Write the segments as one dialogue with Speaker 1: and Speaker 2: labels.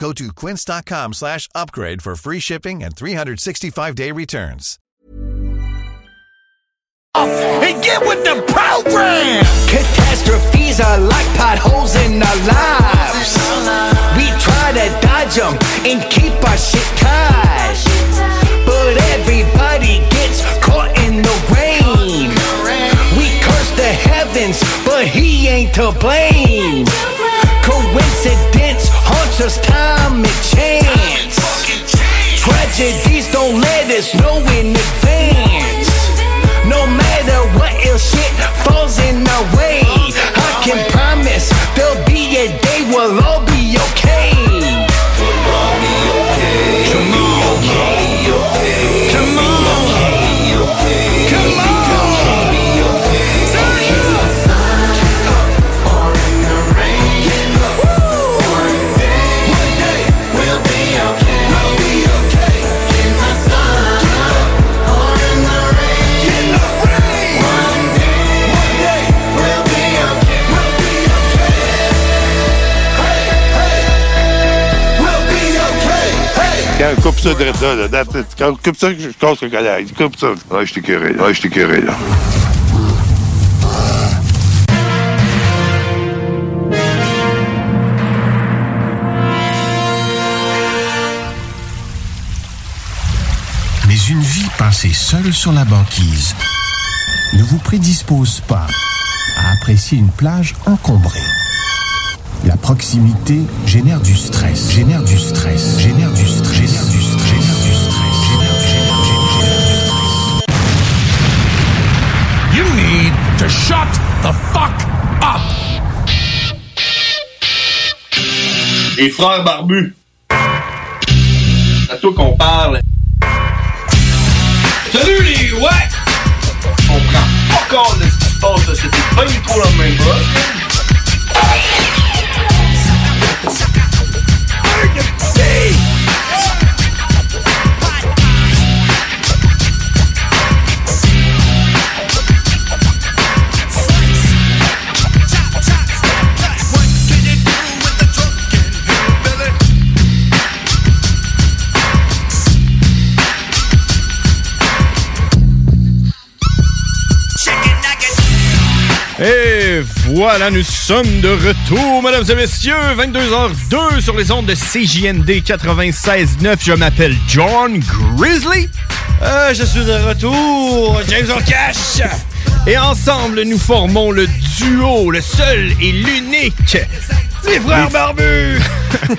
Speaker 1: Go to quince.com slash upgrade for free shipping and 365-day returns.
Speaker 2: and get with the program. Catastrophes are like potholes in our lives. We try to dodge them and keep our shit tight. But everybody gets caught in the rain. We curse the heavens, but he ain't to blame. Coincidence haunts us time and chance. Tragedies don't let us know in advance. No matter what ill shit falls in our way, I can promise there'll be a day we'll all be okay. Come on. Come on. Come on. Turn it up. Woo. One day we'll be okay. We'll be okay.
Speaker 3: Tiens, coupe ça de là, là. That's it. Coupe ça, je casse le collègue. Coupe ça. Ouais, je t'ai curé, là. Ouais, je t'ai curé, là.
Speaker 4: Mais une vie passée seule sur la banquise ne vous prédispose pas à apprécier une plage encombrée. La proximité génère du stress, génère du stress, génère du stress, génère du stress, génère du stress, génère du- génère- génère- génère du stress.
Speaker 5: You need to shut the fuck up.
Speaker 6: Les frères barbus. C'est à toi qu'on parle. Salut les ouais! On prend pas compte de ce qui se passe, là. c'était pas Oh, du tout la même
Speaker 7: Et voilà, nous sommes de retour, mesdames et messieurs, 22h02 sur les ondes de CJND 96.9. Je m'appelle John Grizzly. Euh, je suis de retour, James Orcash. Et ensemble, nous formons le duo, le seul et l'unique, les frères
Speaker 5: Les-
Speaker 7: barbus.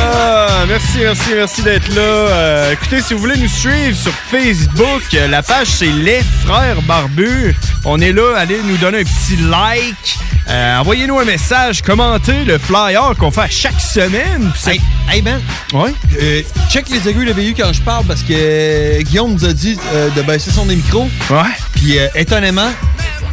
Speaker 7: Ah, merci, merci, merci d'être là. Euh, écoutez, si vous voulez nous suivre sur Facebook, euh, la page c'est Les Frères Barbus. On est là, allez nous donner un petit like. Euh, Envoyez-nous un message, commentez le flyer qu'on fait à chaque semaine. Hey,
Speaker 8: Ben,
Speaker 7: ouais?
Speaker 8: check les aiguilles de VU quand je parle parce que euh, Guillaume nous a dit euh, de baisser son des micros.
Speaker 7: Ouais.
Speaker 8: Puis euh, étonnamment,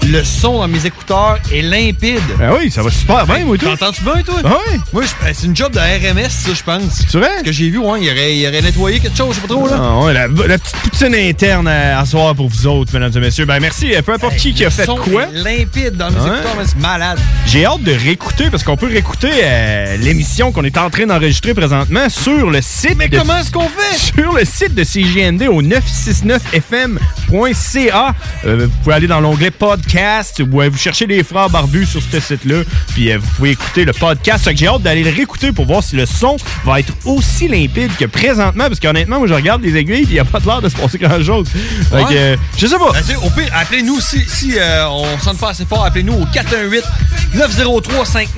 Speaker 8: le son dans mes écouteurs est limpide.
Speaker 7: Ah oui, ça va super bien, moi, tout.
Speaker 8: T'entends-tu bien, toi?
Speaker 7: Oui.
Speaker 8: Moi, je- euh, c'est une job de RMS, ça, je pense.
Speaker 7: C'est vrai?
Speaker 8: que j'ai vu, ouais, il aurait, il aurait nettoyé quelque chose, je sais pas trop, là.
Speaker 7: Ah, ouais, la, la petite poutine interne à, à soir pour vous autres, mesdames et messieurs. Ben merci, euh, peu importe qui qui a
Speaker 8: Le
Speaker 7: fait
Speaker 8: son
Speaker 7: quoi.
Speaker 8: est limpide dans mes
Speaker 7: Ouais.
Speaker 8: écouteurs, mais c'est malade.
Speaker 7: J'ai hâte de réécouter parce qu'on peut réécouter euh, l'émission qu'on est en train d'enregistrer présentement sur le site.
Speaker 8: Mais
Speaker 7: de-
Speaker 8: comment est-ce qu'on fait?
Speaker 7: Sur le site de CJND au 969fm.ca. choc.ca. Euh, vous pouvez aller dans l'onglet podcast ou euh, vous cherchez les frères barbus sur ce site-là. Puis euh, vous pouvez écouter le podcast. Fait que j'ai hâte d'aller le réécouter pour voir si le son va être aussi limpide que présentement. Parce qu'honnêtement, moi, je regarde les aiguilles il n'y a pas de l'air de se passer grand-chose. Fait que,
Speaker 8: Ouais.
Speaker 7: euh, je sais pas.
Speaker 8: Ben, tu sais, au pire, appelez-nous si, si euh, on sonne pas assez fort, appelez-nous au 418-903-5969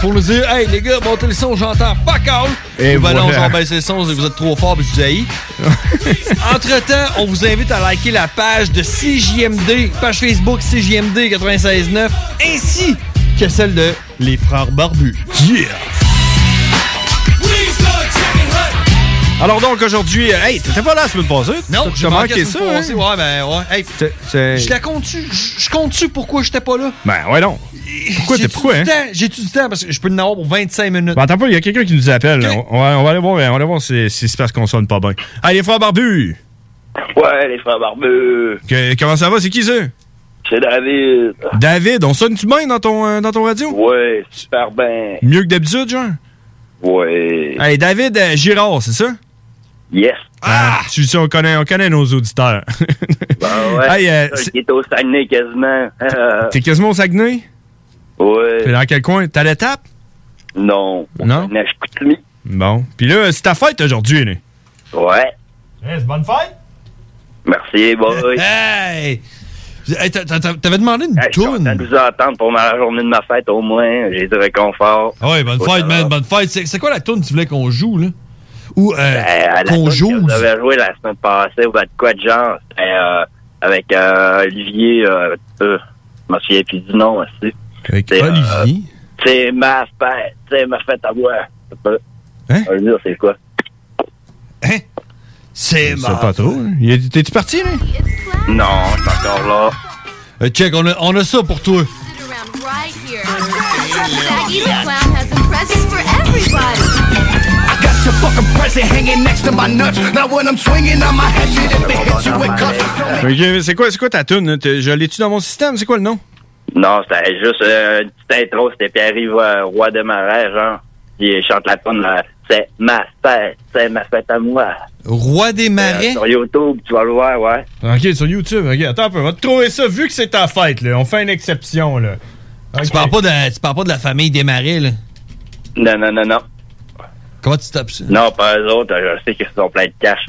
Speaker 8: pour nous dire Hey les gars, montez le son, j'entends fuck all.
Speaker 7: Et
Speaker 8: Ou ben non,
Speaker 7: voilà.
Speaker 8: on baisse le son, vous êtes trop fort, puis je vous haïs. Entre-temps, on vous invite à liker la page de CJMD, page Facebook CJMD 96.9, ainsi que celle de Les Frères Barbus.
Speaker 7: Yeah! Alors donc aujourd'hui, euh, hey, t'étais pas là la semaine passée?
Speaker 8: Non,
Speaker 7: T'as-
Speaker 8: j'ai
Speaker 7: t'as
Speaker 8: manqué la
Speaker 7: ça.
Speaker 8: semaine
Speaker 7: hein?
Speaker 8: passée, Ouais, ben ouais. Hey,
Speaker 7: C'est- c'est-
Speaker 8: je la compte-tu? Je je compte-tu pourquoi j'étais pas là?
Speaker 7: Ben ouais non. Pourquoi t'es
Speaker 8: J'ai-tu
Speaker 7: pourquoi
Speaker 8: du
Speaker 7: hein?
Speaker 8: temps? J'ai-tu du temps parce que je peux en avoir pour 25 minutes.
Speaker 7: Ben, attends pas, il y a quelqu'un qui nous appelle. là. On, va, on va aller voir, on va aller voir si, si c'est parce qu'on sonne pas bien. Allez, les frères barbus!
Speaker 9: Ouais, les frères barbus.
Speaker 7: Que- comment ça va? C'est qui ça?
Speaker 9: C'est David.
Speaker 7: David, on sonne-tu bien dans ton, euh, dans ton radio?
Speaker 9: Ouais, super bien.
Speaker 7: Mieux que d'habitude, genre?
Speaker 9: Ouais.
Speaker 7: Hey, David euh, Girard, c'est ça?
Speaker 9: Yes.
Speaker 7: Ah! Tu sais, on connaît, on connaît nos auditeurs.
Speaker 9: Ben ouais.
Speaker 7: Hey, euh,
Speaker 9: Ça, qui est au Saguenay quasiment. Euh,
Speaker 7: T'es quasiment au Saguenay?
Speaker 9: ouais.
Speaker 7: T'es dans quel coin? T'as l'étape?
Speaker 9: Euh, Non.
Speaker 7: Non? Bon. Puis là, c'est ta fête aujourd'hui, là.
Speaker 9: Ouais.
Speaker 7: c'est bonne fête?
Speaker 9: Merci, boy.
Speaker 8: Hey! T'avais demandé une
Speaker 9: toune. Je suis content de vous entendre pour ma la journée de ma fête, au moins. J'ai du réconfort.
Speaker 8: Ah ouais, bonne
Speaker 9: Faut
Speaker 8: fête,
Speaker 9: savoir.
Speaker 8: man, bonne fête. C'est c'est quoi la tune que tu voulais qu'on joue, là? Ou euh,
Speaker 9: Ben, à la
Speaker 8: qu'on
Speaker 9: tune que
Speaker 8: joue?
Speaker 9: Vous avez joué la semaine passée, ou à de quoi de genre? C'était, euh, avec euh, Olivier, euh, euh, je me souviens plus du nom aussi.
Speaker 7: Avec
Speaker 9: Olivier? c'est ma fête, c'est ma fête à moi. Hein? On va dire, c'est quoi?
Speaker 8: C'est
Speaker 7: Je sais pas trop. hein. Il est- T'es-tu parti, là?
Speaker 9: Non, je suis encore là.
Speaker 8: Euh, check, on a, on a ça pour toi.
Speaker 10: Right here. Saggy the Clown has a present for everybody.
Speaker 2: I got your fucking present hanging next to my nuts. Now when I'm swinging, I'ma hit you if it hits you with cuts.
Speaker 7: Ok, C'est quoi, c'est quoi ta tune? là? T'es- Je l'ai-tu dans mon système? C'est quoi le nom?
Speaker 9: Non, c'était juste euh, une petite intro. C'était Pierre-Yves, euh, roi de marais, genre. Il chante la tune, euh, c'est ma fête, c'est ma fête à moi.
Speaker 8: Roi des
Speaker 9: Euh, sur YouTube, tu vas le voir, ouais.
Speaker 7: Ok, sur YouTube. Ok, attends un peu. On va te trouver ça vu que c'est ta fête, là. On fait une exception, là.
Speaker 8: Tu, parles pas de, tu parles pas de la famille des marais, là?
Speaker 9: Non, non, non, non.
Speaker 8: Comment tu tapes ça?
Speaker 9: Non, pas eux autres. euh, Je sais qu'ils sont pleins de cash.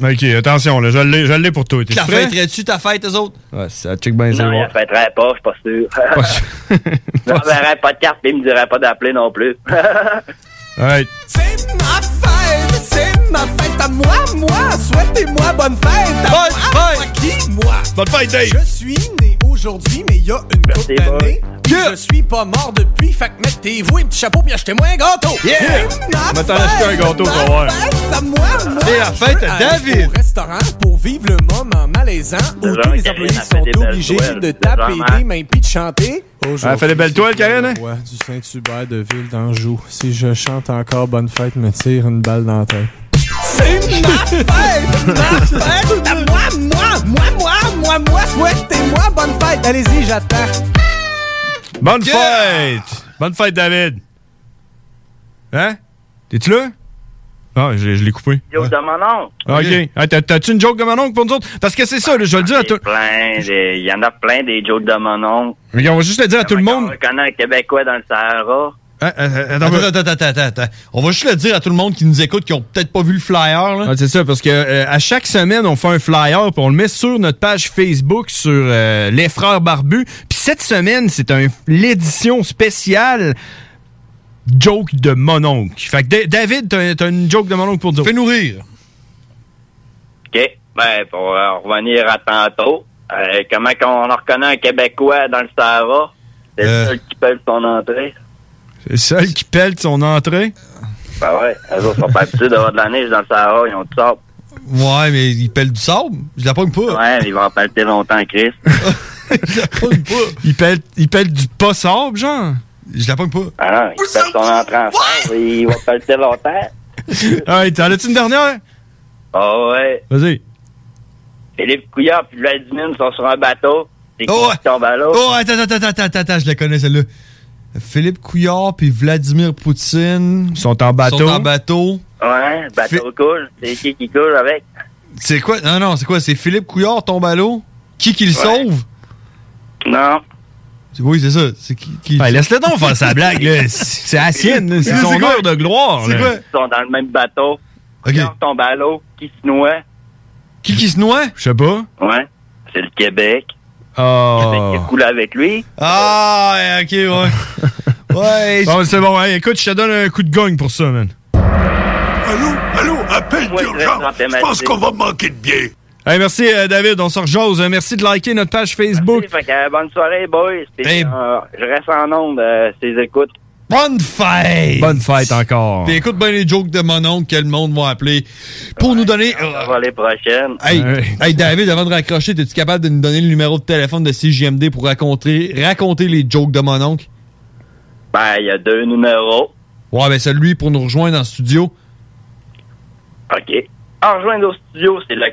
Speaker 7: Ok, attention, là. Je l'ai, je l'ai pour toi. T'es
Speaker 8: La
Speaker 7: prêt?
Speaker 8: fêterais-tu ta fête, eux autres?
Speaker 7: Ouais, ça check bien ça.
Speaker 9: non, ils ne fêteraient pas, je suis pas sûr. Ils n'enverraient pas de carte et ils me diraient pas d'appeler non plus.
Speaker 7: Alright.
Speaker 2: C'est ma fête, c'est ma fête à moi, moi. Souhaitez-moi bonne fête à moi, moi qui, moi.
Speaker 7: Bonne fête, Dave.
Speaker 2: Je suis né aujourd'hui, mais il y a une couple d'années. puis Je suis pas mort depuis, fait que mettez-vous un petit chapeau puis achetez-moi un gâteau.
Speaker 7: Yeah!
Speaker 2: C'est ma
Speaker 7: On va t'en acheter un gâteau pour voir.
Speaker 2: fête à moi, moi.
Speaker 7: C'est la fête
Speaker 2: Je veux
Speaker 7: à
Speaker 2: aller
Speaker 7: David.
Speaker 2: Au restaurant pour vivre le moment malaisant où
Speaker 7: Genre,
Speaker 2: tous les
Speaker 7: Karine
Speaker 2: employés
Speaker 7: a fait des
Speaker 2: sont
Speaker 7: belles
Speaker 2: obligés
Speaker 7: toiles.
Speaker 2: de
Speaker 7: Le
Speaker 2: taper
Speaker 7: genre, hein?
Speaker 2: des mains puis de chanter.
Speaker 7: Ah, Elle fait des belles toiles, Karen, hein?
Speaker 11: Ouais, du Saint-Hubert de Ville d'Anjou. Si je chante encore Bonne fête, me tire une balle dans la tête.
Speaker 2: C'est ma fête, ma fête à moi, moi, moi, moi, moi, moi, souhaitez-moi bonne fête. Allez-y, j'attends.
Speaker 7: Bonne fête! Bonne fête, David! Hein? T'es-tu là? Ah, je, l'ai- je l'ai coupé.
Speaker 9: Yo, de mon oncle.
Speaker 7: Ah, Ok. Ah, t'as- T'as-tu une joke de mon oncle pour nous autres? Parce que c'est ça, là, je vais le dire à tout.
Speaker 9: Plein des- Il y en a plein des jokes de mon oncle.
Speaker 7: Mais on va juste le dire à tout le
Speaker 9: On
Speaker 7: monde.
Speaker 9: reconnaît un Québécois dans le Sahara.
Speaker 8: Attends, attends, attends, attends, attends. On va juste le dire à tout le monde qui nous écoute, qui ont peut-être pas vu le flyer, là.
Speaker 7: Ah, c'est ça, parce que euh, à chaque semaine, on fait un flyer, puis on le met sur notre page Facebook, sur euh, Les Frères Barbus. Puis cette semaine, c'est un, l'édition spéciale joke de mon oncle. Fait que Da- David, t'as, t'as une joke de mon oncle pour dire. Fais-nous rire.
Speaker 9: OK. Ben, pour euh, revenir à tantôt, euh, comment qu'on en reconnaît un Québécois dans le Sahara? C'est
Speaker 7: Euh.
Speaker 9: le seul qui paye son entrée.
Speaker 7: C'est celle qui pèle de son entrée.
Speaker 9: Ben ouais, eux autres sont pas habitués d'avoir de la neige dans le Sahara, ils ont du sable.
Speaker 8: Ouais, mais ils pèlent du sable. Je la pogne pas.
Speaker 9: Ouais, mais ils vont en pelleter longtemps, Chris.
Speaker 7: Il pèle, il pèle du pas sable, genre. Je la pogne pas.
Speaker 9: Ah non, ils pèlent son entrée en sable, ils vont pelleter longtemps.
Speaker 7: Hey, t'en as-tu une dernière?
Speaker 9: Ah ouais.
Speaker 7: Vas-y.
Speaker 9: Philippe Couillard puis Vladimir sont sur un bateau. C'est qui
Speaker 8: Oh ouais.
Speaker 9: qui tombe à l'eau?
Speaker 8: Oh, attends, attends, attends, attends, attends, je la connais, celle-là. Philippe Couillard puis Vladimir Poutine.
Speaker 7: Sont en bateau.
Speaker 8: Sont en bateau.
Speaker 9: Ouais, bateau coule. C'est qui qui coule avec?
Speaker 8: C'est quoi? Non, non, c'est quoi? C'est Philippe Couillard tombe à l'eau? Qui qui le sauve?
Speaker 9: Non.
Speaker 8: Oui, c'est ça. C'est qui, qui...
Speaker 7: Ben, laisse-le donc faire sa blague, là. C'est la sienne, là. C'est son heure de gloire, là.
Speaker 9: Ils sont dans le même bateau. Qui tombe à l'eau, qui se noie.
Speaker 8: Qui qui se noie?
Speaker 7: Je sais pas.
Speaker 9: Ouais. C'est le Québec.
Speaker 7: Oh.
Speaker 9: Qui a coulé avec lui.
Speaker 8: Ah, ouais, ok, ouais. ouais.
Speaker 7: Bon, c'est bon. Hey, écoute, je te donne un coup de gogne pour ça, man.
Speaker 12: Allô, allô, appel d'urgence. Je pense qu'on va manquer de bière.
Speaker 7: Hey, merci, euh, David. On se rejase. Euh, Merci de liker notre page Facebook.
Speaker 9: Fait que, euh, bonne soirée, boys. Puis,
Speaker 7: Ben.
Speaker 9: euh, je reste en onde, euh, ces écoutes.
Speaker 8: Bonne fête!
Speaker 7: Bonne fête encore.
Speaker 8: Puis écoute bien les jokes de mon oncle que le monde va appeler pour nous donner.
Speaker 9: On va les prochaines.
Speaker 8: Hey, hey, David, avant de raccrocher, es-tu capable de nous donner le numéro de téléphone de CJMD pour raconter, raconter les jokes de mon oncle?
Speaker 9: Ben, il y a deux numéros.
Speaker 8: Ouais, ben celui pour nous rejoindre en studio.
Speaker 9: OK. En rejoindre au studio, c'est le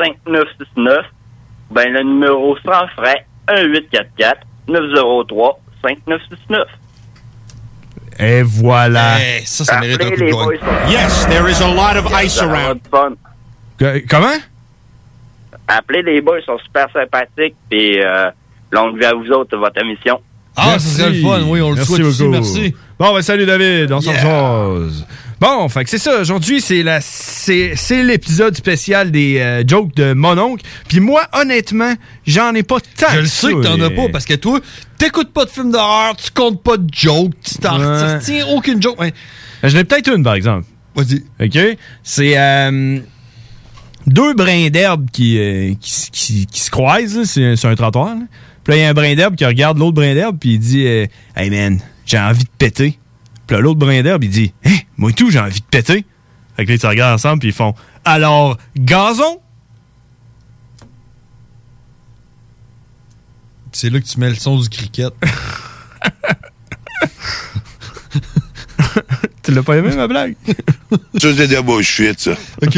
Speaker 9: 418-903-5969. Ben, le numéro sans frais, 1844-903-5969.
Speaker 7: Et voilà.
Speaker 8: Hey, ça, ça mérite un coup de
Speaker 9: les
Speaker 8: gogne.
Speaker 9: boys.
Speaker 7: Yes, there is a lot of ice
Speaker 9: Ça va avoir
Speaker 7: around.
Speaker 9: du fun.
Speaker 7: Que- Comment?
Speaker 9: Appelez les boys, ils sont super sympathiques. Puis, euh, longue vie à vous autres, votre émission.
Speaker 8: Ah, ça serait le fun. Oui, on le
Speaker 7: Merci
Speaker 8: souhaite aussi.
Speaker 7: beaucoup.
Speaker 8: Merci.
Speaker 7: Bon, ben salut David, on s'en jase. Bon, fait que c'est ça, aujourd'hui, c'est la c'est c'est l'épisode spécial des euh, jokes de mon oncle. Puis moi, honnêtement, j'en ai pas tant.
Speaker 8: Je le sais que t'en as pas parce que toi, t'écoutes pas de films d'horreur, tu comptes pas de jokes, tu t'en
Speaker 7: Ouais. Ben,
Speaker 8: retires, tiens, aucune joke. mais-
Speaker 7: J'en ai peut-être une, par exemple.
Speaker 8: Vas-y.
Speaker 7: OK? C'est euh, deux brins d'herbe qui, euh, qui, s- qui- qui se croisent là, sur, sur un trottoir. là. Puis là, il y a un brin d'herbe qui regarde l'autre brin d'herbe puis il dit euh, Hey man, j'ai envie de péter. Puis là, l'autre brin d'herbe, il dit Hé, moi et tout, j'ai envie de péter. Fait que là, ils se regardent ensemble puis ils font Alors, gazon
Speaker 8: C'est là que tu mets le son du cricket.
Speaker 7: Tu l'as pas aimé, ma blague
Speaker 12: Ça, c'est de la bullshit, ça.
Speaker 8: OK.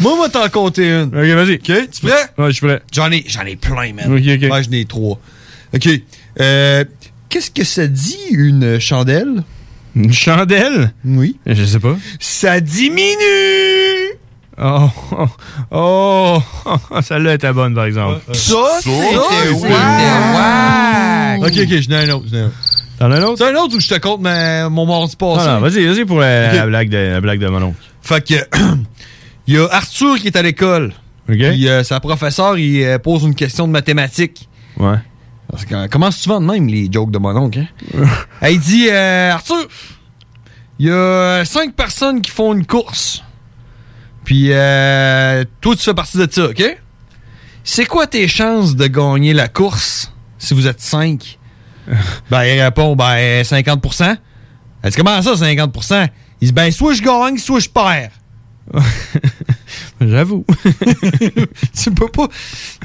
Speaker 8: Moi, moi, t'en compter une.
Speaker 7: OK, vas-y.
Speaker 8: OK, tu prêt?
Speaker 7: Ouais, je suis prêt.
Speaker 8: J'en ai, j'en ai plein, man.
Speaker 7: OK, OK.
Speaker 8: Moi, j'en ai trois. OK. Euh, Qu'est-ce que ça dit, une chandelle?
Speaker 7: Une chandelle
Speaker 8: Oui.
Speaker 7: Je sais pas.
Speaker 8: Ça diminue!
Speaker 7: Hein? Oh, oh, oh, celle-là était bonne, par exemple.
Speaker 8: Ça, c'est OK, OK, j'en ai un autre. j'en ai un autre.
Speaker 7: T'en as un autre?
Speaker 8: C'est un autre où je te compte ma- mon mardi passé.
Speaker 7: Ah, non, vas-y, vas-y pour la,
Speaker 8: Ok.
Speaker 7: la blague de, la blague de mon oncle.
Speaker 8: Fait que, il y a Arthur qui est à l'école.
Speaker 7: OK?
Speaker 8: Puis euh, sa professeure, il euh, pose une question de mathématiques.
Speaker 7: Ouais.
Speaker 8: Parce que, euh, comment se vendent même les jokes de mon oncle, hein? Elle dit euh, Arthur, il y a euh, cinq personnes qui font une course. Puis euh, toi, tu fais partie de ça, OK? C'est quoi tes chances de gagner la course si vous êtes cinq? ben, il répond Ben, 50 Elle dit Comment ça, 50 Il dit Ben, soit je gagne, soit je perds.
Speaker 7: J'avoue.
Speaker 8: tu peux pas.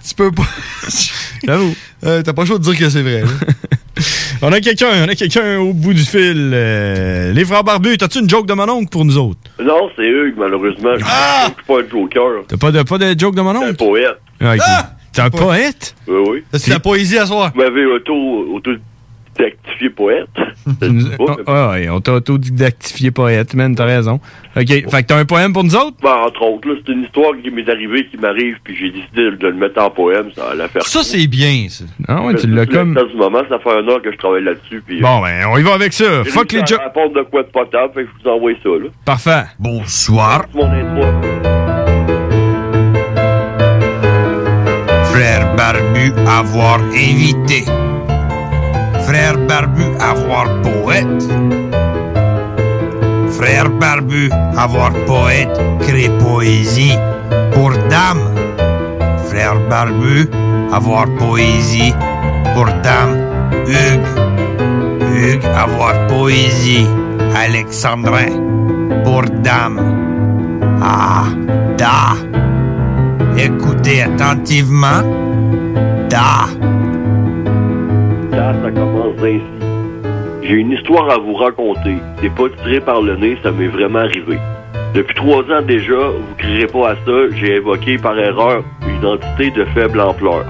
Speaker 8: Tu peux pas.
Speaker 7: J'avoue.
Speaker 8: Euh, T'as pas le choix de dire que c'est vrai. là.
Speaker 7: On a quelqu'un, on a quelqu'un au bout du fil. Euh, les frères barbus, t'as-tu une joke de mon oncle pour nous autres?
Speaker 13: Non, c'est Hugues, malheureusement. Je je suis pas un joker.
Speaker 7: Ah! T'as pas de, pas de joke de mon
Speaker 13: Je suis un
Speaker 7: oncle?
Speaker 13: poète.
Speaker 7: Ah, ok. T'es un poète?
Speaker 13: Oui, oui.
Speaker 8: Ça, C'est la poésie à soir.
Speaker 13: Vous m'avez auto, auto-didactifié poète.
Speaker 7: Tu nous-
Speaker 13: Oh, mais-
Speaker 7: Ah, ouais, on t'a autodidactifié poète, man, t'as raison. Ok, fait que t'as un poème pour nous autres?
Speaker 13: Ben, entre autres, là, c'est une histoire qui m'est arrivée, qui m'arrive, puis j'ai décidé de le mettre en poème, ça la faire.
Speaker 8: Ça, c'est bien, ça.
Speaker 7: Non, Ah ouais, tu l'as comme.
Speaker 13: du moment, ça fait un an que je travaille là-dessus, puis... euh,
Speaker 7: Bon, ben, on y va avec ça. Fuck les jokes.
Speaker 13: apporte de quoi de potable, fait que je vous envoie ça, là.
Speaker 7: Parfait.
Speaker 14: Bonsoir,
Speaker 13: C'est mon intro.
Speaker 14: frère Barbu, avoir invité. Frère Barbu, avoir poète. Frère Barbu, avoir poète, crée poésie pour dame. Frère Barbu, avoir poésie pour dame. Hugues. Hugues, avoir poésie. Alexandrin, pour dame. Ah, da. Écoutez attentivement. Da.
Speaker 13: Ça, ça commence ainsi. J'ai une histoire à vous raconter. C'est pas tiré par le nez, ça m'est vraiment arrivé. Depuis trois ans déjà, vous crierez pas à ça, j'ai évoqué par erreur une identité de faible ampleur.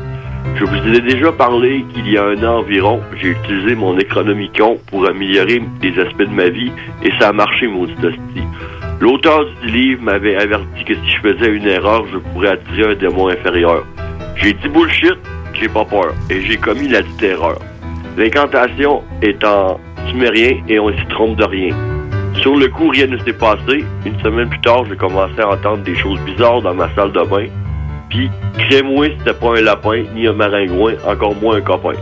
Speaker 13: Je vous ai déjà parlé qu'il y a un an environ, j'ai utilisé mon Necronomicon pour améliorer des aspects de ma vie et ça a marché, maudite hostie. L'auteur du livre m'avait averti que si je faisais une erreur, je pourrais attirer un démon inférieur. J'ai dit bullshit, j'ai pas peur, et j'ai commis la dite erreur. L'incantation est en sumérien et on s'y trompe de rien. Sur le coup, rien ne s'est passé. Une semaine plus tard, j'ai commencé à entendre des choses bizarres dans ma salle de bain. Puis, crémoué, c'était pas un lapin, ni un maringouin, encore moins un copain.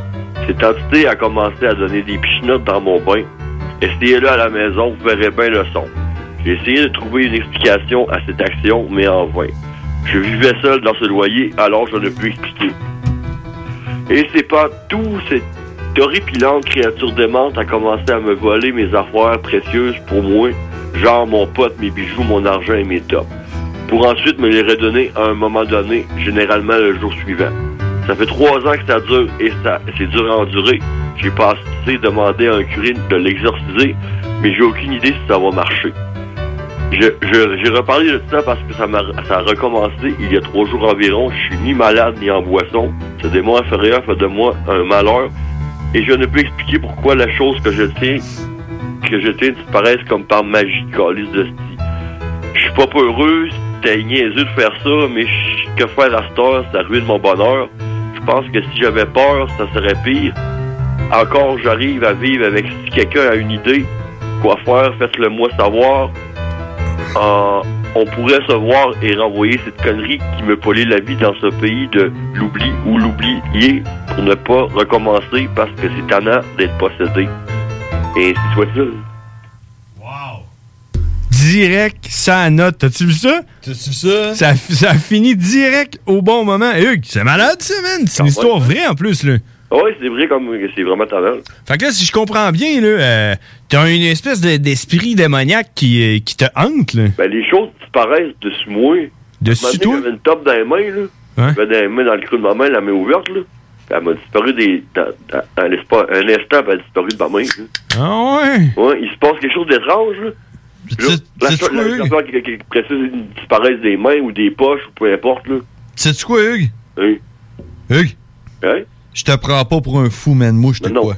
Speaker 13: Cette entité a commencé à donner des pichenottes dans mon bain. Essayez-le à la maison, vous verrez bien le son. J'ai essayé de trouver une explication à cette action, mais en vain. Je vivais seul dans ce loyer, alors je ne puis expliquer. Et c'est pas tout, cette horripilante créature démente a commencé à me voler mes affaires précieuses pour moi, genre mon pote, mes bijoux, mon argent et mes tops, pour ensuite me les redonner à un moment donné, généralement le jour suivant. Ça fait trois ans que ça dure et ça c'est dur à endurer. J'ai passé demander à un curé de l'exorciser, mais j'ai aucune idée si ça va marcher. Je- je- J'ai reparlé de ça parce que ça, m'a- ça a recommencé il y a trois jours environ. Je suis ni malade ni en boisson. Ce démon inférieur fait de moi un malheur et je ne peux expliquer pourquoi la chose que je tiens que je tiens disparaisse comme par magie, calice de sti. Je suis pas peureux, c'était niaiseux de faire ça, mais je- que faire à cette heure, ça ruine mon bonheur. Je pense que si j'avais peur, ça serait pire. Encore, j'arrive à vivre avec si quelqu'un a une idée, quoi faire, faites-le moi savoir. Euh, on pourrait se voir et renvoyer cette connerie qui me pollue la vie dans ce pays de l'oubli ou l'oublier pour ne pas recommencer parce que c'est tannant d'être possédé. Et ainsi soit-il.
Speaker 7: Direct, ça note. T'as-tu vu ça? T'as-tu vu ça? Ça, finit direct au bon moment. Hugues, c'est malade, ça, man. C'est une
Speaker 13: Ah,
Speaker 7: histoire
Speaker 13: ouais.
Speaker 7: vraie, en plus, là.
Speaker 13: Oui, Ah c'est vrai comme c'est vraiment tannant.
Speaker 7: Fait que là, si je comprends bien, là, euh, t'as une espèce de- d'esprit démoniaque qui, euh, qui te hante, là.
Speaker 13: Ben, les choses disparaissent de sous moi.
Speaker 7: De
Speaker 13: Un moment
Speaker 7: sous
Speaker 13: donné, J'avais une top dans les mains, là.
Speaker 7: Hein?
Speaker 13: J'avais dans les mains dans le creux de ma main, la main ouverte, là. Puis Elle m'a disparu des, dans, dans- dans l'espace. Un instant, puis elle a disparu de ma main. là.
Speaker 7: Ah ouais?
Speaker 13: Ouais, il se passe quelque chose d'étrange, là. Juste, la chose- la- la peur que- que- que précise disparaissent des mains ou des poches ou peu importe, là.
Speaker 8: Sais-tu quoi, Hugues?
Speaker 13: Oui.
Speaker 8: Hugues?
Speaker 13: Hein?
Speaker 8: Je te prends pas pour un fou, man. Moi, je te crois.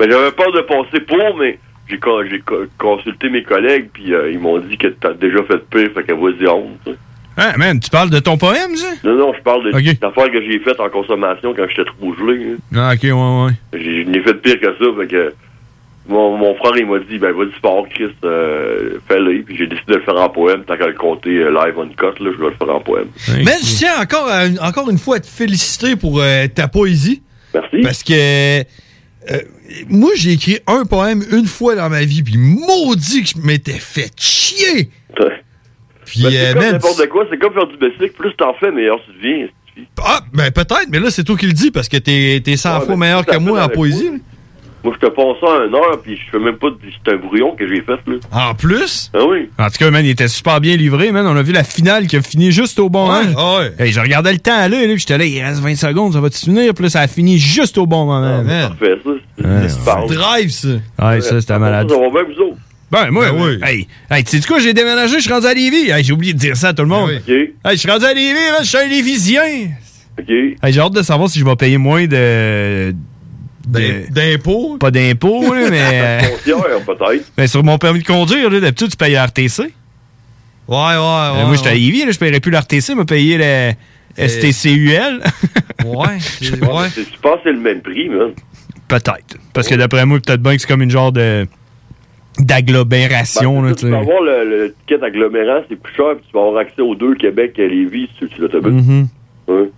Speaker 13: Ben, j'avais peur de passer pour, mais j'ai, con- j'ai co- consulté mes collègues, puis euh, ils m'ont dit que t'as déjà fait pire, fait qu'elle vas-y honte. ça.
Speaker 7: Hein, man, tu parles de ton poème,
Speaker 8: Hein?
Speaker 7: ça?
Speaker 13: Non, non, je parle de
Speaker 7: Ok.
Speaker 13: l'affaire que j'ai faite en consommation quand j'étais trop gelé. hein.
Speaker 7: Ah, ok, ouais, ouais.
Speaker 13: J'ai, je n'ai fait pire que ça, fait que mon, mon frère, il m'a dit, ben, vas-y, sport, Chris, euh, fais-le, puis j'ai décidé de le faire en poème, tant qu'à le compter euh, live on cut, là, je vais le faire en poème.
Speaker 8: Mais je tiens encore, à- encore une fois à te féliciter pour euh, ta poésie.
Speaker 13: Merci.
Speaker 8: Parce que euh, moi, j'ai écrit un poème une fois dans ma vie, puis maudit que je m'étais fait chier. Puis,
Speaker 13: Ben,
Speaker 8: euh,
Speaker 13: c'est comme
Speaker 8: man,
Speaker 13: n'importe quoi, c'est comme faire du bicycle, plus t'en fais, meilleur tu deviens.
Speaker 8: Ah, ben peut-être, mais là, c'est toi qui le dis, parce que t'es t'es 100
Speaker 13: Ouais,
Speaker 8: fois
Speaker 13: mais
Speaker 8: meilleur
Speaker 13: ça
Speaker 8: que
Speaker 13: fait
Speaker 8: moi en
Speaker 13: avec
Speaker 8: poésie.
Speaker 13: Moi, je te pense ça en une heure, puis je fais même pas, de- c'est un brouillon que j'ai fait, là.
Speaker 7: En plus?
Speaker 13: Ah oui.
Speaker 7: En tout cas, man, il était super bien livré, man. On a vu la finale qui a fini juste au bon moment. Hey, je regardais le temps aller, là, puis j'étais là, il reste 20 secondes, ça va-tu finir? Puis là, ça a fini juste au bon moment. man.
Speaker 13: Fais ça, c'est
Speaker 7: Ouais,
Speaker 13: c'est parle.
Speaker 8: Drive, ça.
Speaker 7: Ouais, ça, c'était malade.
Speaker 13: Ça va bien, vous autres.
Speaker 7: Ben, moi, oui. Hey, hey tu sais quoi, j'ai déménagé, je suis rendu à Lévis. Hey, j'ai oublié de dire ça à tout le monde. Hey, je suis rendu à Lévis, man, je suis un Lévisien.
Speaker 13: OK.
Speaker 7: Hey, j'ai hâte de savoir si je vais payer moins de.
Speaker 8: D'impôts?
Speaker 7: Pas d'impôts, là, mais. euh,
Speaker 13: Foncière, peut-être.
Speaker 7: Ben, sur mon permis de conduire, là, d'habitude, tu payes la RTC. Ouais,
Speaker 8: ouais, ouais.
Speaker 7: Euh, moi, j'étais à Lévis, là, je paierais plus la RTC, mais payer la STCUL.
Speaker 8: Ouais.
Speaker 13: Je pense que tu penses que c'est le même prix, man.
Speaker 7: Peut-être. Parce que d'après moi, peut-être bien que c'est comme une genre de d'agglomération. là, tu
Speaker 13: Ben, Tu vas
Speaker 7: sais.
Speaker 13: avoir le, le ticket agglomérant, c'est plus cher, puis tu vas avoir accès aux deux Québec et Lévis sur sur l'autobus.
Speaker 7: Mhm.
Speaker 13: Ouais.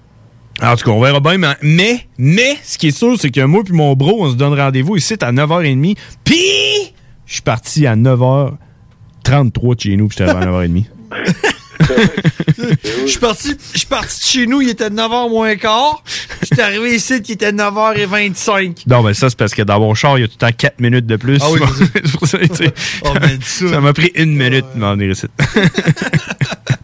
Speaker 7: En tout cas, on verra bien. Mais, mais, mais, ce qui est sûr, c'est que moi puis mon bro, on se donne rendez-vous ici à 9h30. Puis, je suis parti à 9h33 de chez nous, puis j'étais arrivé à 9h30.
Speaker 13: Ben
Speaker 8: Je suis parti, je suis parti de chez nous, il était 9h moins quart. Je suis arrivé ici, il était 9h25.
Speaker 7: Non, ben ça, c'est parce que dans mon char, il y a tout le temps 4 minutes de plus.
Speaker 8: Ah oui,
Speaker 7: C'est pour ça, tu sais. Ça m'a pris une minute de m'en venir ici.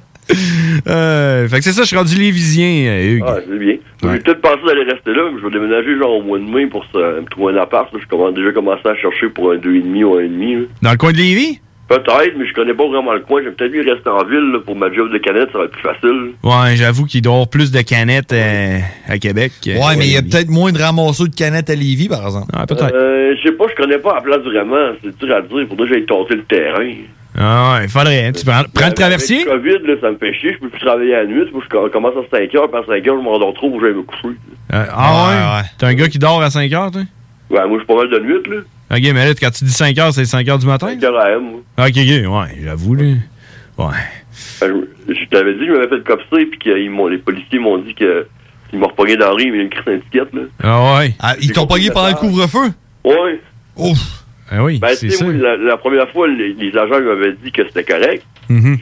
Speaker 7: Euh, fait que c'est ça, je suis rendu lévisien, euh, Hugues.
Speaker 13: Ah, c'est bien. J'ai peut-être pensé d'aller rester là, mais je vais déménager genre au mois de mai pour se, me trouver un appart. là. Je commence déjà commencé à chercher pour un 2,5 ou un 1,5.
Speaker 7: Dans le coin de Lévis?
Speaker 13: Peut-être, mais je connais pas vraiment le coin. J'ai peut-être mieux rester en ville là, pour ma job de canette, ça va être plus facile.
Speaker 7: Ouais, j'avoue qu'il doit y avoir plus de canettes euh, à Québec.
Speaker 8: Ouais, mais il y a peut-être Ah, moins de ramasseurs de canettes à Lévis, par exemple.
Speaker 7: Ouais,
Speaker 13: Euh, je sais pas, je connais pas la place vraiment. C'est dur à dire. Il faudrait que j'aille tenter le terrain.
Speaker 7: Ah, il faudrait. hein. Tu prends, prends le traversier?
Speaker 13: Avec le COVID, là, ça me fait chier. Je peux plus travailler à la nuit. Faut que je commence à 5 h. Par 5 h, je m'endors trop pour que j'aille me coucher.
Speaker 7: Euh, ah ouais? T'es un gars qui dort à 5 heures, toi?
Speaker 13: Ouais, Ben, moi, je suis pas mal de nuit, là.
Speaker 7: Ok, mais là, quand tu dis 5 heures, c'est 5 heures du matin?
Speaker 13: 5 heures AM, moi.
Speaker 7: Ok, ok, ouais, j'avoue, là. Ouais.
Speaker 13: Ben, je je t'avais dit, je m'avais fait copser, puis que ils m'ont- les policiers m'ont dit que ils m'ont repogné dans la rue, mais une crise d'étiquette, là.
Speaker 7: Ah ouais?
Speaker 8: ils t'ont pogné pendant le couvre-feu?
Speaker 13: Ouais.
Speaker 8: Ouf!
Speaker 7: Ah oui,
Speaker 13: Ben, tu
Speaker 7: c'est
Speaker 13: sais,
Speaker 7: ça.
Speaker 13: moi, la, la première fois, les, les agents ils m'avaient dit que c'était correct.
Speaker 7: Mhm.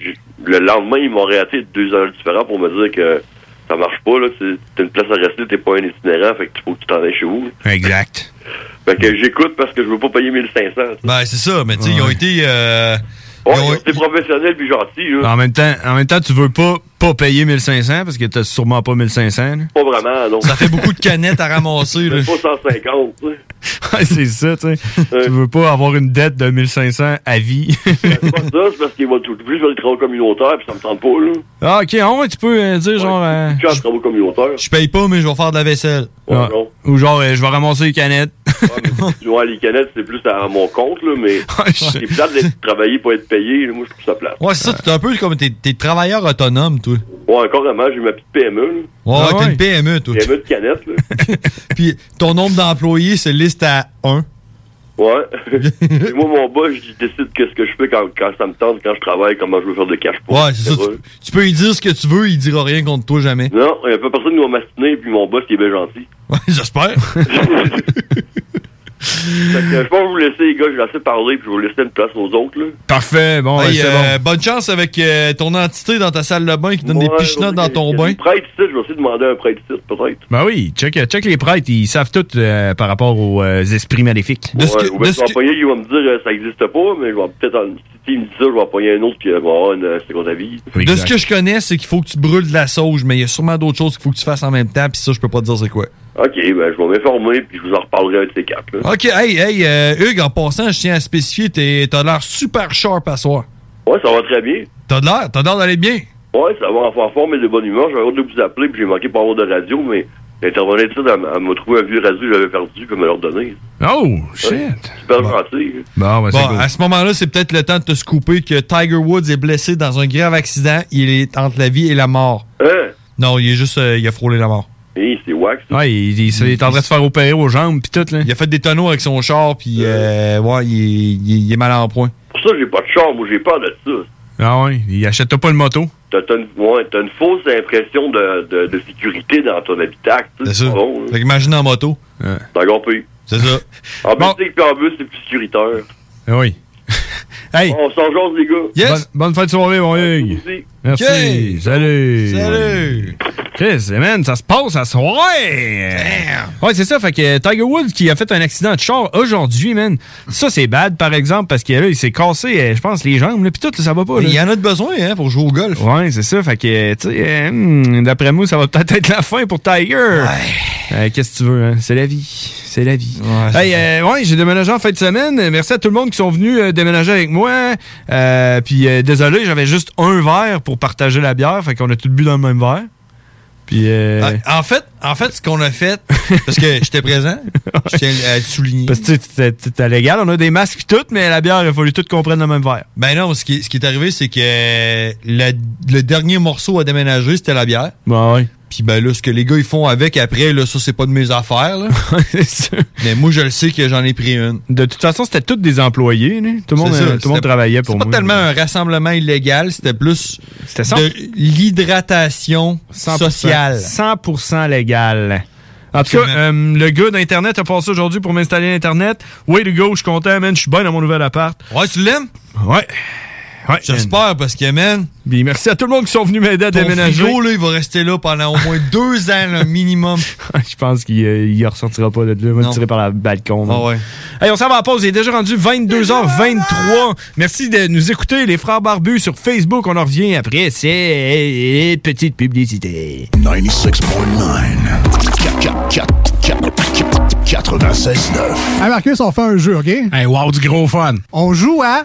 Speaker 13: Le lendemain, ils m'ont réaté deux heures différents pour me dire que ça marche pas, là. c'est- T'as une place à rester, t'es pas un itinérant, fait que faut que tu t'en ailles chez vous.
Speaker 7: Exact.
Speaker 13: Fait que j'écoute parce que je veux pas payer 1500.
Speaker 8: Ben, c'est ça, mais tu sais, ils ont été. euh,
Speaker 13: Ouais, c'est professionnel puis gentil, là.
Speaker 7: En même temps, en même temps, tu veux pas, pas payer 1500 parce que t'as sûrement pas 1500. là.
Speaker 13: Pas vraiment, non.
Speaker 8: Ça fait beaucoup de canettes à ramasser, là.
Speaker 13: Pas 150, tu sais.
Speaker 7: Ouais, c'est ça, tu sais. Tu veux pas avoir une dette de 1500 à vie.
Speaker 13: C'est pas ça, c'est parce qu'il va tout plus vers les travaux communautaires, puis ça me tente pas, là.
Speaker 7: ah, ok, ah ouais, tu peux euh, dire genre. euh,
Speaker 13: Je suis en travaux communautaires.
Speaker 8: Je paye pas, mais je vais faire de la vaisselle.
Speaker 7: ah, ou genre, euh, je vais ramasser les canettes.
Speaker 13: Ouais, les canettes, c'est plus à mon compte, là, mais c'est plate d'être travaillé pour être payé. là. Moi, je trouve ça plate.
Speaker 8: Ouais, c'est ça, t'es un peu comme. T'es t'es travailleur autonome, toi.
Speaker 13: Ouais, encore vraiment, j'ai ma petite PME. là.
Speaker 8: Ouais, ouais, t'es une PME, toi.
Speaker 13: PME de canettes, là.
Speaker 8: Puis ton nombre d'employés se liste à 1.
Speaker 13: Ouais. Et moi, mon boss, je décide qu'est-ce que je fais quand, quand ça me tente, quand je travaille, comment je veux faire de cash pour.
Speaker 8: Ouais, c'est ça.
Speaker 13: vrai.
Speaker 8: Tu peux lui dire ce que tu veux, il dira rien contre toi jamais.
Speaker 13: Non, il n'y a pas personne qui m'a mastiné, puis mon boss, il est bien gentil.
Speaker 8: Ouais, j'espère.
Speaker 13: Fait que, je pense que je vous laisser, les gars, je vais laisser parler, puis je vais vous laisser une place aux autres, là.
Speaker 7: Parfait, bon,
Speaker 8: Hey,
Speaker 7: ben, c'est
Speaker 8: euh, Bonne chance avec euh, ton entité dans ta salle de bain qui donne des pichenottes dans ton bain.
Speaker 13: Prêtre ici, je vais essayer de demander à un prêtre ici, peut-être.
Speaker 7: bon. Ben oui, check, check les prêtres, ils savent tout euh, par rapport aux euh, esprits maléfiques.
Speaker 13: ouais, je vais empoigner, il va me dire euh, ça n'existe pas, mais je vais peut-être, en- si il me dit ça, je vais empoigner un autre, puis il va avoir une euh, seconde avis.
Speaker 8: De ce que je connais, c'est qu'il faut que tu brûles de la sauge, mais il y a sûrement d'autres choses qu'il faut que tu fasses en même temps, puis ça, je peux pas te dire c'est quoi.
Speaker 13: Ok, ben, je vais m'informer, puis je vous en reparlerai un de ces quatre, là.
Speaker 8: OK, hey, hey, euh, Hugues, en passant, je tiens à spécifier, t'es- t'as l'air super sharp à soir.
Speaker 13: Ouais, ça va très bien.
Speaker 8: T'as de l'air, t'as l'air d'aller bien.
Speaker 13: Ouais, ça va en faire forme et de bonne humeur. J'avais hâte de vous appeler, puis j'ai manqué pas avoir de radio, mais l'intervenante ici, elle, m'a- elle m'a trouvé un vieux radio que j'avais perdu, puis elle me l'a redonné.
Speaker 7: Oh, shit.
Speaker 13: Super gentil.
Speaker 7: Bon, ben, c'est
Speaker 8: Bon,
Speaker 7: cool.
Speaker 8: à ce moment-là, c'est peut-être le temps de te scooper que Tiger Woods est blessé dans un grave accident. Il est entre la vie et la mort.
Speaker 13: Hein?
Speaker 8: Non, il est juste, euh, il a frôlé la mort.
Speaker 13: Hey, c'est wax.
Speaker 7: Ouais, il, il- il est en train de se faire opérer aux jambes puis tout là.
Speaker 8: Il a fait des tonneaux avec son char puis euh, ouais, il, est- il est- il est mal en point.
Speaker 13: Pour ça, j'ai pas de char, moi, j'ai peur de ça.
Speaker 7: Ah ouais, il achète pas une moto.
Speaker 13: T'as t'as une, ouais, t'as une fausse impression de, de, de sécurité dans ton habitacle, tu sais,
Speaker 8: C'est ça.
Speaker 13: c'est pas bon, hein. là.
Speaker 8: Fait qu'imagine en moto.
Speaker 13: C'est encore pire.
Speaker 8: C'est ça.
Speaker 13: En plus, puis en bus, c'est plus sécuritaire.
Speaker 7: Eh Oui. Hey.
Speaker 13: On s'en jase, les gars.
Speaker 7: Bonne, bonne fin de soirée, mon Hugues.
Speaker 13: Merci.
Speaker 7: Merci.
Speaker 13: Ok.
Speaker 7: Salut.
Speaker 8: Salut.
Speaker 7: Chris, eh, man, ça se passe à soir. Ouais, c'est ça. Fait que Tiger Woods qui a fait un accident de char aujourd'hui, man. Ça, c'est bad, par exemple, parce qu'il il s'est cassé, euh, je pense, les jambes, là, puis tout, là, ça va pas.
Speaker 8: Il y en a de besoin hein, pour jouer au golf.
Speaker 7: Ouais, c'est ça. Fait que, tu sais, euh, hmm, d'après moi, ça va peut-être être la fin pour Tiger. Euh, Qu'est-ce que tu veux, hein? C'est la vie. C'est la vie. Ouais, hey, euh, ouais, j'ai déménagé en fin de semaine. Merci à tout le monde qui sont venus euh, déménager avec moi. Euh, puis, euh, désolé, j'avais juste un verre pour partager la bière. Fait qu'on a tout bu dans le même verre. Puis, euh,
Speaker 8: Ah, En fait, en fait, ce qu'on a fait, parce que j'étais présent, je tiens à le souligner.
Speaker 7: parce que, tu sais, c'était- c'était légal. On a des masques pis tout, mais la bière, il a fallu tout qu'on prenne le même verre.
Speaker 8: Ben non, ce qui, ce qui est arrivé, c'est que le, le dernier morceau à déménager, c'était la bière.
Speaker 7: Ben ouais.
Speaker 8: Puis ben là, ce que les gars ils font avec après, là, ça c'est pas de mes affaires. Là. Mais moi je le sais que j'en ai pris une.
Speaker 7: De toute façon, c'était tous des employés. là. Tout le monde,
Speaker 8: C'est ça,
Speaker 7: euh, tout le monde
Speaker 8: c'était-
Speaker 7: travaillait pour
Speaker 8: C'est
Speaker 7: moi.
Speaker 8: pas tellement un rassemblement illégal, c'était plus
Speaker 7: cent-
Speaker 8: de l'hydratation
Speaker 7: 100%,
Speaker 8: sociale.
Speaker 7: 100% légal. En tout cas,
Speaker 8: Absolument.
Speaker 7: euh, le gars d'Internet a passé aujourd'hui pour m'installer l'Internet. Way to go, je suis content, man. Je suis bien dans mon nouvel appart.
Speaker 8: Ouais, tu l'aimes?
Speaker 7: Ouais. ouais
Speaker 8: J'espère, parce que, man...
Speaker 7: merci à tout le monde qui sont venus m'aider à
Speaker 8: Ton
Speaker 7: déménager.
Speaker 8: frigo, là, il va rester là pendant au moins deux ans, là, minimum.
Speaker 7: je pense qu'il euh, il ressortira pas de là. Il va le
Speaker 8: Non.
Speaker 7: tirer par le balcon. là.
Speaker 8: Ah ouais.
Speaker 7: Hey, on s'en va en pause. Il est déjà rendu 22h23. Merci de nous écouter, les frères barbus, sur Facebook. On en revient après. C'est petite publicité.
Speaker 15: 96.9.
Speaker 4: Hey Marcus, on fait un jeu, OK?
Speaker 16: Hey, wow, du gros fun.
Speaker 4: On joue à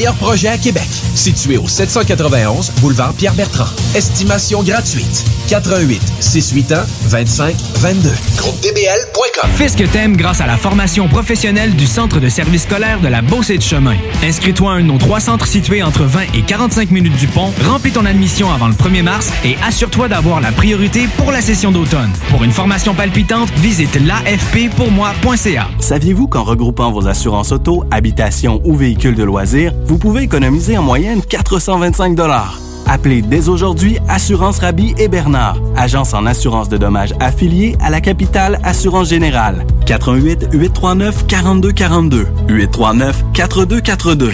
Speaker 16: projets à Québec. Situé au 791 boulevard Pierre-Bertrand. Estimation gratuite. 88 681 25 22. Groupe DBL.com.
Speaker 17: Fais ce que t'aimes grâce à la formation professionnelle du Centre de service scolaire de la Beauce et de Chemin. Inscris-toi à un de nos trois centres situés entre 20 et 45 minutes du pont, remplis ton admission avant le 1er mars et assure-toi d'avoir la priorité pour la session d'automne. Pour une formation palpitante, visite l'afppourmoi.ca.
Speaker 18: Saviez-vous qu'en regroupant vos assurances auto, habitation ou véhicules de loisirs, vous pouvez économiser en moyenne 425 Appelez dès aujourd'hui Assurance Rabi et Bernard, agence en assurance de dommages affiliée à la capitale Assurance Générale. 88 839 4242 839 4242.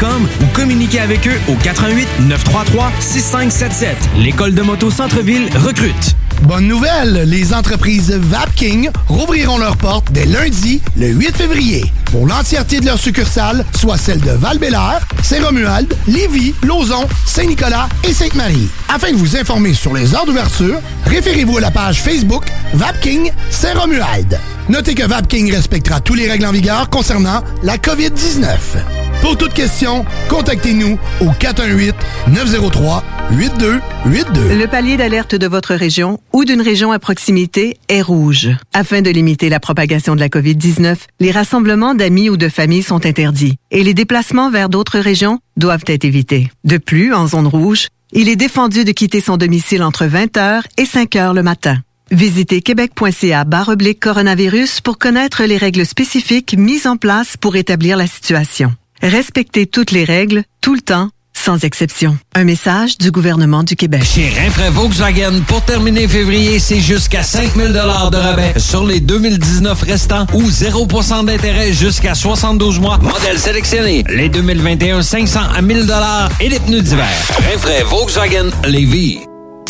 Speaker 17: ou communiquez avec eux au 88 933 6577. L'école de moto Centre-ville recrute.
Speaker 19: Bonne nouvelle, les entreprises Vapking rouvriront leurs portes dès lundi, le 8 février, pour l'entièreté de leurs succursales, soit celles de val Saint-Romuald, Lévis, Lauson, Saint-Nicolas et Sainte-Marie. Afin de vous informer sur les heures d'ouverture, référez-vous à la page Facebook Vapking Saint-Romuald. Notez que Vapking respectera tous les règles en vigueur concernant la COVID-19. Pour toute question, contactez-nous au 418-903-8282.
Speaker 3: Le palier d'alerte de votre région ou d'une région à proximité est rouge. Afin de limiter la propagation de la COVID-19, les rassemblements d'amis ou de familles sont interdits et les déplacements vers d'autres régions doivent être évités. De plus, en zone rouge, il est défendu de quitter son domicile entre 20h et 5h le matin. Visitez québec.ca baroblique coronavirus pour connaître les règles spécifiques mises en place pour établir la situation. Respectez toutes les règles, tout le temps, sans exception. Un message du gouvernement du Québec.
Speaker 20: Chez Renfrais Volkswagen, pour terminer février, c'est jusqu'à 5000 de rabais sur les 2019 restants ou 0% d'intérêt jusqu'à 72 mois. Modèle sélectionné, les 2021 500 à 1000 et les pneus d'hiver. Renfrais Volkswagen Lévis.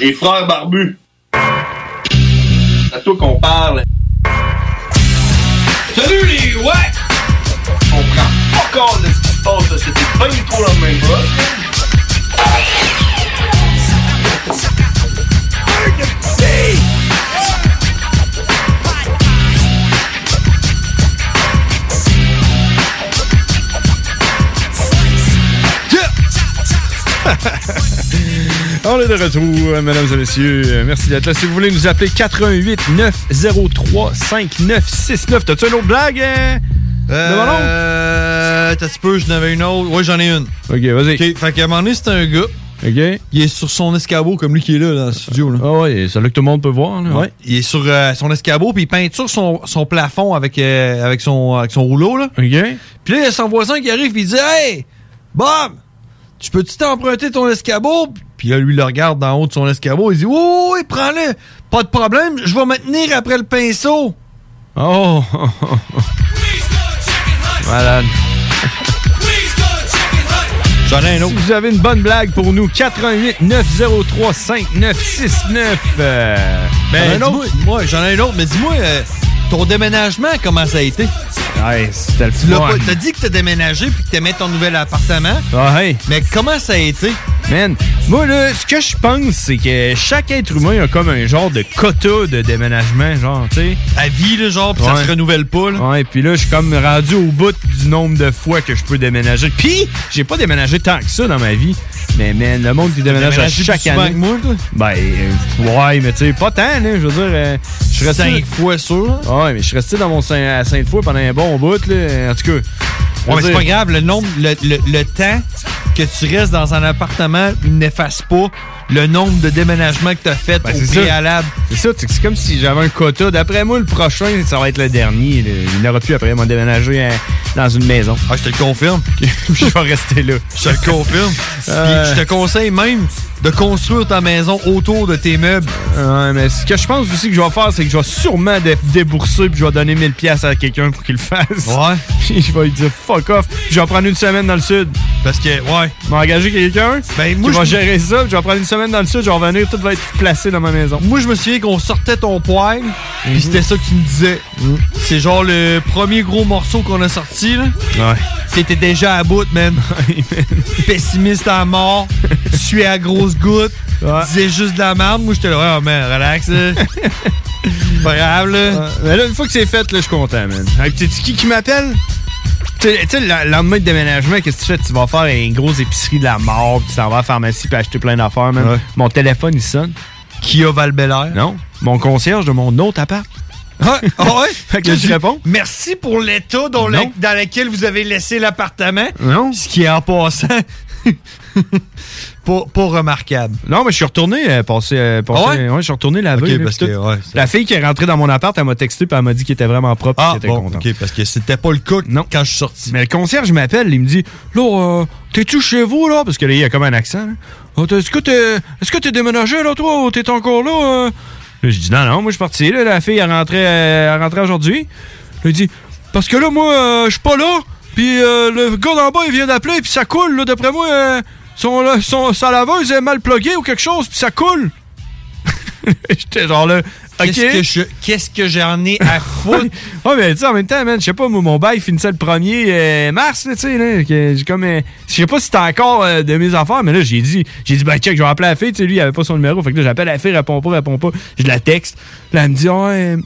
Speaker 6: Les frères barbus. C'est à toi qu'on parle. Salut les ouais! On prend pas compte de ce qui se passe, là. Oh, c'était pas du tout la même chose.
Speaker 7: Ah On est de retour, mesdames et messieurs. Euh, Merci d'être là. Si vous voulez nous appeler 88 903 5969. T'as-tu une autre blague? hein?
Speaker 8: Euh, t'as peu, j'en avais une autre. Ouais, j'en ai une.
Speaker 7: Ok, vas-y.
Speaker 8: Ok, fait qu'à un moment donné, c'est un gars.
Speaker 7: Ok.
Speaker 8: Il est sur son escabeau, comme lui qui est là, dans le studio. Là.
Speaker 7: Ah ouais, c'est là que tout le monde peut voir. Là.
Speaker 8: Ouais. Il est sur euh, son escabeau, puis il peinture son, son plafond avec, euh, avec, son, avec son rouleau. Là.
Speaker 7: Ok.
Speaker 8: Puis là, il y a son voisin qui arrive, puis il dit Hey, Bob, tu peux-tu t'emprunter ton escabeau Puis là, lui, il le regarde d'en haut de son escabeau, il dit Oui, oui, oui, prends-le. Pas de problème, je vais me tenir Oh. après le pinceau.
Speaker 7: Oh! Malade.
Speaker 8: J'en ai un autre.
Speaker 7: Si vous avez une bonne blague pour nous, 88 903 5969. Euh,
Speaker 8: Ben,
Speaker 7: un autre?
Speaker 8: dis-moi- moi, j'en ai un autre, mais dis-moi, euh, ton déménagement, comment ça a été?
Speaker 7: Ouais, c'était le
Speaker 8: Tu l'as
Speaker 7: fun.
Speaker 8: pas- t'as dit que t'as déménagé puis que t'aimais ton nouvel appartement.
Speaker 7: Ouais. Mais comment ça a été? Ah, Man, moi, là, ce que je pense, c'est que chaque être humain a comme un genre de quota de déménagement, genre, tu sais. À vie, le genre,
Speaker 8: puis ça se
Speaker 7: renouvelle pas, là. Ouais, puis là, je suis comme rendu au bout du nombre de fois que je peux déménager. Puis, j'ai pas déménagé tant que ça dans ma vie. Mais, man, le monde qui déménage à
Speaker 8: déménagé plus
Speaker 7: chaque
Speaker 8: souvent
Speaker 7: année.
Speaker 8: que moi, toi?
Speaker 7: Ben, euh, ouais, mais tu sais, pas tant, là. Je veux dire, euh, je suis resté.
Speaker 8: Cinq
Speaker 7: fois sûr. Ouais, mais je suis resté dans mon Saint, à Sainte-Foy pendant un bon bout, là. En tout cas.
Speaker 8: Ouais, mais c'est pas grave,
Speaker 7: le nombre,
Speaker 8: Le, le- le temps que tu restes dans un appartement n'efface pas le nombre de déménagements que t'as fait
Speaker 7: Ben,
Speaker 8: au
Speaker 7: c'est ça.
Speaker 8: préalable.
Speaker 7: C'est ça, tu sais, c'est comme si j'avais un quota. D'après moi, le prochain, ça va être le dernier. là. Il n'aura plus après m'en déménager à- dans une maison. Ah, je te le confirme. je vais rester là.
Speaker 8: Je te le confirme. Puis
Speaker 7: Euh.
Speaker 8: je te conseille même de construire ta maison autour de tes meubles.
Speaker 7: Ouais, mais ce que je pense aussi que je vais faire, c'est que je vais sûrement dé- débourser puis je vais donner 1000 pièces à quelqu'un pour qu'il le fasse. Ouais. Puis je vais lui dire fuck off. Puis je vais prendre une semaine dans le sud. Parce que, ouais. M'engager quelqu'un. Ben,
Speaker 8: moi,
Speaker 7: je vais
Speaker 8: je-
Speaker 7: gérer ça. puis je vais prendre une semaine dans le sud. Je vais revenir. Tout va être placé dans ma maison. Mhm.
Speaker 8: Moi, je me souviens qu'on sortait ton poêle, puis c'était ça que tu me disais. C'est genre le premier gros morceau qu'on a sorti, là.
Speaker 7: Ouais.
Speaker 8: C'était déjà à bout, man. Pessimiste à mort, suis à grosses gouttes, disais juste de la merde. Moi, j'étais là, ouais, man, relax, là. Pas grave, là.
Speaker 7: Ouais, mais là, une fois que c'est fait, là, je suis content, man. Hey, tu qui qui m'appelle? Tu sais, tu sais, le lendemain de déménagement, qu'est-ce que tu fais? Tu vas faire une grosse épicerie de la mort, puis tu t'en vas à la pharmacie, puis acheter plein d'affaires, man. Mon téléphone, il sonne. Kia Valbelair. Non. Mon concierge de mon autre appart. Ouais, Ah ouais. fait que là, je réponds.
Speaker 8: Merci pour l'état dans, le-
Speaker 7: Non.
Speaker 8: dans lequel vous avez laissé l'appartement.
Speaker 7: Non.
Speaker 8: Ce qui est en passant. pas, pas remarquable.
Speaker 7: Non, mais je suis retourné euh, passer. euh, passer-
Speaker 8: Ah ouais?
Speaker 7: je suis retourné la veille. là,
Speaker 8: parce
Speaker 7: puis
Speaker 8: que,
Speaker 7: tout.
Speaker 8: ouais,
Speaker 7: la fille qui est rentrée dans mon appart, elle m'a texté puis elle m'a dit qu'elle était vraiment propre. Ah, était
Speaker 8: bon,
Speaker 7: ok,
Speaker 8: parce que c'était pas le cas
Speaker 7: non.
Speaker 8: quand je suis sorti.
Speaker 7: Mais le concierge m'appelle, il me dit Là, euh, t'es-tu chez vous, là Parce que là, il y a comme un accent. là. Ah, t'es- Est-ce que t'es est-ce que t'es déménagé, là, toi Ou t'es encore là euh? Là, je dis non, non, moi je suis parti. Là, la fille, elle rentrait, euh, elle rentrait aujourd'hui. Là, il dit Parce que là, moi, euh, je suis pas là. Puis euh, le gars d'en bas, il vient d'appeler, puis ça coule. Là, d'après moi, euh, son, là, son, sa laveuse est mal pluguée ou quelque chose, puis ça coule. J'étais genre là. OK.
Speaker 8: Qu'est-ce que je- Qu'est-ce que j'en ai à foutre?
Speaker 7: Ah, mais tu sais, en même temps, man, je sais pas, moi, mon bail finissait le 1er euh, mars, là, tu sais, là. que j'ai comme. euh, je sais pas si c'était encore euh, de mes affaires, mais là, j'ai dit, j'ai dit, ben, check, je vais appeler la fille, tu sais, lui, il avait pas son numéro. Fait que là, j'appelle la fille, répond pas, répond pas. Je la texte. Là, elle me dit, ouais,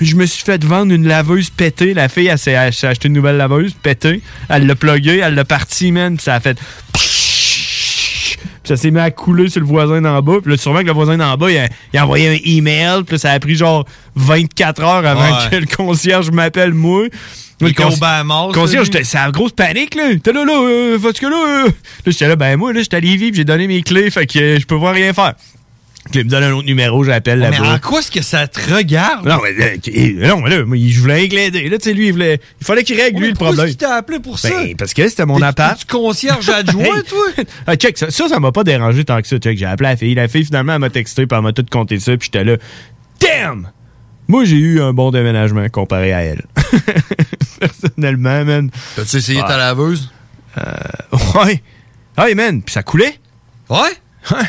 Speaker 7: je me suis fait vendre une laveuse pétée. La fille, elle s'est elle s'est acheté une nouvelle laveuse pétée. Elle l'a pluguée, elle l'a partie, man, puis ça a fait. Puis ça s'est mis à couler sur le voisin d'en bas. Puis là, sûrement que le voisin d'en bas, il a, il a envoyé un email. Puis là, ça a pris genre 24 heures avant
Speaker 8: Ouais.
Speaker 7: que le concierge m'appelle, moi.
Speaker 8: Il
Speaker 7: Le
Speaker 8: était au Bahamas,
Speaker 7: le concierge,
Speaker 8: lui.
Speaker 7: j'étais- c'est la grosse panique, là. T'es là, là, euh, parce que là, euh, là, j'étais là, ben moi, là, j'étais à Lévis, puis j'ai donné mes clés, fait que euh, je peux voir rien faire. Fait que là, Il me donne un autre numéro, j'appelle
Speaker 8: Mais
Speaker 7: là-bas.
Speaker 8: en quoi est-ce que ça te regarde?
Speaker 7: Non, mais euh, là, il- non, mais là, moi, il- je voulais rien que l'aider. Là, tu sais, lui, il voulait. Il fallait qu'il règle, lui, le
Speaker 8: Pourquoi
Speaker 7: problème.
Speaker 8: est-ce que tu t'es appelé pour ça?
Speaker 7: Ben, parce que c'était mon
Speaker 8: T'es-
Speaker 7: appart.
Speaker 8: t'es-tu concierge adjoint, toi?
Speaker 7: Ah, check, ça, ça, ça m'a pas dérangé tant que ça. Check, j'ai appelé la fille. La fille, finalement, elle m'a texté, puis elle m'a tout compté ça, puis j'étais là. Damn! Moi, j'ai eu un bon déménagement comparé à elle. Personnellement, man.
Speaker 21: T'as-tu essayé ta laveuse?
Speaker 7: Euh, ouais. Hey, man, puis ça coulait. Ouais? Ouais.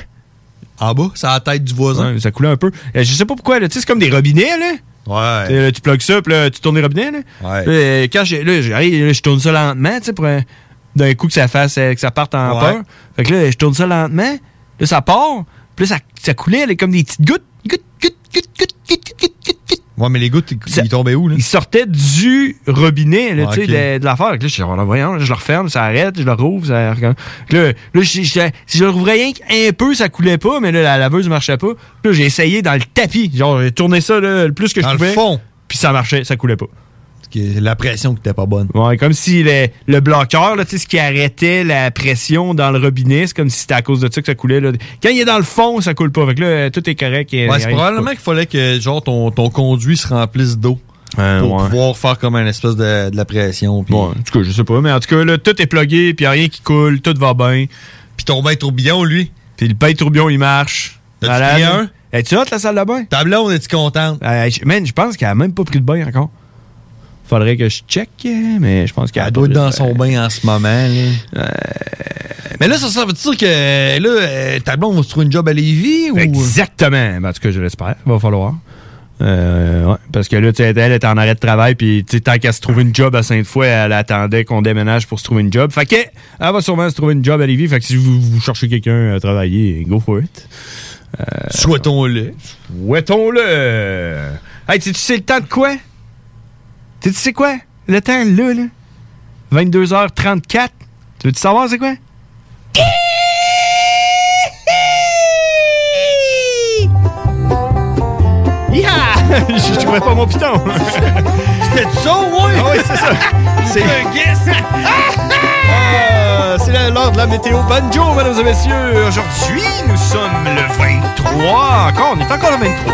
Speaker 7: En bas, c'est à la tête du voisin. ça coulait un peu. Euh, je sais pas pourquoi, là. Tu sais, c'est comme des robinets, là. Tu sais,
Speaker 8: Ouais.
Speaker 7: là, tu plugues ça, puis là, tu tournes les robinets. Là.
Speaker 8: Ouais.
Speaker 7: Puis, euh, quand j'ai- là, j'arrive, là, je tourne ça lentement, tu sais, pour euh, d'un coup que ça fasse, euh, que ça parte en
Speaker 8: Ouais.
Speaker 7: peur. Fait que là, je tourne ça lentement, là, ça part, puis là, ça, ça coulait, là, comme des petites gouttes. Gouttes, gouttes, gouttes, gouttes, gouttes, gouttes, gouttes, gouttes.
Speaker 8: Ouais, mais les gouttes, ils tombaient où, là?
Speaker 7: Ils sortaient du robinet, là,
Speaker 8: Ah,
Speaker 7: tu sais,
Speaker 8: ok.
Speaker 7: de, de l'affaire. Fait que Là, je suis genre, voyons, je le referme, ça arrête, je le rouvre, ça recommence. Fait que Là, là je- je- si je le rouvrais rien qu'un peu, ça coulait pas, mais là, la laveuse marchait pas. Puis Là, j'ai essayé dans le tapis, genre, j'ai tourné ça, là, le plus que
Speaker 8: Dans
Speaker 7: je
Speaker 8: le
Speaker 7: pouvais.
Speaker 8: fond.
Speaker 7: Puis ça marchait, ça coulait pas.
Speaker 8: La pression qui était pas bonne.
Speaker 7: Ouais, comme si le, le bloqueur, là, tu sais, ce qui arrêtait la pression dans le robinet, c'est comme si c'était à cause de ça que ça coulait. là. Quand il est dans le fond, ça coule pas. Fait que là, euh, tout est correct. et-
Speaker 8: Ouais,
Speaker 7: il
Speaker 8: c'est
Speaker 7: arrive
Speaker 8: probablement qu'il fallait que genre ton, ton conduit se remplisse d'eau pour
Speaker 7: Euh, ouais.
Speaker 8: pouvoir faire comme un espèce de, de la pression. Puis...
Speaker 7: en tout cas, je sais pas, mais en tout cas, là, tout est plugué, puis y a rien qui coule, tout va bien.
Speaker 8: Puis ton bain tourbillon, lui.
Speaker 7: Puis le bain tourbillon, il marche.
Speaker 8: T'as-tu
Speaker 7: Malade.
Speaker 8: pris un?
Speaker 7: Es-tu hot, la salle de bain? Euh,
Speaker 8: Ta blonde, es-tu contente?
Speaker 7: man, je pense qu'elle a même pas pris de bain encore. Faudrait que je check, mais je pense qu'elle
Speaker 8: doit être dans
Speaker 7: euh,
Speaker 8: son bain en ce moment. Mais là, ça, ça veut dire que là, euh, ta blonde va se trouver une job à Lévis ou. euh?
Speaker 7: Exactement. Ben, en tout cas, je l'espère. Va falloir. Euh, ouais. Parce que là, tu sais, elle est en arrêt de travail, puis tu sais, tant qu'elle se trouve une job à Sainte-Foy, elle attendait qu'on déménage pour se trouver une job. Fait que, elle va sûrement se trouver une job à Lévis. Fait que si vous, vous cherchez quelqu'un à travailler, go for it. Euh,
Speaker 8: Souhaitons-le.
Speaker 7: Souhaitons-le. Hey, tu sais, tu sais le temps de quoi? Tu sais, tu sais quoi? Le temps, là, là. 22h34. Tu veux-tu savoir c'est quoi? Yeah! Je trouvais pas mon piton. C'était ça, ouais? oui, c'est ça. C'est Ah! un guess. Euh, c'est la- l'heure de la météo banjo, mesdames et messieurs. Aujourd'hui, nous sommes le 23. Encore, on est encore le 23.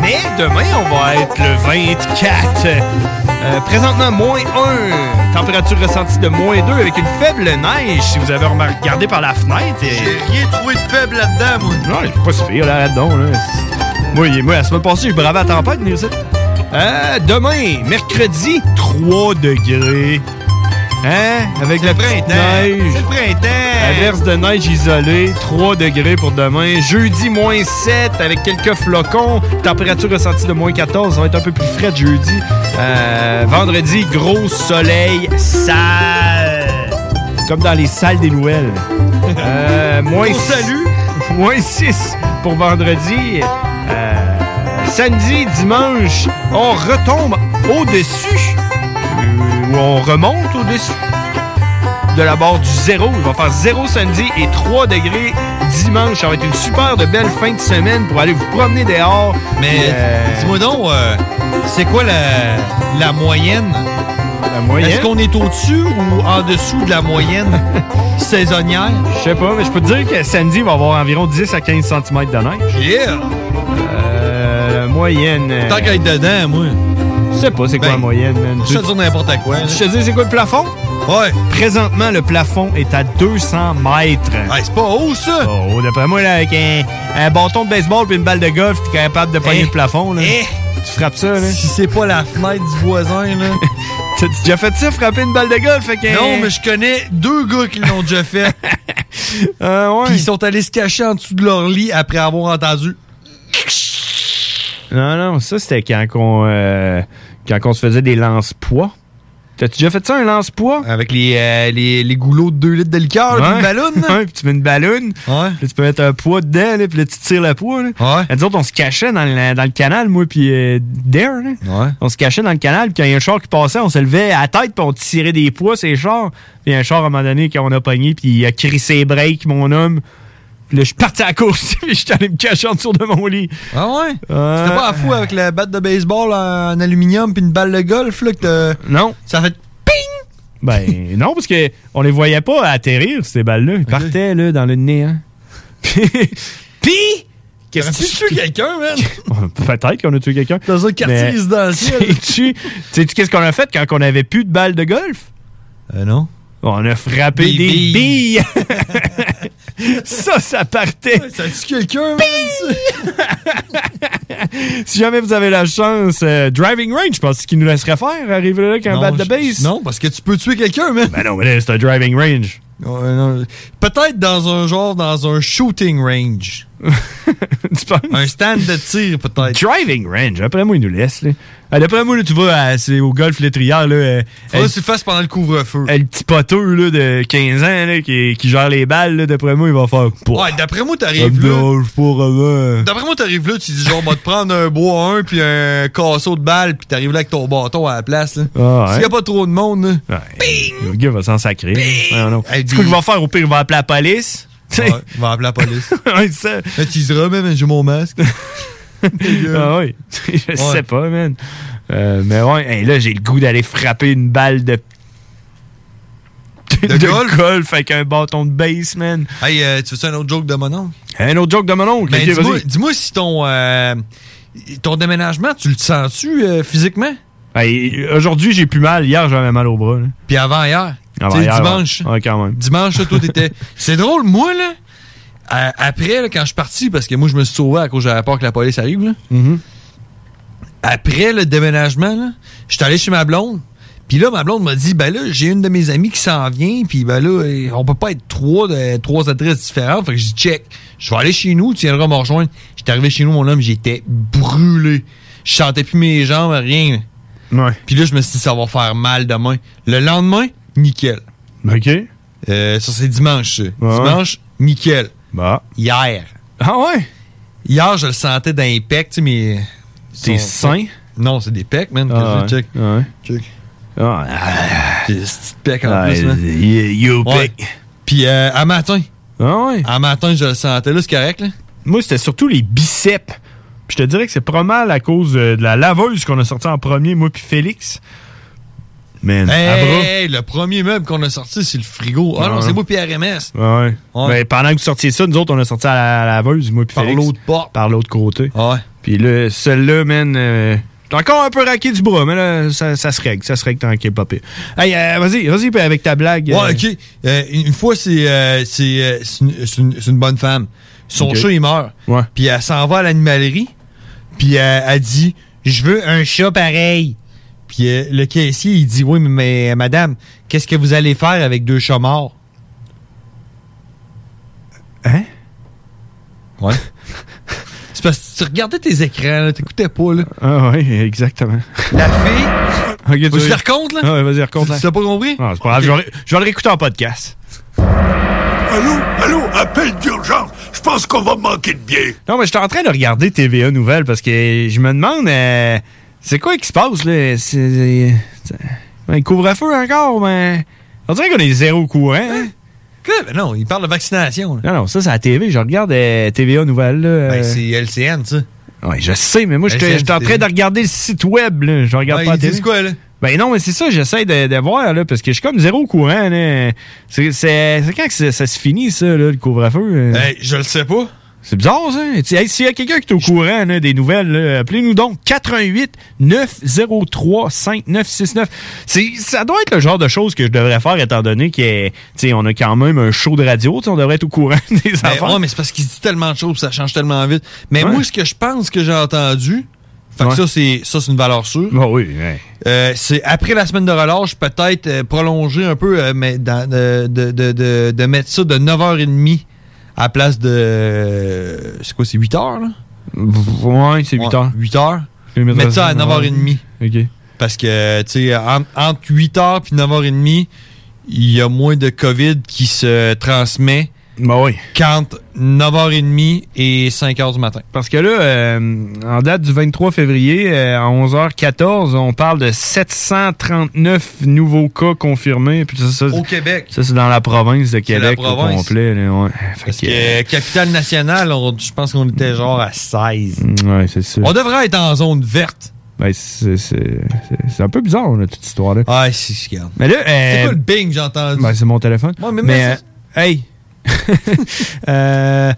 Speaker 7: Mais demain, on va être le 24. Euh, présentement, moins 1. Température ressentie de moins 2 avec une faible neige. Si vous avez regardé par la fenêtre. J'ai rien trouvé de faible là-dedans, moi. Non, j'ai pas super, là, là-dedans. Là. Moi, il- moi, la semaine passée, j'ai bravé la tempête, mais aussi. Euh, demain, mercredi, 3 degrés. Hein? Avec la petite neige.
Speaker 8: C'est le printemps.
Speaker 7: Averse de neige isolée, 3 degrés pour demain. Jeudi, moins 7 avec quelques flocons. Température ressentie de moins 14. Ça va être un peu plus frais jeudi. Euh, vendredi, gros soleil sale. Comme dans les salles des nouvelles. Euh, moins
Speaker 8: Gros
Speaker 7: six-
Speaker 8: salut.
Speaker 7: Moins 6 pour vendredi. Euh, samedi, dimanche, on retombe au-dessus. euh, Ou on remonte au-dessus de la barre du zéro. Il va faire zéro samedi et 3 degrés dimanche. Ça va être une super de belle fin de semaine pour aller vous promener dehors.
Speaker 8: Mais dis-moi donc, euh, c'est quoi la, la moyenne?
Speaker 7: La moyenne?
Speaker 8: Est-ce qu'on est au-dessus ou en dessous de la moyenne saisonnière?
Speaker 7: Je sais pas, mais je peux te dire que samedi, il va y avoir environ 10 à 15 cm de neige.
Speaker 8: Yeah!
Speaker 7: Euh, la moyenne. euh,
Speaker 8: Tant qu'à être dedans, moi.
Speaker 7: Je sais pas c'est quoi
Speaker 8: Ben,
Speaker 7: la moyenne, man.
Speaker 8: Je te dis n'importe quoi. là.
Speaker 7: Je te dis, c'est quoi le plafond?
Speaker 8: Ouais.
Speaker 7: Présentement, le plafond est à 200 mètres. c'est pas haut, ça! Oh, d'après moi, là, avec un, un bâton de baseball puis une balle de golf, t'es capable de pogner le plafond, là. Tu frappes ça, là.
Speaker 8: Eh, Si c'est pas la fenêtre du voisin, là.
Speaker 7: T'as déjà fait ça, frapper une balle de golf? Fait que-
Speaker 8: Non, mais je connais deux gars qui l'ont déjà fait. Puis ils sont allés se cacher en dessous de leur lit après avoir entendu.
Speaker 7: Non, non, ça, c'était quand qu'on euh, quand qu'on se faisait des lance-poids. T'as-tu déjà fait ça, un lance-poids?
Speaker 8: Avec les, euh, les, goulots de 2 litres de liqueur, puis une ballonne, là.
Speaker 7: Ouais, puis tu mets une ballonne.
Speaker 8: Ouais.
Speaker 7: Puis tu peux mettre un poids dedans, là, puis là, tu tires la poids. Là. Ouais. Nous autres, on se cachait dans le, dans le canal, moi, puis euh, Dare. Là. On se cachait dans le canal, puis quand il y a un char qui passait, on se levait à la tête, puis on tirait des poids, ces chars. Puis un char, à un moment donné, qu'on a pogné, puis il a crissé les breaks, mon homme. Puis là, je suis parti à la course, puis j'étais allé me cacher en dessous de mon lit.
Speaker 8: Ah ouais? C'était pas fou avec la batte de baseball en aluminium puis une balle de golf, là, que
Speaker 7: Non.
Speaker 8: Ça fait ping!
Speaker 7: Ben non, parce que on les voyait pas atterrir, ces balles-là. Ils partaient là, dans le hein. néant. Puis, qu'est-ce que tu tues
Speaker 8: quelqu'un, man?
Speaker 7: Peut-être qu'on a tué quelqu'un. Dans un
Speaker 8: quartier résidentiel.
Speaker 7: Sais-tu sais-tu qu'est-ce qu'on a fait quand on avait plus de balles de golf?
Speaker 8: Euh, non.
Speaker 7: On a frappé des,
Speaker 8: Des billes.
Speaker 7: billes. ça, ça partait.
Speaker 8: Ça tue quelqu'un,
Speaker 7: si jamais vous avez la chance, euh, driving range, je pense qu'il nous laisserait faire arriver là avec un
Speaker 8: Non,
Speaker 7: bat de
Speaker 8: je-
Speaker 7: base.
Speaker 8: Non, parce que tu peux tuer quelqu'un, man.
Speaker 7: Ben non, mais là, c'est un driving range.
Speaker 8: Peut-être dans un genre, dans un shooting range. Un stand de tir, peut-être.
Speaker 7: Driving range, après moi, Eh, il nous laisse. Là. Ah, D'après moi, là, tu vas à- c'est au golf Létrière. Là, euh,
Speaker 8: Faudrait
Speaker 7: euh,
Speaker 8: que tu le fasses pendant le couvre-feu.
Speaker 7: euh, le petit poteux là, de 15 ans là, qui, qui gère les balles, là, d'après moi, il va faire. Pouah,
Speaker 8: Ouais, d'après moi,
Speaker 7: ça me
Speaker 8: t'arrives là.
Speaker 7: dérange pas vraiment.
Speaker 8: D'après moi, t'arrives là, tu dis genre, on va te prendre un bois un puis un casseau de balle, puis t'arrives là avec ton bâton à la place. là.
Speaker 7: Ah, ouais.
Speaker 8: S'il y a pas trop de monde, là.
Speaker 7: Le gars va s'en sacrer. Non, non. Du coup, il va faire au pire, il va appeler la police.
Speaker 8: Ouais, il va appeler la police.
Speaker 7: ouais, ça.
Speaker 8: Ben, tu diras, mais j'ai mon masque.
Speaker 7: ah oui. Je sais pas, man. Euh, mais ouais, hey, là, j'ai le goût d'aller frapper une balle de. De, golf. avec un bâton de base, man.
Speaker 8: Hey, euh, tu veux un autre joke de mon oncle?
Speaker 7: Un autre joke de mon oncle.
Speaker 8: Ben,
Speaker 7: ok,
Speaker 8: dis-moi,
Speaker 7: vas-y.
Speaker 8: dis-moi si ton, euh, ton déménagement, tu le sens-tu euh, physiquement?
Speaker 7: Hey, Ben, Aujourd'hui, j'ai plus mal. Hier, j'avais mal au bras. là.
Speaker 8: Puis avant hier.
Speaker 7: Ah,
Speaker 8: tu
Speaker 7: ben,
Speaker 8: sais,
Speaker 7: hier,
Speaker 8: dimanche.
Speaker 7: Ouais, Ouais, quand même.
Speaker 8: Dimanche, là, tout était. C'est drôle, moi, là.
Speaker 7: Mm-hmm.
Speaker 8: à- après, là, quand je suis parti, parce que moi, je me suis sauvé à cause de la peur que la police arrive, là. après le déménagement, là, j'étais allé chez ma blonde. Puis là, ma blonde m'a dit, ben là, j'ai une de mes amies qui s'en vient, puis ben là, eh, on peut pas être trois, de- trois adresses différentes. Fait que j'ai dit, check, je vais aller chez nous, tu viendras me rejoindre. J'étais arrivé chez nous, mon homme, j'étais brûlé. Je sentais plus mes jambes, rien.
Speaker 7: Ouais.
Speaker 8: Puis là, je me suis dit, ça va faire mal demain. Le lendemain, nickel. Euh,
Speaker 7: OK.
Speaker 8: ça, c'est dimanche, ça. Dimanche, nickel.
Speaker 7: Bah.
Speaker 8: Hier.
Speaker 7: Ah ouais?
Speaker 8: Hier, je le sentais dans les pecs, tu sais, mais...
Speaker 7: Tes seins?
Speaker 8: Non, c'est des pecs, man.
Speaker 7: Ah
Speaker 8: que je-
Speaker 7: ouais,
Speaker 8: check.
Speaker 7: ouais.
Speaker 8: Check.
Speaker 7: Ah,
Speaker 8: J'ai des petites pecs en
Speaker 7: Ah,
Speaker 8: plus, man.
Speaker 7: y- you
Speaker 8: Ouais.
Speaker 7: pick.
Speaker 8: Puis euh, à matin.
Speaker 7: Ah ouais?
Speaker 8: À matin, je le sentais. Là, c'est correct, là?
Speaker 7: Moi, c'était surtout les biceps. Puis je te dirais que c'est pas mal à cause euh, de la laveuse qu'on a sortie en premier, moi puis Félix. Man, à bras.
Speaker 8: Hey, le premier meuble qu'on a sorti, c'est le frigo. Ah non,
Speaker 7: Ouais.
Speaker 8: c'est moi puis RMS.
Speaker 7: Ouais. Ben, pendant que vous sortiez ça, nous autres, on a sorti à la, à la laveuse, moi puis
Speaker 8: Par
Speaker 7: Félix.
Speaker 8: l'autre porte. Ah
Speaker 7: Par l'autre côté.
Speaker 8: Ouais.
Speaker 7: Puis là, celle-là, man, euh, j'étais encore un peu raqué du bras, mais là, ça, ça se règle. Ça se règle tranquille, pas pire. Hey, euh, vas-y, vas-y puis avec ta blague.
Speaker 8: Ouais, ok. Euh, une fois, c'est euh, c'est, euh, c'est une, c'est une- c'est une bonne femme. Son
Speaker 7: Ok.
Speaker 8: chat, il meurt.
Speaker 7: Ouais.
Speaker 8: Puis elle s'en va à l'animalerie. Puis elle, elle dit Je veux un chat pareil. Puis euh, le caissier, il dit Oui, mais euh, madame, qu'est-ce que vous allez faire avec deux chats morts
Speaker 7: Hein
Speaker 8: Ouais. C'est parce que tu regardais tes écrans, là, t'écoutais pas, là.
Speaker 7: Ah ouais, exactement.
Speaker 8: La fille.
Speaker 7: Ok,
Speaker 8: Faut que
Speaker 7: tu-
Speaker 8: je la raconte, là?
Speaker 7: Ah ouais, vas-y, raconte
Speaker 8: Tu- tu l'as pas compris?
Speaker 7: Non, c'est pas grave,
Speaker 8: Ok.
Speaker 7: je vais le- je vais le réécouter en podcast.
Speaker 21: Allô, allô, appel d'urgence. Je pense qu'on va manquer de biais.
Speaker 7: Non, mais j'étais en train de regarder TVA Nouvelles parce que je me demande, euh, c'est quoi qui se passe, là? C'est. c'est- Un couvre-feu encore, mais. On dirait qu'on est zéro au courant. hein?
Speaker 8: Quoi? Ben non, il parle de vaccination, là.
Speaker 7: Non, non, ça, c'est à la TV. Je regarde euh, TVA Nouvelles, là.
Speaker 8: Ben,
Speaker 7: euh.
Speaker 8: c'est LCN, ça.
Speaker 7: Ouais, je sais, mais moi, j'étais
Speaker 8: LCN,
Speaker 7: j'étais en train
Speaker 8: Ben, c'est-
Speaker 7: de regarder le site web, là. Je regarde
Speaker 8: Ouais,
Speaker 7: pas la
Speaker 8: ils
Speaker 7: TV.
Speaker 8: disent quoi, là?
Speaker 7: Ben non, mais c'est ça, j'essaie de, de voir, là, parce que je suis comme zéro au courant, là. C'est c'est- c'est quand que ça, ça se finit, ça, là, le couvre-feu? là?
Speaker 8: Hey, Ben, je le sais pas.
Speaker 7: C'est bizarre, ça. Tu- hey, S'il y a quelqu'un qui est au courant là, des nouvelles, là, appelez-nous donc 88 903 5969. C'est- Ça doit être le genre de choses que je devrais faire, étant donné qu'on a quand même un show de radio. tu sais, On devrait être au courant des
Speaker 8: Ben,
Speaker 7: affaires.
Speaker 8: ouais, mais c'est parce qu'il dit tellement de choses, ça change tellement vite. Mais
Speaker 7: Ouais.
Speaker 8: moi, ce que je pense que j'ai entendu, fait que
Speaker 7: Ouais. Bah
Speaker 8: ça, c'est ça, c'est une valeur sûre.
Speaker 7: oui,
Speaker 8: Euh, c'est après la semaine de relâche, peut-être euh, prolonger un peu, euh, mais dans- de, de- de- de- de mettre ça de 9h30 à place de. euh, c'est quoi, c'est 8h, là?
Speaker 7: Ouais, c'est 8 heures.
Speaker 8: 8 heures.
Speaker 7: Je vais mettre
Speaker 8: Mettre ça à
Speaker 7: ça à
Speaker 8: 9h30.
Speaker 7: OK.
Speaker 8: Parce que, tu sais, en- entre 8h et 9h30, il y a moins de COVID qui se transmet
Speaker 7: Bah
Speaker 8: qu'entre 9h30 et 5h du matin.
Speaker 7: Parce que là, euh, en date du 23 février, euh, à 11h14, on parle de 739 nouveaux cas confirmés. Puis ça, ça-
Speaker 8: Au Québec.
Speaker 7: Ça, c'est dans la province de
Speaker 8: la
Speaker 7: Québec au
Speaker 8: province.
Speaker 7: complet. là, ouais. Fait
Speaker 8: Parce que Capitale Nationale, on- je pense qu'on était genre à 16.
Speaker 7: que- Mm, Ouais, c'est ça.
Speaker 8: On devrait être en zone verte.
Speaker 7: Ben, c'est- c'est c'est- c'est un peu bizarre, là, toute cette histoire-là.
Speaker 8: Ouais, c'est ce qu'il y a.
Speaker 7: Mais là, euh,
Speaker 8: C'est quoi le bing, j'ai entendu?
Speaker 7: ben, c'est mon téléphone.
Speaker 8: Ouais, mais
Speaker 7: mais
Speaker 8: moi,
Speaker 7: euh, hey! Euh,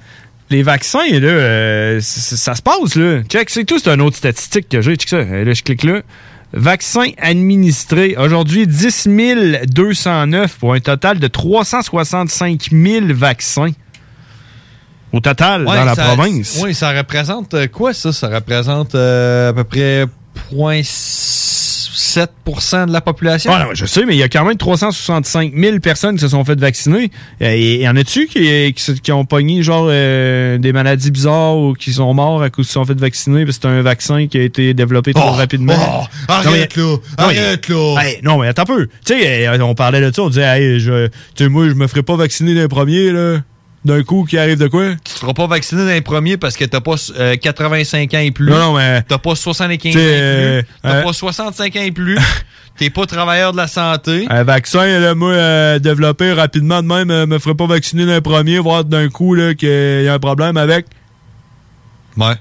Speaker 7: les vaccins, là, euh, c- c- ça se passe, là. Check, c'est tout, c'est une autre statistique que j'ai. Check ça. Euh, Là, je clique là. Vaccins administrés. Aujourd'hui, 10 209 pour un total de 365 000 vaccins. Au total,
Speaker 8: Ouais,
Speaker 7: dans la
Speaker 8: ça-
Speaker 7: province.
Speaker 8: Oui, ça représente euh, quoi, ça? Ça représente euh, à peu près 0,7 de la population.
Speaker 7: Ah, non, je sais, mais il y a quand même 365 000 personnes qui se sont fait vacciner. Euh, Et y en a-tu qui, qui, se- qui ont pogné genre euh, des maladies bizarres ou qui sont morts à cause qu'ils se sont fait vacciner parce que c'est un vaccin qui a été développé trop
Speaker 8: Oh,
Speaker 7: rapidement?
Speaker 8: oh, arrête,
Speaker 7: Non, mais-
Speaker 8: là,
Speaker 7: non, mais-
Speaker 8: arrête, là.
Speaker 7: Hey, non, mais attends un peu. Tu sais, euh, on parlait de ça, on disait, hey, je, tu sais, moi, je me ferai pas vacciner d'un premier, là. D'un coup, qui arrive de quoi?
Speaker 8: Tu seras pas vacciné dans les premiers parce que t'as pas euh, 85 ans et plus.
Speaker 7: Non, non, mais-
Speaker 8: T'as pas 75 ans
Speaker 7: T'sais,
Speaker 8: et
Speaker 7: euh,
Speaker 8: plus. T'as
Speaker 7: euh,
Speaker 8: pas 65 ans et plus. T'es pas travailleur de la santé.
Speaker 7: Un vaccin, là, moi, euh, développé rapidement de même, euh, me ferait pas vacciner d'un premier, voir d'un coup, là, qu'il y a un problème avec.
Speaker 8: Ouais. Ben-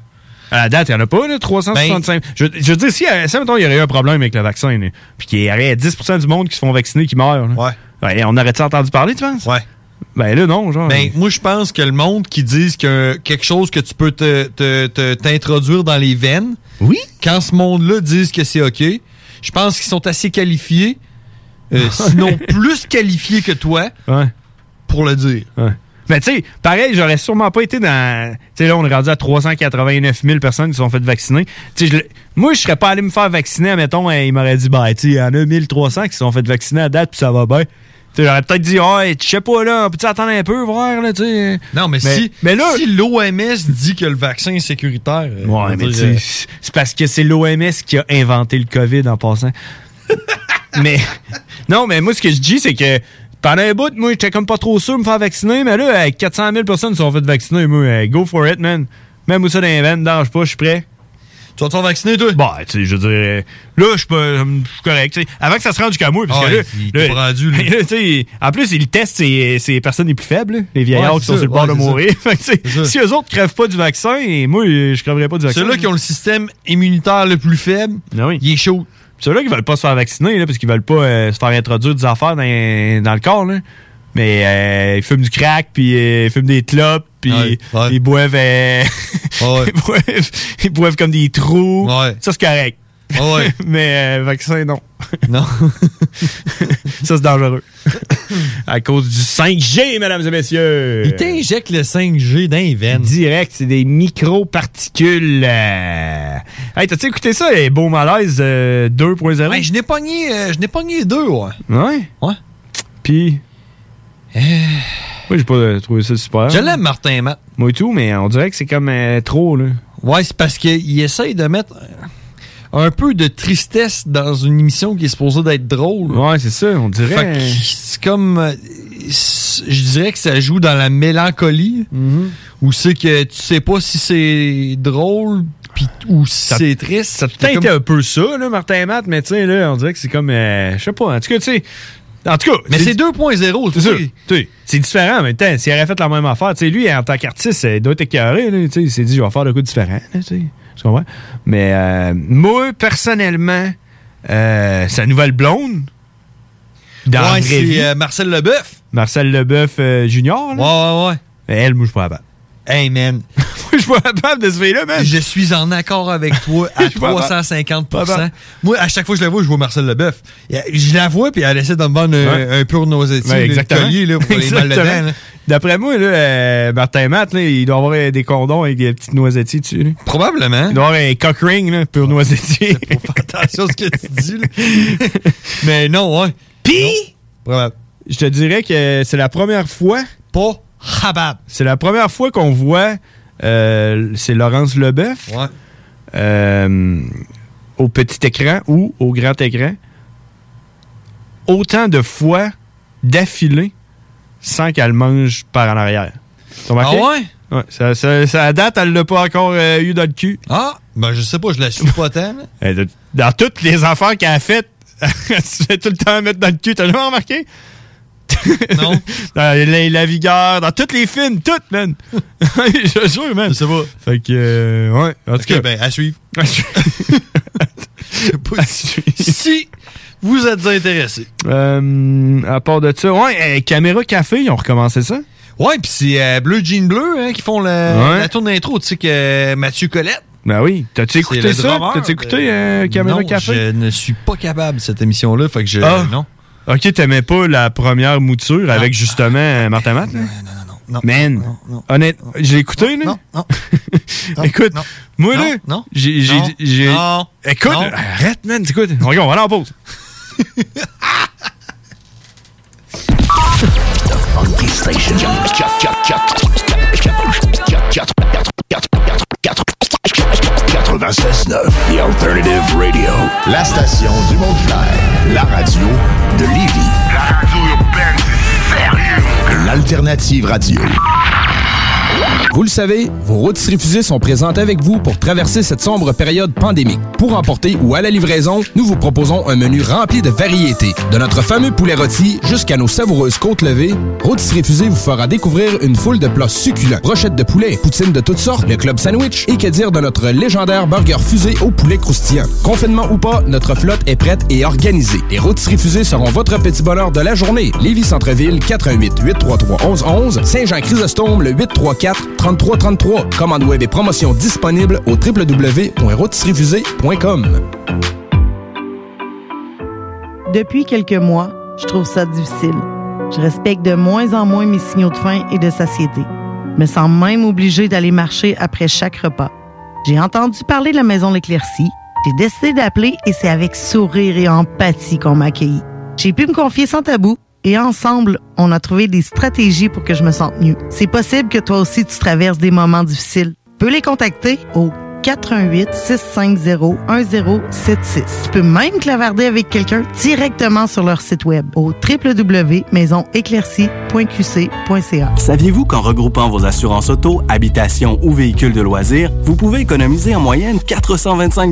Speaker 7: À la date, il n'y en a pas, là, 365. je, je veux dire, si, euh, si, mettons, il y aurait eu un problème avec le vaccin, là, puis qu'il y aurait 10 du monde qui se font vacciner qui meurent, là. Ben, on aurait-tu entendu parler, tu penses?
Speaker 8: Ouais.
Speaker 7: Ben là, non, genre.
Speaker 8: Ben, moi, je pense que le monde qui dise que quelque chose que tu peux te- te- te- t'introduire dans les veines.
Speaker 7: Oui.
Speaker 8: Quand ce monde-là dise que c'est OK, je pense qu'ils sont assez qualifiés, euh, sinon plus qualifiés que toi,
Speaker 7: Ouais.
Speaker 8: pour le dire.
Speaker 7: Ouais. Mais tu sais, pareil, j'aurais sûrement pas été dans. Tu sais, là, on est rendu à 389 000 personnes qui se sont faites vacciner. Tu sais, je l'ai- moi, je serais pas allé me faire vacciner, mettons, et il m'aurait dit, bah, tu sais, il y en a 1300 qui se sont fait vacciner à date, puis ça va bien. Tu sais, j'aurais peut-être dit, ah, je sais pas, là, peut-tu attendre un peu, voir, là, tu sais.
Speaker 8: Non, mais, si,
Speaker 7: Mais là.
Speaker 8: si l'OMS dit que le vaccin est sécuritaire. euh, on va
Speaker 7: Ouais, mais
Speaker 8: dire,
Speaker 7: tu
Speaker 8: euh,
Speaker 7: sais, c'est- c'est parce que c'est l'OMS qui a inventé le COVID en passant. mais non, mais moi, ce que je dis, c'est que pendant un bout, moi, j'étais comme pas trop sûr de me faire vacciner, mais là, euh, 400 000 personnes se sont fait vacciner. Moi, euh, go for it, man. Même où ça dans les veines, dans, je sais pas, je suis prêt.
Speaker 8: Tu vas te faire vacciner, toi?
Speaker 7: Bah, tu sais, je veux dire, euh, là, je suis pas- euh, je suis correct. tu sais. Avant que ça se rende jusqu'à moi, parce
Speaker 8: Ah
Speaker 7: que
Speaker 8: ouais,
Speaker 7: là.
Speaker 8: il t'est pas rendu, là.
Speaker 7: Mais tu sais, en plus, ils testent ces, ces personnes les plus faibles, là, les vieillards
Speaker 8: Ouais,
Speaker 7: qui
Speaker 8: c'est
Speaker 7: sont sur le
Speaker 8: ça,
Speaker 7: bord
Speaker 8: ouais,
Speaker 7: de
Speaker 8: c'est ça.
Speaker 7: mourir. Fait que, tu sais,
Speaker 8: C'est ça.
Speaker 7: si eux autres crèvent pas du vaccin, et moi, euh, je crèverais pas du vaccin.
Speaker 8: Ceux-là qui ont le système immunitaire le plus faible,
Speaker 7: il est chaud. Ceux-là qui veulent pas se faire vacciner, là, parce qu'ils veulent pas euh, se faire introduire des affaires dans, dans le corps, là. mais euh, ils fument du crack, puis euh, ils fument des clopes, puis ils boivent, euh, ils boivent ils boivent comme des trous. Ça, c'est correct. mais euh, vaccin, non. Non. ça, c'est dangereux. à cause du 5G, mesdames et messieurs.
Speaker 8: Ils t'injectent le 5G dans les veines.
Speaker 7: Direct, c'est des microparticules. Euh, Hey, t'as-tu écouté ça, les beaux malaises euh, 2.0?
Speaker 8: Ben, je n'ai pogné, euh, je n'ai pogné deux, ouais.
Speaker 7: Ouais?
Speaker 8: Ouais. Euh.
Speaker 7: Puis. Moi, j'ai pas euh, trouvé ça super.
Speaker 8: Je l'aime, Martin Matt.
Speaker 7: Moi et tout, mais on dirait que c'est comme euh, trop, là.
Speaker 8: Ouais, c'est parce qu'il essaye de mettre un peu de tristesse dans une émission qui est supposée d'être drôle.
Speaker 7: Ouais, c'est ça, on dirait.
Speaker 8: c'est comme. euh, c'est- Je dirais que ça joue dans la mélancolie,
Speaker 7: Mm-hmm.
Speaker 8: où c'est que tu sais pas si c'est drôle pis, ou si
Speaker 7: Ça-
Speaker 8: c'est triste.
Speaker 7: Ça a peut-être été un peu ça, là, Martin et Matt, mais tu sais, là, on dirait que c'est comme. euh, je sais pas. En tout cas, tu sais. En tout cas.
Speaker 8: Mais c'est 2.0,
Speaker 7: c'est ça. Tu sais, C'est différent en même temps. S'il aurait fait la même affaire, tu sais, lui, en tant qu'artiste, euh, il doit être écœuré, là, tu sais, Il s'est dit, je vais faire de quoi de différent, là, tu sais. Tu comprends? Mais euh, moi, personnellement, euh, sa nouvelle blonde. Dans la
Speaker 8: ouais,
Speaker 7: vraie vie,
Speaker 8: c'est euh, Marcel Leboeuf.
Speaker 7: Marcel Leboeuf euh, Junior.
Speaker 8: Ouais, ouais, ouais.
Speaker 7: Elle, moi, je suis pas capable.
Speaker 8: Hey, man.
Speaker 7: je suis pas capable de se faire là, man.
Speaker 8: Je suis en accord avec toi à
Speaker 7: suis pas capable.
Speaker 8: 350
Speaker 7: Pas capable.
Speaker 8: Moi, à chaque fois que je la vois, je vois Marcel Leboeuf. Et euh, Je la vois, puis elle essaie de me vendre un,
Speaker 7: Ouais.
Speaker 8: euh, un pur noisetier,
Speaker 7: Ouais,
Speaker 8: le
Speaker 7: exactement.
Speaker 8: collier, là, pour les mal
Speaker 7: Exactement.
Speaker 8: dedans, là.
Speaker 7: D'après moi, là, euh, Martin Matt, là, il doit avoir euh, des condoms avec des petites noisettiers dessus. là.
Speaker 8: Probablement.
Speaker 7: Il doit avoir un cock ring là, pour noisettier.
Speaker 8: Attention à ce que tu dis, là. Mais non, ouais.
Speaker 7: Pis,
Speaker 8: probable.
Speaker 7: je te dirais que c'est la première fois.
Speaker 8: Pas habab.
Speaker 7: C'est la première fois qu'on voit. euh, c'est Laurence Leboeuf.
Speaker 8: Ouais.
Speaker 7: euh, au petit écran ou au grand écran. Autant de fois d'affilée sans qu'elle mange par en arrière. T'as remarqué?
Speaker 8: Ah ouais?
Speaker 7: Ouais, ça, ça- ça, à date, elle l'a pas encore euh, eu dans le cul.
Speaker 8: Ah, ben je sais pas, je la suis pas tant. là.
Speaker 7: Elle, de- Dans toutes les affaires qu'elle a faites, elle se fait tout le temps mettre dans le cul. T'as jamais remarqué?
Speaker 8: Non.
Speaker 7: dans la, La vigueur, dans tous les films, toutes, man. je jure, man. Je
Speaker 8: sais pas.
Speaker 7: Fait que, euh, ouais. En tout
Speaker 8: Ok,
Speaker 7: cas,
Speaker 8: ben, à suivre. si vous êtes intéressé.
Speaker 7: Euh, à part de ça, ouais, euh, Caméra Café, ils ont recommencé ça.
Speaker 8: Ouais, puis c'est euh, Bleu Jean Bleu hein, qui font la,
Speaker 7: Ouais.
Speaker 8: la tourne d'intro. Tu sais que euh, Mathieu Colette.
Speaker 7: Ben oui. T'as-tu écouté
Speaker 8: c'est le
Speaker 7: ça?
Speaker 8: drameur
Speaker 7: T'as-tu écouté,
Speaker 8: de-
Speaker 7: euh, Caméra
Speaker 8: Non,
Speaker 7: Café?
Speaker 8: Je ne suis pas capable de cette émission-là. Fait que je.
Speaker 7: Ah.
Speaker 8: Non.
Speaker 7: Ok, t'aimais pas la première mouture avec justement euh, Martin Matt? Non, non, non,
Speaker 8: non.
Speaker 7: Man, honnête, j'ai écouté, là?
Speaker 8: Non, non.
Speaker 7: Écoute, moi,
Speaker 8: non,
Speaker 7: là,
Speaker 8: non,
Speaker 7: j'ai. j'ai-
Speaker 8: non,
Speaker 7: j'ai-
Speaker 8: non,
Speaker 7: Écoute,
Speaker 8: non.
Speaker 7: arrête, man, écoute. Regarde, on va aller en pause.
Speaker 2: The Alternative Radio. La station du monde clair. La radio de Lévis. La radio urbaine, sérieux. L'Alternative Radio.
Speaker 22: Vous le savez, vos rôtisseries fusées sont présentes avec vous pour traverser cette sombre période pandémique. Pour emporter ou à la livraison, nous vous proposons un menu rempli de variétés. De notre fameux poulet rôti jusqu'à nos savoureuses côtes levées, Rôtisserie Fusée vous fera découvrir une foule de plats succulents. Brochettes de poulet, poutines de toutes sortes, le club sandwich et que dire de notre légendaire burger fusée au poulet croustillant. Confinement ou pas, notre flotte est prête et organisée. Les Rôtisseries Fusées seront votre petit bonheur de la journée. Lévis Centreville, 418 833 1111, Saint-Jean-Chrysostome, le 834 3333. Commande web et promotion disponible au www.rôtisseriefusée.com.
Speaker 23: Depuis quelques mois, je trouve ça difficile. Je respecte de moins en moins mes signaux de faim et de satiété. Je me sens même obligée d'aller marcher après chaque repas. J'ai entendu parler de la maison L'Éclaircie. J'ai décidé d'appeler et c'est avec sourire et empathie qu'on m'a accueilli. J'ai pu me confier sans tabou et ensemble, on a trouvé des stratégies pour que je me sente mieux. C'est possible que toi aussi tu traverses des moments difficiles. Tu peux les contacter au 418 650 1076. Tu peux même clavarder avec quelqu'un directement sur leur site web au www.maisonéclaircie.qc.ca.
Speaker 18: Saviez-vous qu'en regroupant vos assurances auto, habitation ou véhicules de loisirs, vous pouvez économiser en moyenne 425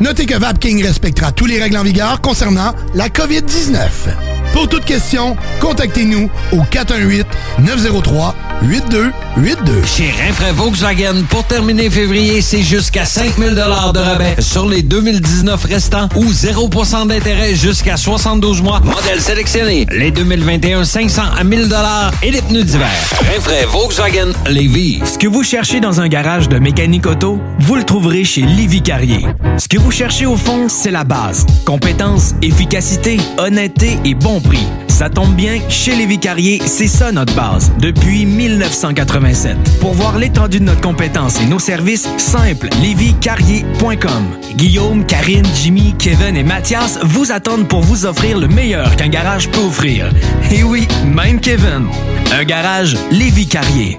Speaker 19: Notez que VapKing respectera tous les règles en vigueur concernant la COVID-19. Pour toute question, contactez-nous au 418-903-8282.
Speaker 20: Chez Renfrais Volkswagen, pour terminer février, c'est jusqu'à 5000 de rabais sur les 2019 restants ou 0% d'intérêt jusqu'à 72 mois. Modèle sélectionné, les 2021 500 à 1000 et les pneus d'hiver. Renfrais Volkswagen Lévis.
Speaker 17: Ce que vous cherchez dans un garage de mécanique auto, vous le trouverez chez Livy Carrier. Ce que vous cherchez au fond, c'est la base. Compétence, efficacité, honnêteté et bon prix. Ça tombe bien, chez Livy Carrier, c'est ça notre base, depuis 1987. Pour voir l'étendue de notre compétence et nos services, simple, lévycarrier.com. Guillaume, Karine, Jimmy, Kevin et Mathias vous attendent pour vous offrir le meilleur qu'un garage peut offrir. Et oui, même Kevin. Un garage Lévy Carrier.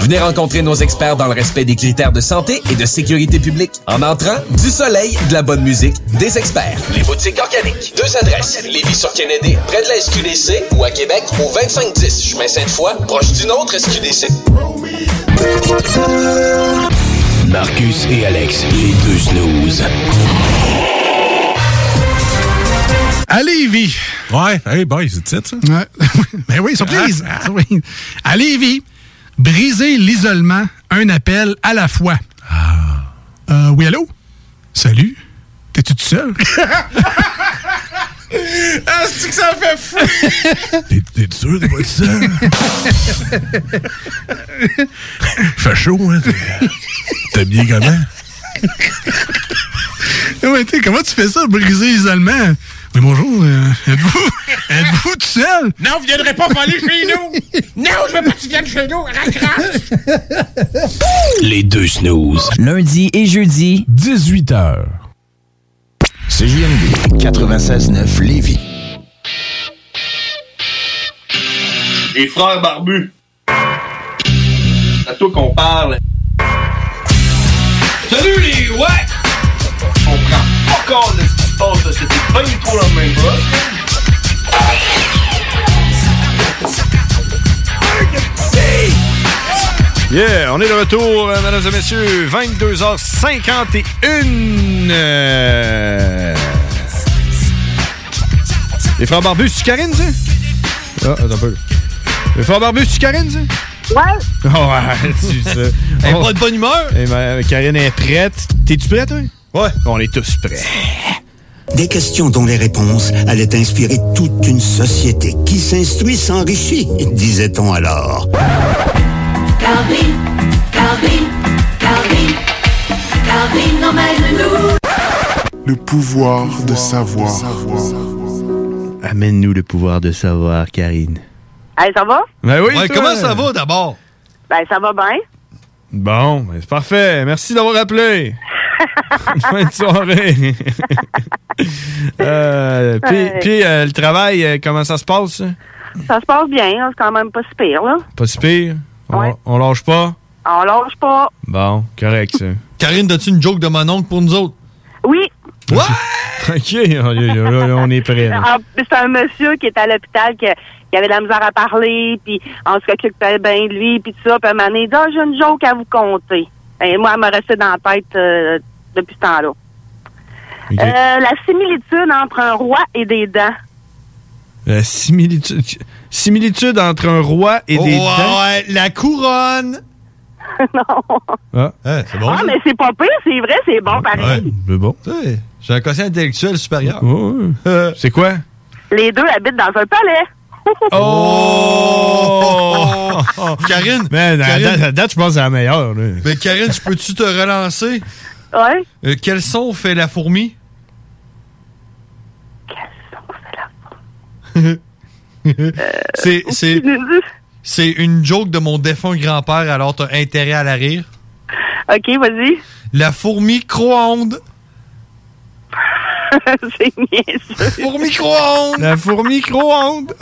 Speaker 16: Venez rencontrer nos experts dans le respect des critères de santé et de sécurité publique. En entrant, du soleil, de la bonne musique, des experts. Les boutiques organiques. Deux adresses. Lévis-sur-Kennedy, près de la SQDC ou à Québec au 2510 chemin Sainte-Foy, proche d'une autre SQDC.
Speaker 24: Marcus et Alex, les deux snooze.
Speaker 4: À Lévis. Ouais, hey boy, c'est titre, ça. Ah, Mais oui, surprise. Oui. À Lévis, briser l'isolement, un appel à la fois.
Speaker 2: Ah.
Speaker 4: Euh, oui, allô? Salut? T'es-tu tout seul?
Speaker 2: Ah, c'est que ça fait fou!
Speaker 4: T'es sûr de pas ça?
Speaker 25: Fait chaud, hein? t'es- T'es habillé comment?
Speaker 4: Eh Ouais, t'sais, comment tu fais ça, briser l'isolement? Oui, bonjour, euh, êtes-vous êtes-vous tout seul?
Speaker 2: Non, vous viendrez pas voler chez nous! Non, je veux pas que tu viennes chez nous! Raccroche!
Speaker 24: Les deux snooze.
Speaker 26: Lundi et jeudi, 18h.
Speaker 27: CJMD 96.9 Lévis.
Speaker 2: Les frères barbus. C'est à toi qu'on parle. Salut les ouais! On prend pas compte de ce qui se passe, là. c'était pas du tout la même
Speaker 7: Yeah, on est de retour, euh, mesdames et messieurs. 22h51. Euh, Les frères barbus, c'est Karine, ça? Ah, attends un peu. Les frères barbus, c'est Karine, ça?
Speaker 28: Ouais.
Speaker 7: Oh, ouais, c'est ça.
Speaker 29: Elle est
Speaker 7: Oh.
Speaker 29: pas de bonne humeur.
Speaker 7: Eh ben, Karine est prête. T'es-tu prête, toi? Ouais. On est tous prêts.
Speaker 30: Des questions dont les réponses allaient inspirer toute une société qui s'instruit s'enrichit, disait-on alors.
Speaker 2: Calvin, Calvin, Calvin, Calvin emmène-nous.
Speaker 9: Le pouvoir de savoir.
Speaker 31: Amène-nous le pouvoir de savoir, Karine.
Speaker 28: Hey, ça va?
Speaker 8: Ben
Speaker 7: Ouais,
Speaker 31: comment ça va
Speaker 7: d'abord?
Speaker 28: Ben, ça va bien.
Speaker 7: Bon, ben, c'est parfait. Merci d'avoir appelé. fin de soirée. Euh, puis,
Speaker 28: Ouais.
Speaker 7: puis, euh, le travail, euh, comment ça se passe? ça?
Speaker 28: Ça se passe bien, hein, c'est quand même pas si pire, là.
Speaker 7: Pas si pire? On, on lâche pas?
Speaker 28: On lâche pas.
Speaker 7: Bon, correct, ça.
Speaker 29: Karine, as-tu une joke de mon oncle pour nous autres?
Speaker 28: Oui.
Speaker 7: Ouais! OK, on, est- là, on est
Speaker 8: Eh
Speaker 7: prêt. là.
Speaker 28: Ah, C'est un monsieur qui était à l'hôpital qui, qui avait de la misère à parler, puis on s'occupait bien de lui, puis tout ça. Puis à un moment donné, il dit, Ah, j'ai une joke à vous conter. Et moi, elle m'a resté dans la tête euh, depuis ce temps-là. Euh, la similitude entre un roi et des dents.
Speaker 7: Euh, similitude, similitude entre un roi et des
Speaker 8: Oh,
Speaker 7: dents.
Speaker 8: ouais, la couronne.
Speaker 7: Ah.
Speaker 8: c'est bon.
Speaker 28: ah,
Speaker 8: ça.
Speaker 28: mais c'est pas pire, c'est vrai, c'est bon pareil.
Speaker 8: Ouais,
Speaker 7: mais bon.
Speaker 8: J'ai un quotient intellectuel supérieur. Euh,
Speaker 7: C'est quoi?
Speaker 28: Les deux habitent dans un palais.
Speaker 8: Oh! Karine!
Speaker 7: Mais à
Speaker 8: Karine-
Speaker 7: date, à date, je pense que c'est la meilleure. là.
Speaker 8: Mais Karine, je peux-tu te relancer?
Speaker 28: Ouais.
Speaker 8: Euh, quel son fait la fourmi?
Speaker 28: Euh,
Speaker 8: C'est c'est c'est une joke de mon défunt grand-père, alors t'as intérêt à la rire.
Speaker 28: OK, vas-y.
Speaker 8: La fourmi croonde.
Speaker 28: C'est niaiseux.
Speaker 8: Fourmi croonde.
Speaker 7: La fourmi croonde.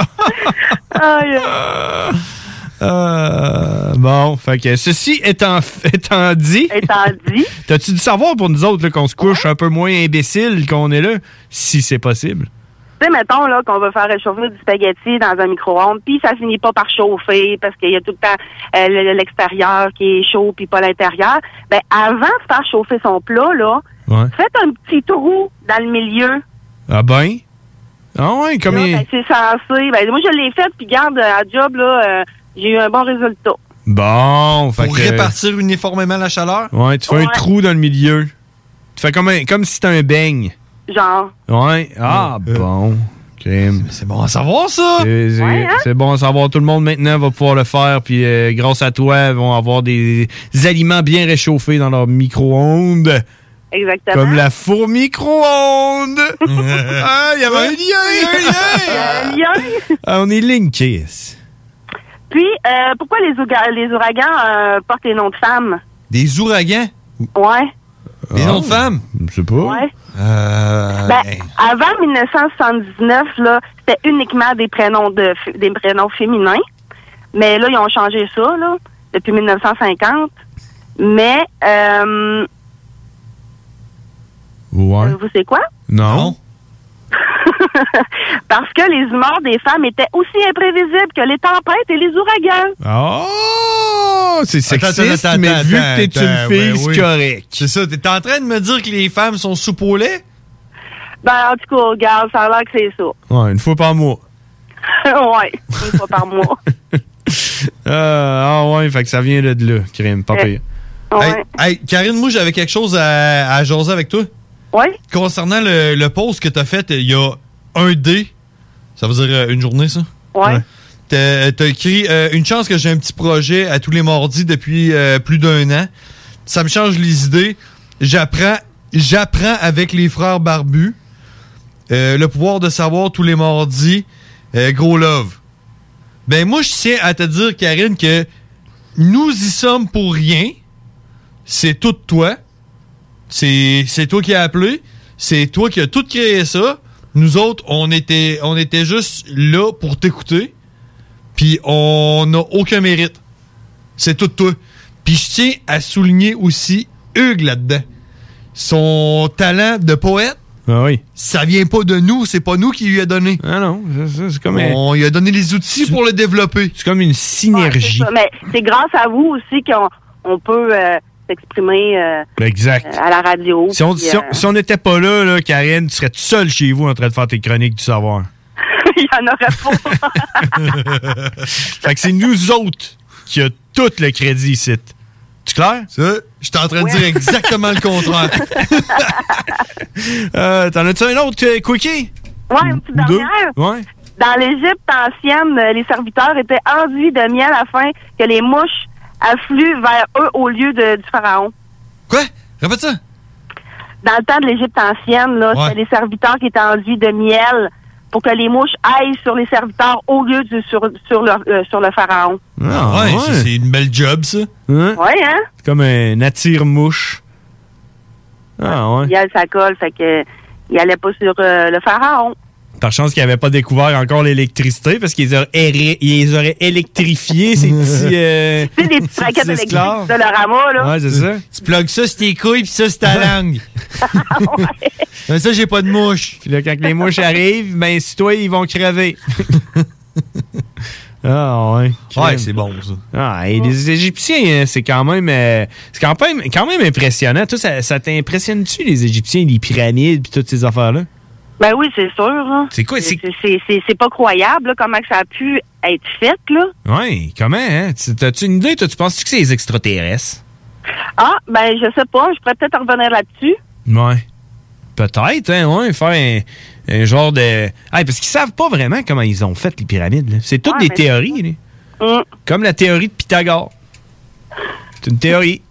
Speaker 7: Euh, bon, fait que ceci étant, étant dit.
Speaker 28: Étant dit.
Speaker 7: T'as-tu du savoir pour nous autres là, qu'on se couche un peu moins imbécile qu'on est là, si c'est possible?
Speaker 28: Tu sais, mettons là, qu'on va faire réchauffer du spaghetti dans un micro-ondes, puis ça finit pas par chauffer parce qu'il y a tout le temps euh, le- l'extérieur qui est chaud, puis pas l'intérieur. Ben, avant de faire chauffer son plat, là,
Speaker 7: Ouais.
Speaker 28: faites un petit trou dans le milieu.
Speaker 7: Ah ben? Ah ouais, comme
Speaker 28: Là,
Speaker 7: il-
Speaker 28: ben, c'est censé. Ben, moi, je l'ai fait, puis garde, euh, à job, là, euh, j'ai eu un bon résultat.
Speaker 7: Bon, fait
Speaker 8: Pour
Speaker 7: que-
Speaker 8: répartir uniformément la chaleur.
Speaker 7: Ouais, tu fais un
Speaker 28: Ouais.
Speaker 7: trou dans le milieu. Tu fais comme, un- comme si t'as un beigne.
Speaker 28: Genre.
Speaker 7: Ouais. Ah, bon. C'est bon à savoir, ça. C'est c'est-
Speaker 28: Ouais, hein?
Speaker 7: c'est bon à savoir. Tout le monde maintenant va pouvoir le faire. Puis euh, grâce à toi, ils vont avoir des, des aliments bien réchauffés dans leur micro-ondes.
Speaker 28: Exactement.
Speaker 7: Comme la fourmi micro-ondes.
Speaker 8: Mhm.
Speaker 7: ah, il y avait un
Speaker 28: lien! Il y a un lien!
Speaker 7: Ah, on est linkés.
Speaker 28: Puis, euh, pourquoi les, ouga- les ouragans euh, portent les noms de femmes?
Speaker 8: Des ouragans.
Speaker 28: Ouais.
Speaker 8: Des noms de femmes.
Speaker 7: Ah, Je sais pas.
Speaker 28: Ouais.
Speaker 7: Euh,
Speaker 28: Ben, avant 1979, là, c'était uniquement des prénoms de f- des prénoms féminins. Mais là, ils ont changé ça, là, depuis 1950. Mais euh,
Speaker 7: Ouais.
Speaker 28: vous savez quoi?
Speaker 7: Non.
Speaker 28: Parce que les humeurs des femmes étaient aussi imprévisibles que les tempêtes et les ouragans.
Speaker 7: Oh! C'est sexiste, mais vu que t'es une fille, c'est correct.
Speaker 8: C'est ça, t'es en train de me dire que les femmes sont sous
Speaker 28: Ben, en tout cas, regarde, ça a l'air que c'est ça.
Speaker 7: Ouais, une fois par mois.
Speaker 28: ouais, une fois par mois.
Speaker 7: Euh, ah ouais, fait que ça vient de là, crime, pas pire.
Speaker 8: Hey, hey, Karine, moi, j'avais quelque chose à, à jaser avec toi.
Speaker 28: Ouais.
Speaker 8: Concernant le, le post que t'as fait, il y a un dé. Ça veut dire euh, une journée, ça?
Speaker 28: Ouais.
Speaker 8: T'as t'as écrit euh, Une chance que j'ai un petit projet à tous les mardis depuis euh, plus d'un an. Ça me change les idées. J'apprends j'apprends avec les frères barbus. Euh, le pouvoir de savoir tous les mardis. Euh, gros love. Ben moi, je tiens à te dire, Karine, que nous y sommes pour rien. C'est tout toi. C'est c'est toi qui as appelé. C'est toi qui as tout créé ça. Nous autres, on était, on était juste là pour t'écouter. Puis on n'a aucun mérite. C'est tout toi. Puis je tiens à souligner aussi Hugues là-dedans. Son talent de poète,
Speaker 7: Ah oui.
Speaker 8: ça vient pas de nous, c'est pas nous qui lui a donné.
Speaker 7: Ah non, c'est comme
Speaker 8: On lui a donné les outils pour le développer.
Speaker 7: C'est comme une synergie.
Speaker 28: Ça, Mais c'est grâce à vous aussi qu'on on peut euh, s'exprimer euh,
Speaker 7: Exact.
Speaker 28: euh, à la radio.
Speaker 7: Si on
Speaker 28: puis,
Speaker 7: si on-
Speaker 28: euh,
Speaker 7: si on n'était pas là, là, Karine, tu serais toute seule chez vous en train de faire tes chroniques du savoir.
Speaker 28: Il y en aurait pas.
Speaker 7: fait que c'est nous autres qui a tout le crédit ici. Tu clair?
Speaker 8: Ça, j'étais en train de dire exactement le contraire.
Speaker 7: Euh, T'en as-tu un autre, euh, Quickie?
Speaker 28: Ouais, une petite
Speaker 7: Deux?
Speaker 28: dernière.
Speaker 7: Ouais.
Speaker 28: Dans l'Égypte ancienne, euh, les serviteurs étaient enduits de miel afin que les mouches affluent vers eux au lieu de, du pharaon.
Speaker 8: Quoi? Répète ça.
Speaker 28: Dans le temps de l'Égypte ancienne, là,
Speaker 8: Ouais.
Speaker 28: c'était les serviteurs qui étaient enduits de miel pour que les mouches aillent sur les serviteurs au lieu du sur, sur, le, euh, sur le pharaon.
Speaker 7: Ah,
Speaker 8: ouais,
Speaker 7: ouais.
Speaker 8: c'est- c'est une belle job, ça.
Speaker 7: Hein?
Speaker 28: Ouais, hein?
Speaker 7: C'est comme un attire-mouche. Ah ouais.
Speaker 28: Miel, ça colle, fait que il allait pas sur euh, le pharaon.
Speaker 7: Par chance qu'ils n'avaient pas découvert encore l'électricité parce qu'ils auraient, éré- ils auraient électrifié ces petits. euh,
Speaker 28: Tu sais, des petites raquettes
Speaker 7: petits
Speaker 28: électriques
Speaker 7: esclaves.
Speaker 28: de Dolorama, là.
Speaker 7: Ouais, c'est ça. Tu plugues ça sur tes couilles, puis ça sur ta langue. Mais ça, j'ai pas de mouche. Puis là, quand les mouches arrivent, ben, si toi, ils vont crever. Ah ouais.
Speaker 8: Ouais, c'est bon ça.
Speaker 7: Ah, et les Égyptiens, hein, c'est quand même euh, c'est quand même quand même impressionnant. Toi, ça, ça t'impressionne-tu les Égyptiens, les pyramides puis toutes ces affaires-là?
Speaker 28: Ben oui, c'est sûr. hein.
Speaker 7: C'est quoi, c'est-
Speaker 28: C'est c'est- c'est- c'est pas croyable, là, comment que ça a pu être fait, là.
Speaker 7: Ouais, comment, hein? Tu- T'as-tu une idée? Toi, tu penses-tu que c'est les extraterrestres?
Speaker 28: Ah, ben je sais pas, je pourrais peut-être en revenir là-dessus.
Speaker 7: Ouais. Peut-être, hein, ouais, faire un, un genre de. Ah, parce qu'ils savent pas vraiment comment ils ont fait les pyramides. là. C'est toutes
Speaker 28: Ouais,
Speaker 7: des
Speaker 28: mais c'est Mm.
Speaker 7: théories, là. Comme la théorie de Pythagore. C'est une théorie.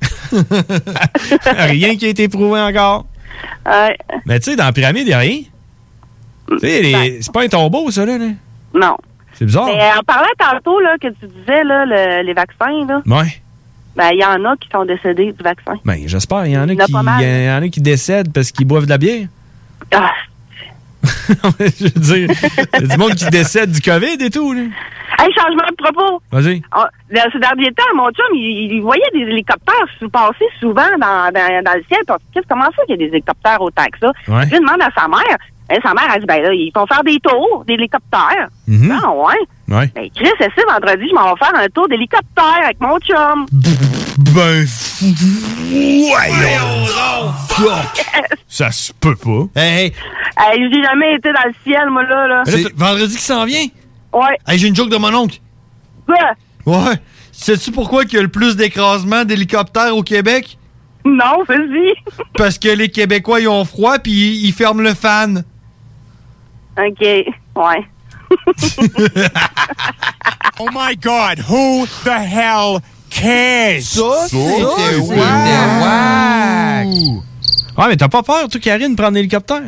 Speaker 7: Rien qui a été prouvé encore. Mais tu sais, dans la pyramide, il n'y a rien. Tu sais, les- c'est pas un tombeau, ça, là. là.
Speaker 28: Mm. Ben. Non.
Speaker 7: C'est bizarre.
Speaker 28: Mais euh, en parlant tantôt là, que tu disais là, le- les vaccins, là,
Speaker 7: Ouais.
Speaker 28: ben il y en a qui sont décédés du vaccin.
Speaker 7: Ben, j'espère. Il y en
Speaker 28: Il y en a
Speaker 7: a qui, euh,
Speaker 28: pas mal.
Speaker 7: il y en a qui décèdent parce qu'ils boivent de la bière.
Speaker 28: Ah,
Speaker 7: Je veux dire, il y a du monde qui décède du COVID et tout, là.
Speaker 28: hey, changement de propos.
Speaker 7: Vas-y.
Speaker 28: On- Ah, dans ces derniers temps, mon chum, il, il voyait des hélicoptères sou- passer souvent dans, dans, dans le ciel. Puis on se dit, Qu'est-ce- comment ça qu'il y a des hélicoptères autant que ça?
Speaker 7: Ouais.
Speaker 28: Je lui demande à sa mère. Et sa mère, elle dit, ben là, ils font faire des tours d'hélicoptères.
Speaker 7: Mhm.
Speaker 28: Ah, ouais.
Speaker 7: Ouais.
Speaker 28: Ben, Chris, c'est ça, vendredi, je m'en vais faire un tour d'hélicoptère avec mon chum.
Speaker 7: Ben, Ça se peut pas.
Speaker 8: Hey,
Speaker 28: Hey, j'ai jamais été dans le ciel, moi, là. là.
Speaker 8: c'est vendredi qui s'en vient?
Speaker 28: Ouais.
Speaker 8: Hey, j'ai une joke de mon oncle.
Speaker 28: Quoi?
Speaker 8: Ouais. Sais-tu pourquoi qu'il y a le plus d'écrasements d'hélicoptères au Québec?
Speaker 28: Non, vas-y.
Speaker 8: Parce que les Québécois, ils ont froid, puis ils, ils ferment le fan.
Speaker 28: OK, ouais.
Speaker 2: oh my God, who the hell cares? Ça,
Speaker 7: c'était Ouais, mais t'as pas peur, toi, Karine, de prendre l'hélicoptère?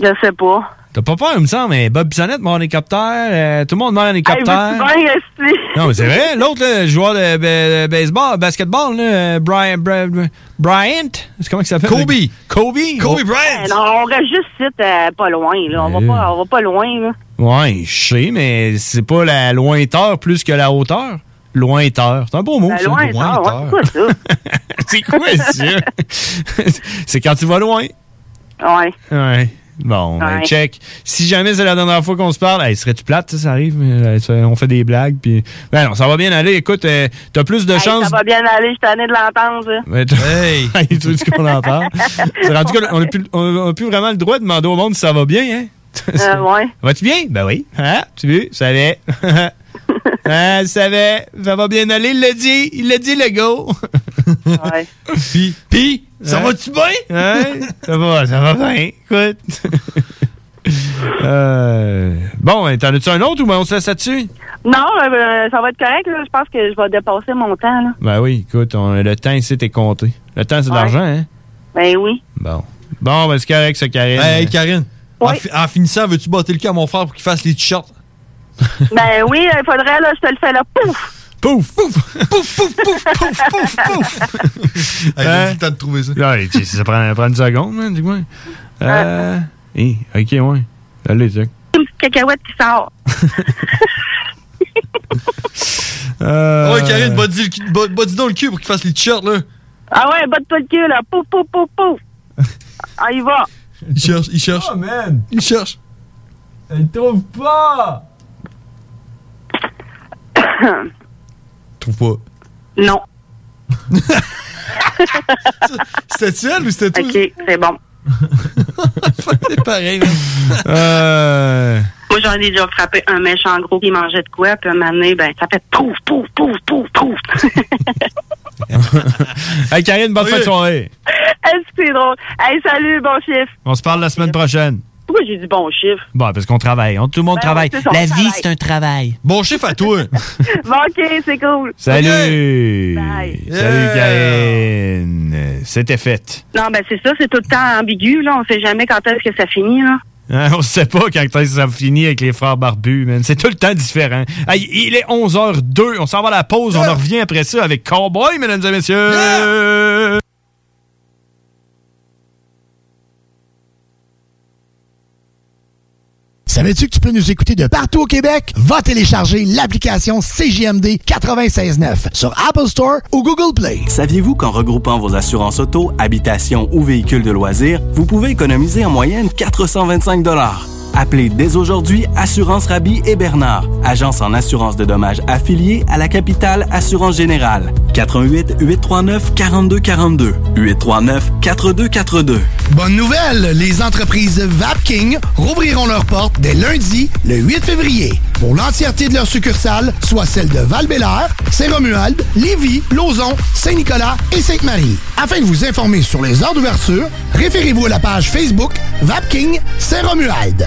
Speaker 28: Je sais pas.
Speaker 7: T'as pas peur, il me semble, mais Bob Bissonnette mort en hélicoptère, euh, tout le monde meurt en hélicoptère.
Speaker 28: Hey, veux-tu bien euh, rester?
Speaker 7: non, mais c'est vrai, l'autre, là, le joueur de ba- baseball, basketball, là, euh, Brian, Bra- Bra- Bryant, c'est comment il s'appelle? Kobe. Kobe. Kobe
Speaker 28: Eh, non, on reste juste site, euh, pas loin, là. On, va pas, on va pas loin, là.
Speaker 7: Ouais, je sais, mais c'est pas la lointeur plus que la hauteur. Lointeur. C'est un beau mot,
Speaker 28: Ben,
Speaker 7: ça.
Speaker 28: loin, ça, ouais, c'est quoi ça?
Speaker 7: c'est quoi ça? c'est quand tu vas loin.
Speaker 28: Ouais.
Speaker 7: Ouais. Bon, ben,
Speaker 28: Ouais.
Speaker 7: check. Si jamais c'est la dernière fois qu'on se parle, hey, serais-tu plate, ça, ça arrive? mais, euh, ça, on fait des blagues, puis... Ben non, ça va bien aller. Écoute, euh, t'as plus de
Speaker 28: Hey,
Speaker 7: chances...
Speaker 28: Ça va bien aller, je suis tannée de l'entendre, ça.
Speaker 7: Ben, t'as- Hey, tu veux ce qu'on en parle? C'est rendu qu'on- on n'a plus, on a plus vraiment le droit de demander au monde si ça va bien, hein?
Speaker 28: Euh, ouais.
Speaker 7: Vas-tu bien? Ben oui. Hein? Tu veux? Je savais. hein, je savais. Ça va bien aller. Il l'a dit. Il l'a dit, le go.
Speaker 28: ouais.
Speaker 7: Puis, puis,
Speaker 8: ça va-tu bien?
Speaker 7: Hein? Ouais. Ça va, ça va bien. Écoute. Euh, bon, ben, t'en as-tu un autre ou ben, on se laisse là-dessus?
Speaker 28: Non, euh, ça va être correct, là. Je pense que je vais dépasser mon temps, là.
Speaker 7: Ben oui, écoute, on- le temps ici, t'es compté. Le temps, c'est de
Speaker 28: Ouais.
Speaker 7: l'argent, hein?
Speaker 28: Ben oui.
Speaker 7: Bon. Bon, ben, c'est correct, ça, Karine.
Speaker 8: Hey, Karine.
Speaker 28: Oui.
Speaker 8: En, fi- en finissant, veux-tu botter le cul à mon frère pour qu'il fasse les t-shirts?
Speaker 28: Ben oui, il faudrait, là, je te le fais, là. Pouf!
Speaker 7: Pouf!
Speaker 28: Pouf,
Speaker 7: Pouf!
Speaker 28: pouf, pouf, pouf, pouf, pouf!
Speaker 7: j'ai le temps de trouver ça. ça prend, prend une seconde, hein, dis-moi. Euh, hey, ok, ouais. Allez, check.
Speaker 28: Une petite cacahuète qui sort.
Speaker 7: Euh...
Speaker 8: Ouais, Karine, botte-y le cul- bot- botte-y donc le cul pour qu'il fasse les t-shirts, là.
Speaker 28: Ah ouais, botte-toi le cul, là. Pouf, pouf, pouf, pouf! Ah, il va.
Speaker 8: Il cherche, il cherche.
Speaker 7: Oh, man!
Speaker 8: Il cherche.
Speaker 7: Elle trouve pas!
Speaker 8: Trouve pas.
Speaker 28: non.
Speaker 8: C'était-tu elle ou c'était toi?
Speaker 28: OK, c'est bon.
Speaker 8: c'est pareil,
Speaker 7: Euh...
Speaker 28: Moi, j'en ai déjà frappé un méchant gros qui mangeait de quoi, puis un moment donné, ben, ça fait pouf, pouf, pouf, pouf, pouf.
Speaker 7: hey, Karine, bonne fin de soirée.
Speaker 28: Est-ce que c'est drôle? Hey, salut, bon chiffre.
Speaker 7: On se parle la semaine prochaine.
Speaker 28: Pourquoi j'ai dit bon chiffre?
Speaker 7: Bon, parce qu'on travaille. On- tout le monde
Speaker 28: Ben,
Speaker 7: travaille.
Speaker 28: c'est ça, on
Speaker 7: La vie,
Speaker 28: travaille.
Speaker 7: c'est un travail. Bon chiffre à toi.
Speaker 28: bon, OK, c'est cool.
Speaker 7: Salut! Salut,
Speaker 28: Yeah.
Speaker 7: Karine. C'était fait.
Speaker 28: Non, ben, c'est ça, c'est tout le temps ambigu, là. On sait jamais quand est-ce que ça finit, là.
Speaker 7: Hein, on sait pas quand est-ce que ça finit avec les frères barbus, man. C'est tout le temps différent. Hey, il est 11h02. On s'en va à la pause. On en revient après ça avec Cowboy, mesdames et messieurs.
Speaker 19: Savais-tu que tu peux nous écouter de partout au Québec? Va télécharger l'application CGMD 969 sur Apple Store ou Google Play.
Speaker 18: Saviez-vous qu'en regroupant vos assurances auto, habitation ou véhicules de loisirs, vous pouvez économiser en moyenne 425 dollars. Appelez dès aujourd'hui Assurance Rabi et Bernard, agence en assurance de dommages affiliée à la capitale Assurance Générale. 88 839 4242 839 4242.
Speaker 19: Bonne nouvelle, les entreprises Vapking rouvriront leurs portes dès lundi, le 8 février, pour l'entièreté de leurs succursales, soit celles de val Saint-Romuald, Lévis, Lauson, Saint-Nicolas et Sainte-Marie. Afin de vous informer sur les heures d'ouverture, référez-vous à la page Facebook Vapking Saint-Romuald.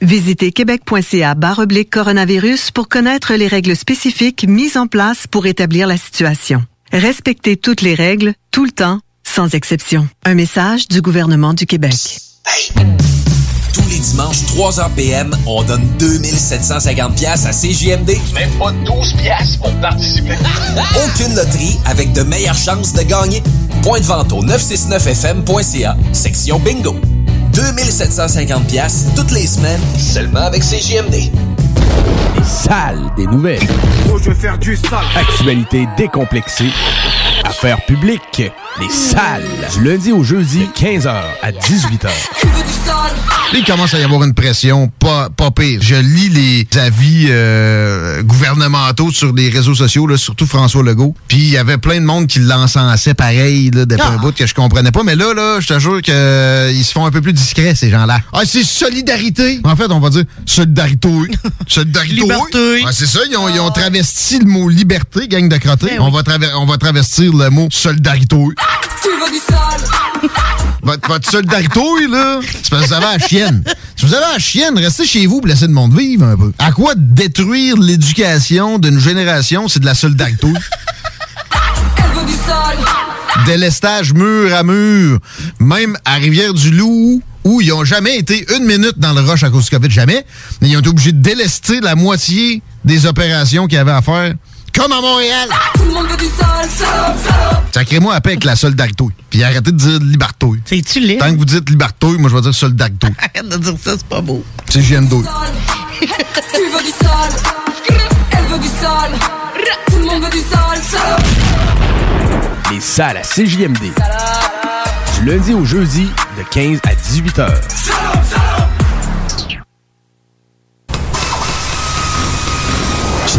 Speaker 32: Visitez québec.ca baroblique coronavirus pour connaître les règles spécifiques mises en place pour établir la situation. Respectez toutes les règles, tout le temps, sans exception. Un message du gouvernement du Québec.
Speaker 16: Tous les dimanches, 3h PM, on donne 2750 pièces à CJMD. Même pas 12 pièces pour participer. Aucune loterie avec de meilleures chances de gagner. Point de vente au 969fm.ca, section bingo. 2750 pièces toutes les semaines, seulement avec CJMD.
Speaker 22: Sale des nouvelles.
Speaker 33: je vais faire du sale.
Speaker 22: Actualité décomplexée. Affaires publiques. Les salles. Du lundi au jeudi, 15h à 18h.
Speaker 12: Il commence à y avoir une pression pas, pas pire. Je lis les avis euh, gouvernementaux sur les réseaux sociaux, là, surtout François Legault. Puis il y avait plein de monde qui l'encensait pareil là, depuis un bout que je comprenais pas. Mais là, là, je te jure qu'ils se font un peu plus discrets, ces gens-là. Ah, c'est solidarité! En fait, on va dire solidarité. solidarité.
Speaker 19: Liberté.
Speaker 12: Ah, Ben c'est ça, ils ont, ils ont travesti le mot liberté, gang de crottés. on, va traver- on va travestir le mot solidarité. Tu veux du sol Votre, votre soldaritouille, là, c'est parce que vous avez la chienne. Si vous avez la chienne, restez chez vous pour laisser le monde vivre un peu. À quoi détruire l'éducation d'une génération, c'est de la soldaritouille? Elle veut du sol Délestage mur à mur, même à Rivière-du-Loup, où ils ont jamais été une minute dans le rush à cause du COVID, jamais, mais ils ont été obligés de délester la moitié des opérations qu'ils avaient à faire, comme à Montréal. Tout le monde veut du sol, sol, sol. Sacrez-moi à paix avec la soldaritouille. Puis arrêtez de dire libertouille.
Speaker 34: C'est-tu libre?
Speaker 12: Tant que vous dites libertouille, moi je vais dire soldaritouille.
Speaker 34: Arrête de dire ça, c'est pas beau.
Speaker 12: C'est GM2. Tu veux du sol Elle veut du sol Tout le monde veut du sol,
Speaker 22: Les salles à CJMD. Du lundi au jeudi, de 15 à 18h.
Speaker 16: Chez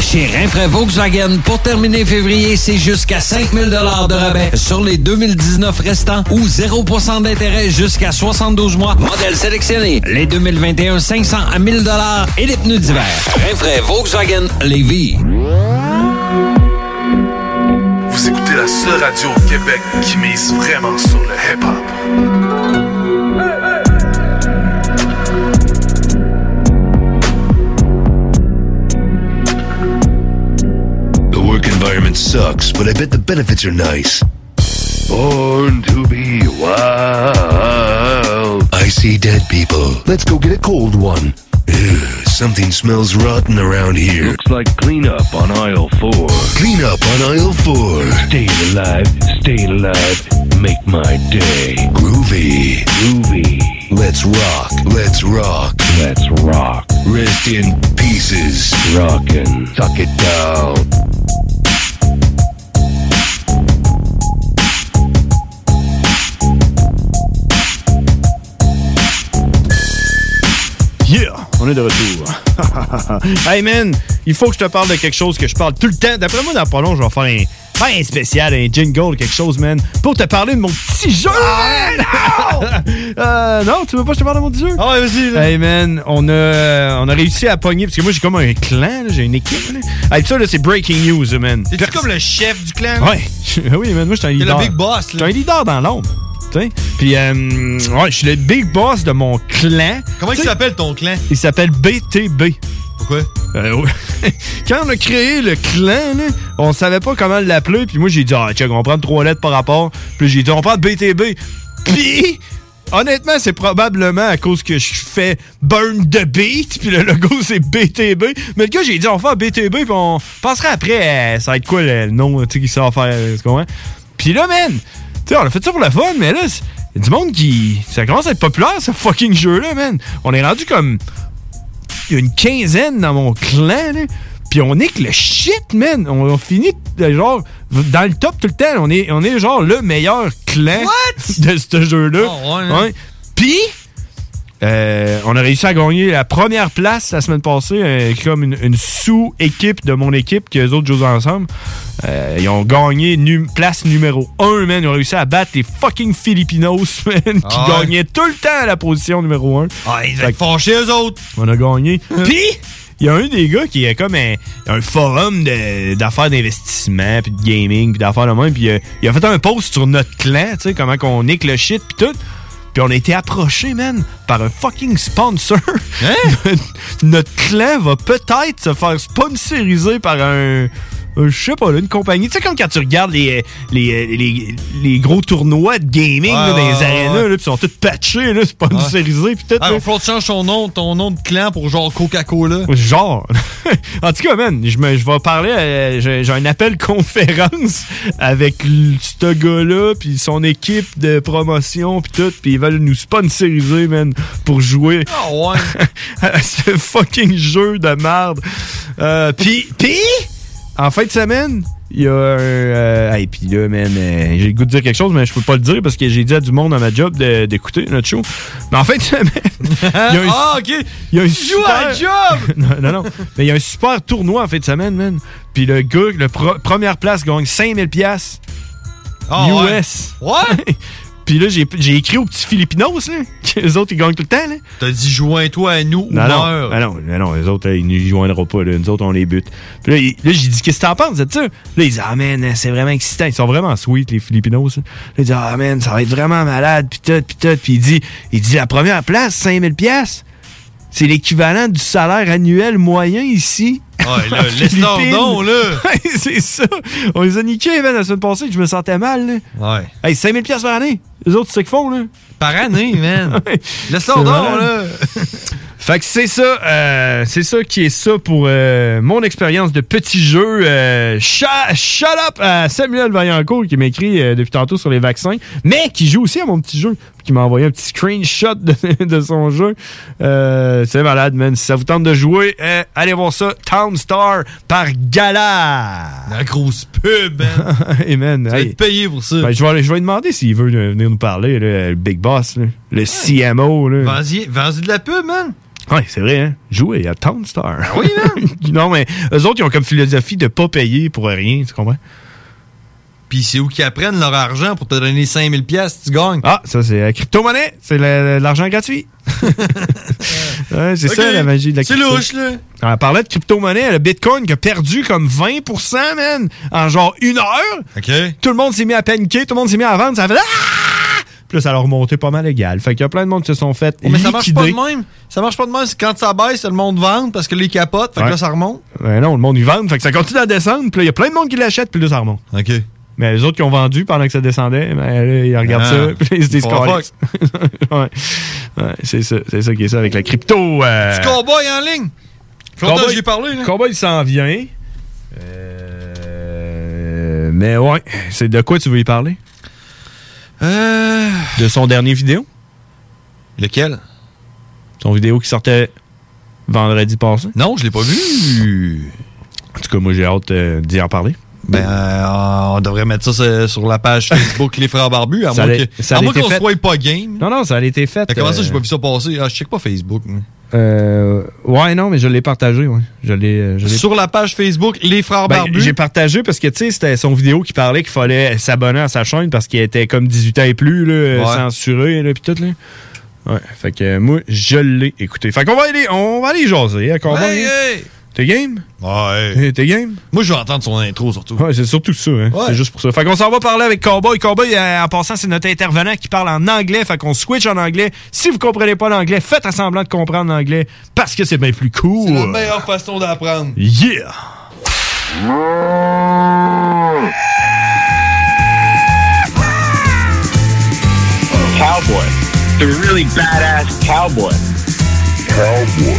Speaker 20: Chez Rinfraie Volkswagen, pour terminer février, c'est jusqu'à 5000 de rabais sur les 2019 restants ou 0% d'intérêt jusqu'à 72 mois. Modèle sélectionné, les 2021 500 à 1000 et les pneus d'hiver. Rinfraie Volkswagen Lévis.
Speaker 35: Vous écoutez la seule radio au Québec qui mise vraiment sur le hip-hop.
Speaker 3: The work environment sucks, but I bet the benefits are nice. Born to be wild. I see dead people. Let's go get a cold one. Ew, Something smells rotten around here. Looks like cleanup on aisle four. Cleanup on aisle four. Stay alive, stay alive, make my day. Groovy. Groovy. Let's rock, let's rock, let's rock. Rest in pieces. Rockin'. Suck it down.
Speaker 7: Yeah, on est de retour. hey man, il faut que je te parle de quelque chose que je parle tout le temps. D'après moi, dans pas long, je vais faire un, faire un spécial, un jingle, quelque chose, man, pour te parler de mon petit jeu.
Speaker 8: Ah,
Speaker 7: man! Euh, non, tu veux pas que je te parle de mon petit jeu? Ah, vas-y. Hey man, on a, on a réussi à pogner, parce que moi, j'ai comme un clan, là, j'ai une équipe. Là. Hey, pis ça, là, c'est breaking news, man.
Speaker 8: T'es-tu comme le chef du clan?
Speaker 7: Ouais, Ah oui, man, moi, je suis un
Speaker 8: T'es
Speaker 7: leader.
Speaker 8: le big boss,
Speaker 7: Je suis un leader dans l'ombre. tu sais. Puis, euh, ouais, je suis le big boss de mon clan.
Speaker 8: Comment il
Speaker 7: Tu sais,
Speaker 8: s'appelle ton clan?
Speaker 7: il s'appelle BTB.
Speaker 8: Pourquoi?
Speaker 7: Euh, Quand on a créé le clan, là, on savait pas comment l'appeler. Puis moi, j'ai dit, ah, check, on va prendre trois lettres par rapport. Puis j'ai dit, on prend BTB. Puis, honnêtement, c'est probablement à cause que je fais Burn the Beat. Puis le logo, c'est BTB. Mais le gars, j'ai dit, on va faire BTB. Puis on passera après, à- ça va être quoi le nom, tu sais, qui sort faire. euh, Tu comprends? Puis là, man, tu sais, on a fait ça pour le fun, mais là, c'est- y a du monde qui. Ça commence à être populaire, ce fucking jeu-là, man. On est rendu comme il y a une quinzaine dans mon clan, là. Puis on est que le shit, man. On, on finit, euh, genre, v- dans le top tout le temps. On est, on est genre, le meilleur clan de ce jeu-là.
Speaker 8: Oh, ouais, man.
Speaker 7: Ouais. Puis, euh, on a réussi à gagner la première place la semaine passée, euh, comme une, une sous-équipe de mon équipe, que les autres jouent ensemble. Euh, ils ont gagné nu- place numéro 1, man. Ils ont réussi à battre les fucking Filipinos, man, qui
Speaker 8: Ah ouais.
Speaker 7: gagnaient tout le temps la position numéro 1.
Speaker 8: Ah, ils
Speaker 7: Fait
Speaker 8: devaient
Speaker 7: que-
Speaker 8: être fâchés, eux autres.
Speaker 7: on a gagné. Puis, il y a un des gars qui est comme un, un forum de- d'affaires d'investissement, puis de gaming, puis d'affaires de même. Puis, euh, il a fait un post sur notre clan, tu sais, comment qu'on nique le shit, puis tout. Puis, on a été approché, man, par un fucking sponsor.
Speaker 8: Hein?
Speaker 7: notre clan va peut-être se faire sponsoriser par un. un, Je sais pas, là, une compagnie. Tu sais, comme quand tu regardes les, euh, les, les, les gros tournois de gaming
Speaker 8: Ouais,
Speaker 7: là, dans les
Speaker 8: ouais, ouais,
Speaker 7: arénas,
Speaker 8: ouais.
Speaker 7: là, puis ils sont tous patchés, là, sponsorisés, puis tout.
Speaker 8: Ah,
Speaker 7: là.
Speaker 8: il faut que tu changes ton nom, ton nom de clan pour genre Coca-Cola.
Speaker 7: Genre. en tout cas, man, je me- je vais parler. euh, J'ai j'ai un appel conférence avec l- ce gars-là, puis son équipe de promotion, puis tout. Puis ils veulent nous sponsoriser, man, pour jouer
Speaker 8: Ah,
Speaker 7: à ce fucking jeu de merde. Euh, puis, puis, en fin de semaine, il y a un. euh, hey, puis là, man, euh, j'ai le goût de dire quelque chose, mais je peux pas le dire parce que j'ai dit à du monde à ma job de- d'écouter notre show. Mais en fin de semaine, il y a un.
Speaker 8: Ah, ok.
Speaker 7: Il y a un
Speaker 8: Tu joues à la job!
Speaker 7: non, non, non. Mais il y a un super tournoi en fin de semaine, man. Puis le gars, le pro- première place gagne 5000 pièces
Speaker 8: Ah,
Speaker 7: US.
Speaker 8: Ouais.
Speaker 7: Puis là, j'ai j'ai écrit aux petits Filipinos, là. Les autres, ils gagnent tout le temps, là.
Speaker 8: T'as dit joins-toi à nous ou
Speaker 7: Non, non,
Speaker 8: meurs.
Speaker 7: Ah non, ah non, les autres, là, ils nous joindront pas. Là. Nous autres, on les bute. Puis là, il- là, j'ai dit, qu'est-ce que t'en penses de ça? Là, ils disent, ah man, c'est vraiment excitant. Ils sont vraiment sweet, les Filipinos. Là, ils disent, ah man, ça va être vraiment malade, pis tout, pis tout. Puis il dit, il dit, la première place, 5000 pièces c'est l'équivalent du salaire annuel moyen ici.
Speaker 8: Ouais, Ah, là,
Speaker 7: En
Speaker 8: laisse-leur
Speaker 7: Philippines.
Speaker 8: donc, là.
Speaker 7: Ouais, c'est ça. On les a niqués, man, la semaine passée, que je me sentais mal, là.
Speaker 8: Ouais.
Speaker 7: Hey, 5000 pièces par année. Les autres, c'est ce qu'ils font, là.
Speaker 8: Par année, man. Laisse-leur
Speaker 7: C'est
Speaker 8: donc,
Speaker 7: malade.
Speaker 8: là.
Speaker 7: Fait que c'est ça, euh, c'est ça qui est ça pour euh, mon expérience de petit jeu. Euh, sha- shut up à Samuel Vaillancourt qui m'écrit euh, depuis tantôt sur les vaccins, mais qui joue aussi à mon petit jeu, puis qui m'a envoyé un petit screenshot de, de son jeu. Euh, c'est malade, man. Si ça vous tente de jouer, euh, allez voir ça, Town Star par Gala.
Speaker 8: La grosse pub, man.
Speaker 7: hey, man,
Speaker 8: Tu vas
Speaker 7: hey.
Speaker 8: être payé pour ça.
Speaker 7: Ben, je, vais, aller- je vais lui demander s'il veut euh, venir nous parler, là, le Big Boss, là, le CMO. Là.
Speaker 8: Vas-y, vends-y de la pub, man. Ah
Speaker 7: Ouais, c'est vrai, hein? Jouer à Town Star. oui, non, mais eux autres, ils ont comme philosophie de pas payer pour rien, tu comprends?
Speaker 8: Puis c'est où qu'ils apprennent leur argent pour te donner 5000 pièces si tu gagnes.
Speaker 7: Ah, ça, c'est la crypto-monnaie. C'est le- l'argent gratuit. Ouais, c'est
Speaker 8: Ok.
Speaker 7: ça, la magie de la
Speaker 8: C'est
Speaker 7: crypto.
Speaker 8: louche, là.
Speaker 7: On parlait de crypto-monnaie, le Bitcoin qui a perdu comme 20 man, en genre une heure. Tout le monde s'est mis à paniquer, tout le monde s'est mis à vendre, ça a fait Ah! Puis là, ça a remonté pas mal égal. Fait qu'il y a plein de monde qui se sont fait
Speaker 8: Oh, mais ça marche pas
Speaker 7: liquider.
Speaker 8: de même. Ça marche pas de même. C'est Quand ça baisse, le monde vend parce que les capotes. Fait
Speaker 7: Ouais.
Speaker 8: que là, ça remonte.
Speaker 7: Ben non, le monde y vend, fait que ça continue à descendre, puis là, il y a plein de monde qui l'achète, puis là, ça remonte.
Speaker 8: OK.
Speaker 36: Mais les autres qui ont vendu pendant que ça descendait, ben, là, ils regardent
Speaker 8: Ah,
Speaker 36: ça, puis ils se disent
Speaker 8: ils font
Speaker 36: Calix. Ouais. Ouais, c'est ça, c'est ça qui est ça avec la crypto. euh,
Speaker 8: Du cowboy en ligne. Je suis content que j'ai parlé. là.
Speaker 36: Combat, il s'en vient. Euh, mais ouais, c'est de quoi tu veux y parler?
Speaker 8: Euh.
Speaker 36: De son dernier vidéo? Lequel? Son vidéo qui sortait vendredi passé? Non, je l'ai pas vu. En tout cas, moi, j'ai hâte euh, d'y en parler.
Speaker 8: Ben, euh, on devrait mettre ça sur- sur la page Facebook Les Frères Barbus, à
Speaker 36: Ça
Speaker 8: moins
Speaker 36: l'a-
Speaker 8: que-
Speaker 36: ça
Speaker 8: à
Speaker 36: l'a
Speaker 8: moins
Speaker 36: été
Speaker 8: qu'on
Speaker 36: fait.
Speaker 8: soit pas game.
Speaker 36: Non, non, ça a été fait.
Speaker 8: Fait comment ça,
Speaker 36: euh,
Speaker 8: j'ai pas vu ça passer? Ah, je check pas Facebook. moi.
Speaker 36: euh, ouais, non, mais je l'ai partagé, ouais. Je l'ai, euh, je l'ai-
Speaker 8: Sur la page Facebook Les Frères
Speaker 36: Ben,
Speaker 8: Barbus.
Speaker 36: j'ai partagé parce que, tu sais, c'était son vidéo qui parlait qu'il fallait s'abonner à sa chaîne parce qu'il était comme 18 ans et plus, là,
Speaker 8: Ouais.
Speaker 36: censuré, là, pis tout, là. Ouais, fait que euh, moi, je l'ai écouté. Fait qu'on va aller, on va aller jaser, hein, qu'on va aller-
Speaker 8: euh.
Speaker 36: T'es game? Ouais. T'es game?
Speaker 8: Moi, je veux entendre son intro surtout.
Speaker 36: Ouais, c'est surtout ça, hein. C'est juste pour ça. Fait qu'on s'en va parler avec Cowboy. Cowboy, euh, en passant, c'est notre intervenant qui parle en anglais. Fait qu'on switch en anglais. Si vous comprenez pas l'anglais, faites à semblant de comprendre l'anglais parce que c'est bien plus cool.
Speaker 8: C'est la meilleure façon d'apprendre.
Speaker 36: Yeah!
Speaker 21: Cowboy. The really badass cowboy. Cowboy.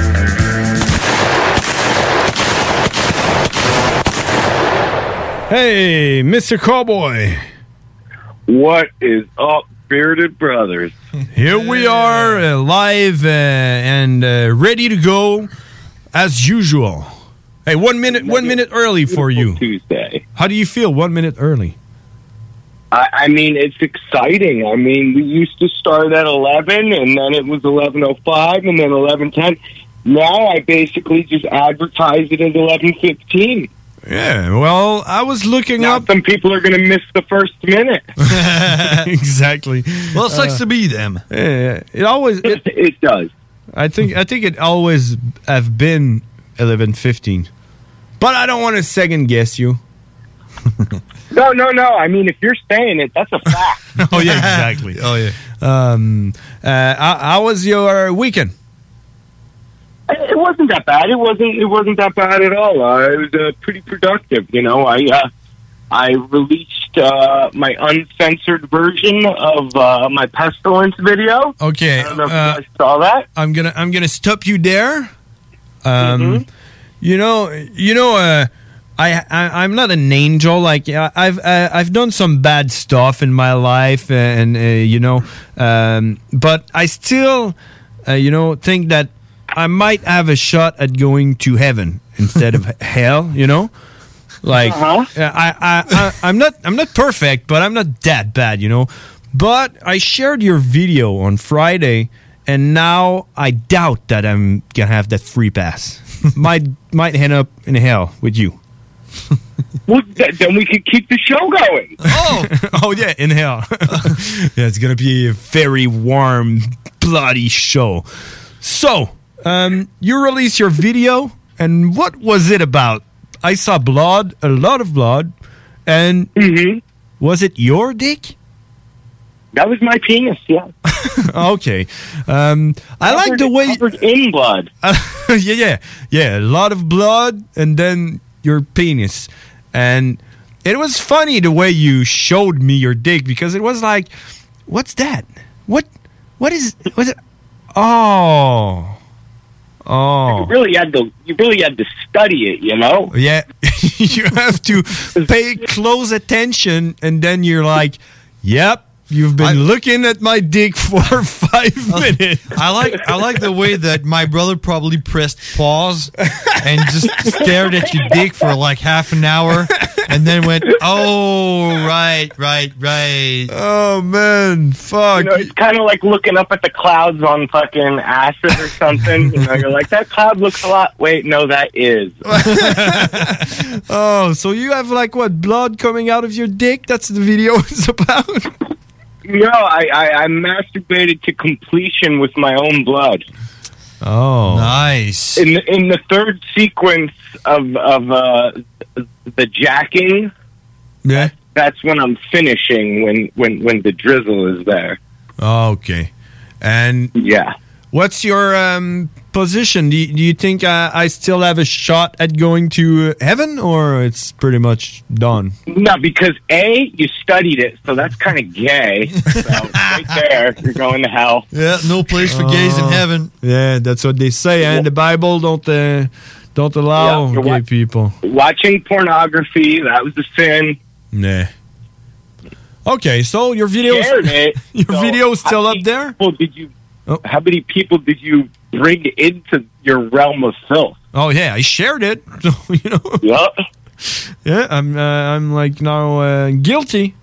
Speaker 36: Hey, Mr. Cowboy.
Speaker 21: What is up, bearded brothers?
Speaker 36: Here we
Speaker 8: Euh,
Speaker 36: are uh, live uh, and uh, ready to go as usual. Hey, one minute, one minute early for you.
Speaker 21: Tuesday.
Speaker 36: How do you feel? One minute early.
Speaker 21: I, I mean, it's exciting. I mean, we used to start at eleven, and then it was eleven oh five, and then eleven ten. Now I basically just advertise it as eleven fifteen.
Speaker 36: Yeah, well, I was looking
Speaker 21: now up. Some people are going to miss the first minute.
Speaker 36: exactly.
Speaker 21: Well, it sucks to
Speaker 36: be them. Yeah, it always it,
Speaker 21: it does.
Speaker 36: I think I think it always have been eleven fifteen, but I don't want to second guess you.
Speaker 21: No, no, no. I mean, if you're saying it, that's a fact.
Speaker 36: oh yeah, exactly. oh yeah. Um, uh, how, how was your weekend?
Speaker 21: it wasn't that bad. It wasn't. It wasn't that bad at all. Uh, it was uh, pretty productive. You know, I uh, I released uh, my uncensored version of uh, my pestilence video.
Speaker 36: Okay,
Speaker 21: I don't know if
Speaker 36: uh,
Speaker 21: you guys saw that.
Speaker 36: I'm gonna uh, I'm gonna stop you there. Um, you know, you know, uh, I, I I'm not an angel. Like I- I've uh, I've done some bad stuff in my life, and uh, you know, um, but I still, uh, you know, think that I might have a shot at going to heaven instead of hell. You know. Like
Speaker 21: Uh-huh.
Speaker 36: uh, I, I, I, I'm not, I'm not perfect, but I'm not that bad, you know. But I shared your video on Friday, and now I doubt that I'm gonna have that free pass. might, might end up in hell with you.
Speaker 21: Well, th- then we could keep the show going.
Speaker 36: Oh, oh yeah, in hell. yeah, it's gonna be a very warm, bloody show. So, um, you released your video, and what was it about? I saw blood, a lot of blood, and was it your dick?
Speaker 21: That was my penis. Yeah.
Speaker 36: okay. Um, I like the way
Speaker 21: covered in blood.
Speaker 36: yeah, yeah, yeah. A lot of blood, and then your penis, and it was funny the way you showed me your dick because it was like, what's that? What? What is? Was it? Oh,
Speaker 21: You
Speaker 36: oh.
Speaker 21: really had to. You really had to study it. You know.
Speaker 36: Yeah, you have to pay close attention, and then you're like, "Yep, you've been looking at my dick for five minutes."
Speaker 8: I like I like the way that my brother probably pressed pause and just stared at your dick for like half an hour and then went, "Oh, right, right, right."
Speaker 36: Oh man, fuck!
Speaker 21: You know, it's kind of like looking up at the clouds on fucking acid or something. you know, you're like, that cloud looks a lot. Wait, no, that is.
Speaker 36: Oh, so you have like what blood coming out of your dick? That's the video is about.
Speaker 21: No, I, I, I masturbated to completion with my own blood.
Speaker 36: Oh.
Speaker 37: Nice.
Speaker 21: In the, in the third sequence of of uh, the jacking,
Speaker 36: Yeah.
Speaker 21: that's when I'm finishing. When when when the drizzle is there.
Speaker 36: Oh, okay. And
Speaker 21: yeah,
Speaker 36: what's your um, position? Do you, do you think uh, I, I still have a shot at going to heaven, or it's pretty much done?
Speaker 21: No, because a you studied it, so that's kind of gay. So right there, you're going to hell.
Speaker 37: Yeah, no place for gays in heaven.
Speaker 36: Yeah, that's what they say. And the Bible don't uh, don't allow
Speaker 21: Yeah, you're
Speaker 36: gay
Speaker 21: what?
Speaker 36: people.
Speaker 21: Watching pornography, that was a sin.
Speaker 36: Nah. Okay, so Oh, your videos,
Speaker 21: Shared it.
Speaker 36: your
Speaker 21: So
Speaker 36: videos
Speaker 21: how
Speaker 36: still up
Speaker 21: many
Speaker 36: there. Oh.
Speaker 21: People did you? How many people did you bring into your realm of filth?
Speaker 36: Oh yeah, I shared it. So, you know.
Speaker 21: Yeah.
Speaker 36: Yeah, I'm uh, I'm like now uh, guilty.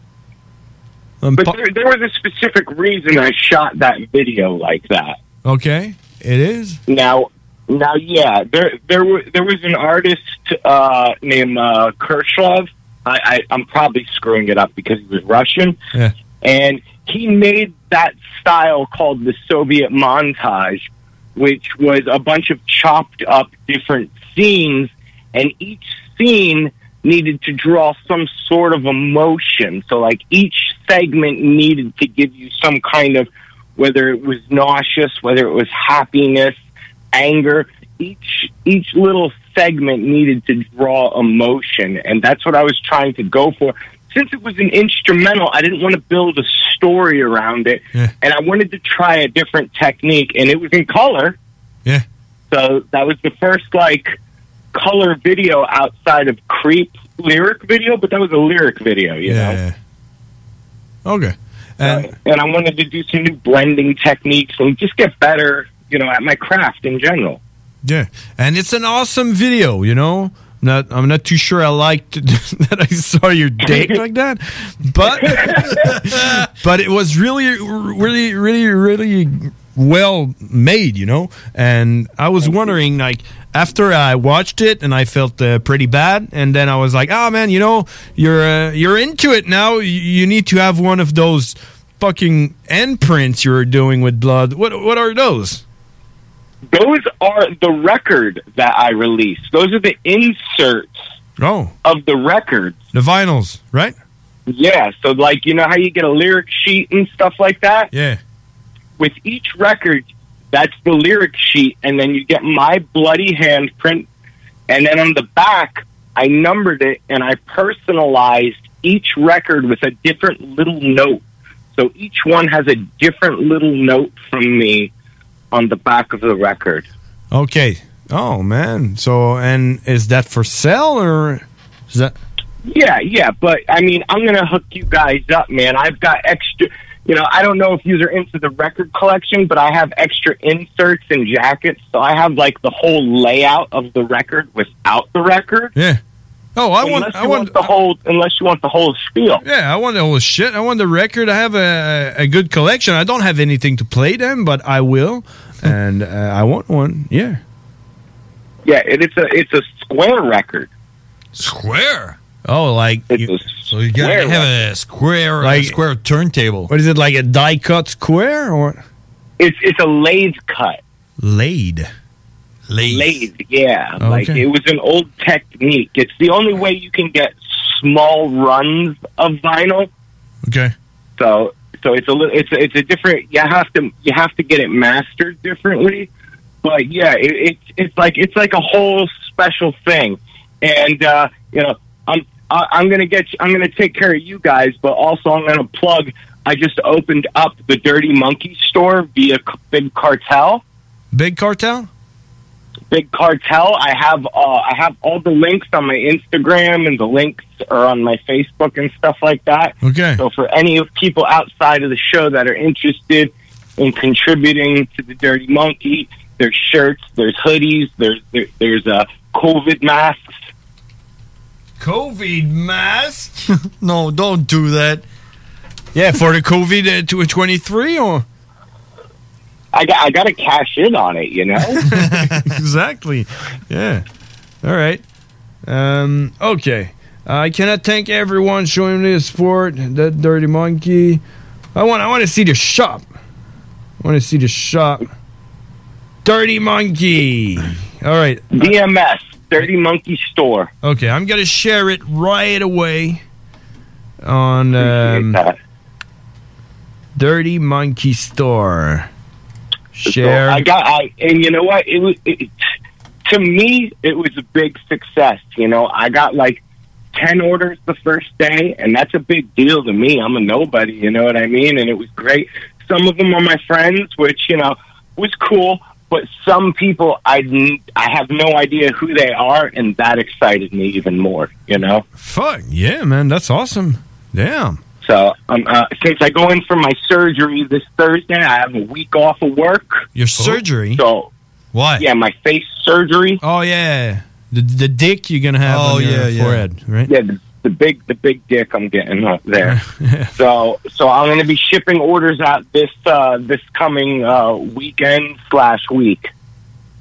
Speaker 36: I'm
Speaker 21: But
Speaker 36: pa-
Speaker 21: there, there was a specific reason I shot that video like that.
Speaker 36: okay, it is.
Speaker 21: Now, now, yeah, there there wa- there was an artist uh, named uh, Kirchhoff. I, I I'm probably screwing it up because he was Russian,
Speaker 36: Yeah.
Speaker 21: and he made that style called the Soviet montage, which was a bunch of chopped up different scenes, and each scene needed to draw some sort of emotion. So, like, each segment needed to give you some kind of whether it was nauseous, whether it was happiness, anger. Each each little segment needed to draw emotion, and that's what I was trying to go for. Since it was an instrumental, I didn't want to build a story around it, and I wanted to try a different technique, and it was in color.
Speaker 36: Yeah.
Speaker 21: So that was the first like color video outside of creep lyric video, but that was a lyric video, you know.
Speaker 36: Okay. And
Speaker 21: and I wanted to do some new blending techniques and just get better, you know, at my craft in general.
Speaker 36: Yeah, and it's an awesome video. You know, not I'm not too sure I liked that I saw your dick like that, but but it was really, really, really, really well made. You know, and I was wondering like. After I watched it and I felt uh, pretty bad, and then I was like, "Ah, man, you know, you're uh, you're into it now. You, you need to have one of those fucking end prints you're doing with blood. What what are those?
Speaker 21: Those are the record that I released. Those are the inserts
Speaker 36: Oh,
Speaker 21: of the record.
Speaker 36: the vinyls, right?
Speaker 21: Yeah, so like you know how you get a lyric sheet and stuff like that?
Speaker 36: Yeah.
Speaker 21: With each record, that's the lyric sheet and then you get my bloody handprint and then on the back I numbered it and I personalized each record with a different little note. So each one has a different little note from me on the back of the record.
Speaker 36: Okay. Oh man. So and is that for sale or is that
Speaker 21: Yeah, yeah, but I mean, I'm gonna hook you guys up, man. I've got extra. You know, I don't know if you are into the record collection, but I have extra inserts and jackets, so I have like the whole layout of the record without the record.
Speaker 36: Yeah. Oh, I want-
Speaker 21: Unless
Speaker 36: I
Speaker 21: you
Speaker 36: want-
Speaker 21: the whole. Unless you want the whole spiel.
Speaker 36: Yeah, I want the whole shit. I want the record. I have a, a good collection. I don't have anything to play them, but I will, and uh, I want one. Yeah.
Speaker 21: Yeah, it, it's a it's a square record.
Speaker 37: Square.
Speaker 36: Oh, like
Speaker 21: you,
Speaker 37: so you gotta
Speaker 21: square
Speaker 37: have a square, a square turntable.
Speaker 36: What is it like a die cut square or
Speaker 21: It's it's a lathe cut.
Speaker 36: laid?
Speaker 37: Lathe.
Speaker 21: yeah. Like
Speaker 36: Oh, Okay.
Speaker 21: it was an old technique. It's the only way you can get small runs of vinyl.
Speaker 36: Okay.
Speaker 21: So so it's a little it's a, it's a different. You have to you have to get it mastered differently. But yeah, it, it's it's like it's like a whole special thing. And uh, you know, I'm I, I'm gonna get you- I'm gonna take care of you guys, but also I'm gonna plug. I just opened up the Dirty Monkey store via C- Big Cartel.
Speaker 36: Big cartel.
Speaker 21: Big Cartel. I have uh, I have all the links on my Instagram and the links are on my Facebook and stuff like that.
Speaker 36: Okay.
Speaker 21: So for any of people outside of the show that are interested in contributing to the Dirty Monkey, there's shirts, there's hoodies, there's there, there's uh, COVID masks.
Speaker 37: COVID mask? no, don't do that.
Speaker 36: Yeah, for the COVID uh, to a twenty three or
Speaker 21: I got I got to cash in on it, you know.
Speaker 36: exactly. Yeah. All right. Um, okay. I cannot thank everyone showing me the sport. That dirty monkey. I want. I want to see the shop. I want to see the shop. Dirty Monkey. All right.
Speaker 21: DMS, Dirty Monkey Store.
Speaker 36: Okay, I'm gonna share it right away on um, Dirty Monkey Store. Share.
Speaker 21: So I got I and you know what? It was it, to me it was a big success. You know, I got like ten orders the first day, and that's a big deal to me. I'm a nobody, you know what I mean? And it was great. Some of them are my friends, which you know was cool. But some people I n- I have no idea who they are, and that excited me even more. You know.
Speaker 36: Fuck yeah, man, that's awesome. Damn.
Speaker 21: So um, uh, since I go in for my surgery this Thursday, I have a week off of work.
Speaker 36: Your surgery?
Speaker 21: So
Speaker 36: what?
Speaker 21: Yeah, my face surgery.
Speaker 36: Oh yeah, the the dick you're gonna have on your forehead, right?
Speaker 21: Yeah, the, the big the big dick I'm getting up there. so so I'm going to be shipping orders out this uh, this coming uh, weekend slash week.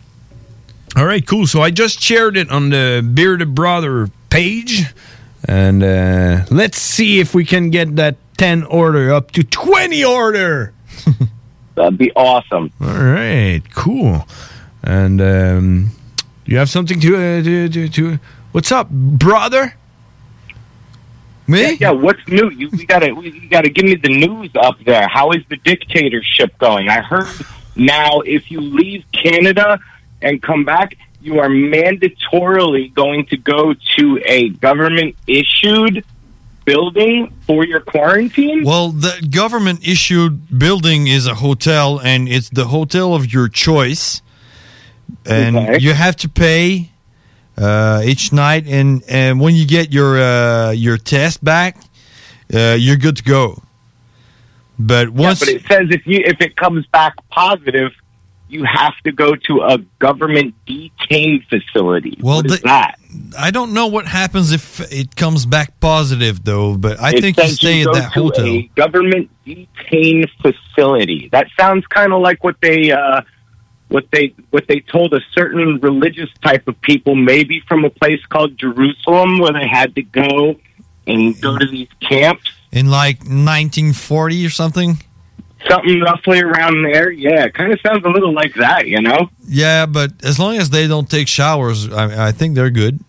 Speaker 36: All right, cool. So I just shared it on the Bearded Brother page, and uh, let's see if we can get that ten order up to twenty order.
Speaker 21: That'd be awesome.
Speaker 36: All right, cool. And um, you have something to uh, to, to to what's up, brother?
Speaker 21: Me? Yeah, yeah, what's new? You, you gotta you gotta give me the news up there. How is the dictatorship going? I heard now if you leave Canada and come back, you are mandatorily going to go to a government issued building for your quarantine.
Speaker 8: Well, the government issued building is a hotel, and it's the hotel of your choice, and
Speaker 21: Okay.
Speaker 8: you have to pay uh, each night. And, and when you get your uh, your test back, uh, you're good to go. But
Speaker 21: Yeah,
Speaker 8: once
Speaker 21: but it says if you if it comes back positive, you have to go to a government detained facility.
Speaker 8: Well,
Speaker 21: What is
Speaker 8: the-
Speaker 21: that?
Speaker 8: I don't know what happens if it comes back positive, though. But I
Speaker 21: It
Speaker 8: think you
Speaker 21: says
Speaker 8: stay
Speaker 21: go
Speaker 8: at that
Speaker 21: to
Speaker 8: hotel.
Speaker 21: a government detained facility. That sounds kind of like what they uh, what they what they told a certain religious type of people, maybe from a place called Jerusalem, where they had to go and go to these camps,
Speaker 8: in like 1940 or something.
Speaker 21: something roughly around there. Yeah, it kind of sounds a little like that, you know.
Speaker 8: Yeah, but as long as they don't take showers, I, I think they're good.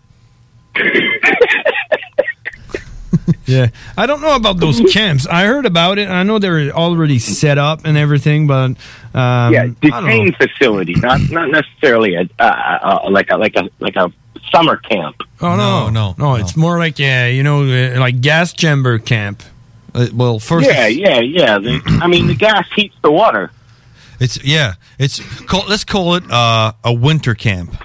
Speaker 36: Yeah, I don't know about those camps. I heard about it. I know they're already set up and everything, but um,
Speaker 21: yeah,
Speaker 36: I don't know.
Speaker 21: detained facility, not not necessarily a uh, uh, like a like a like a summer camp.
Speaker 36: Oh no, no, no, It's more like yeah, you know, uh, like gas chamber camp. Uh,
Speaker 8: well,
Speaker 21: yeah, yeah, yeah. The- I mean, the gas heats the water.
Speaker 8: It's yeah, it's call, let's call it uh, a winter camp.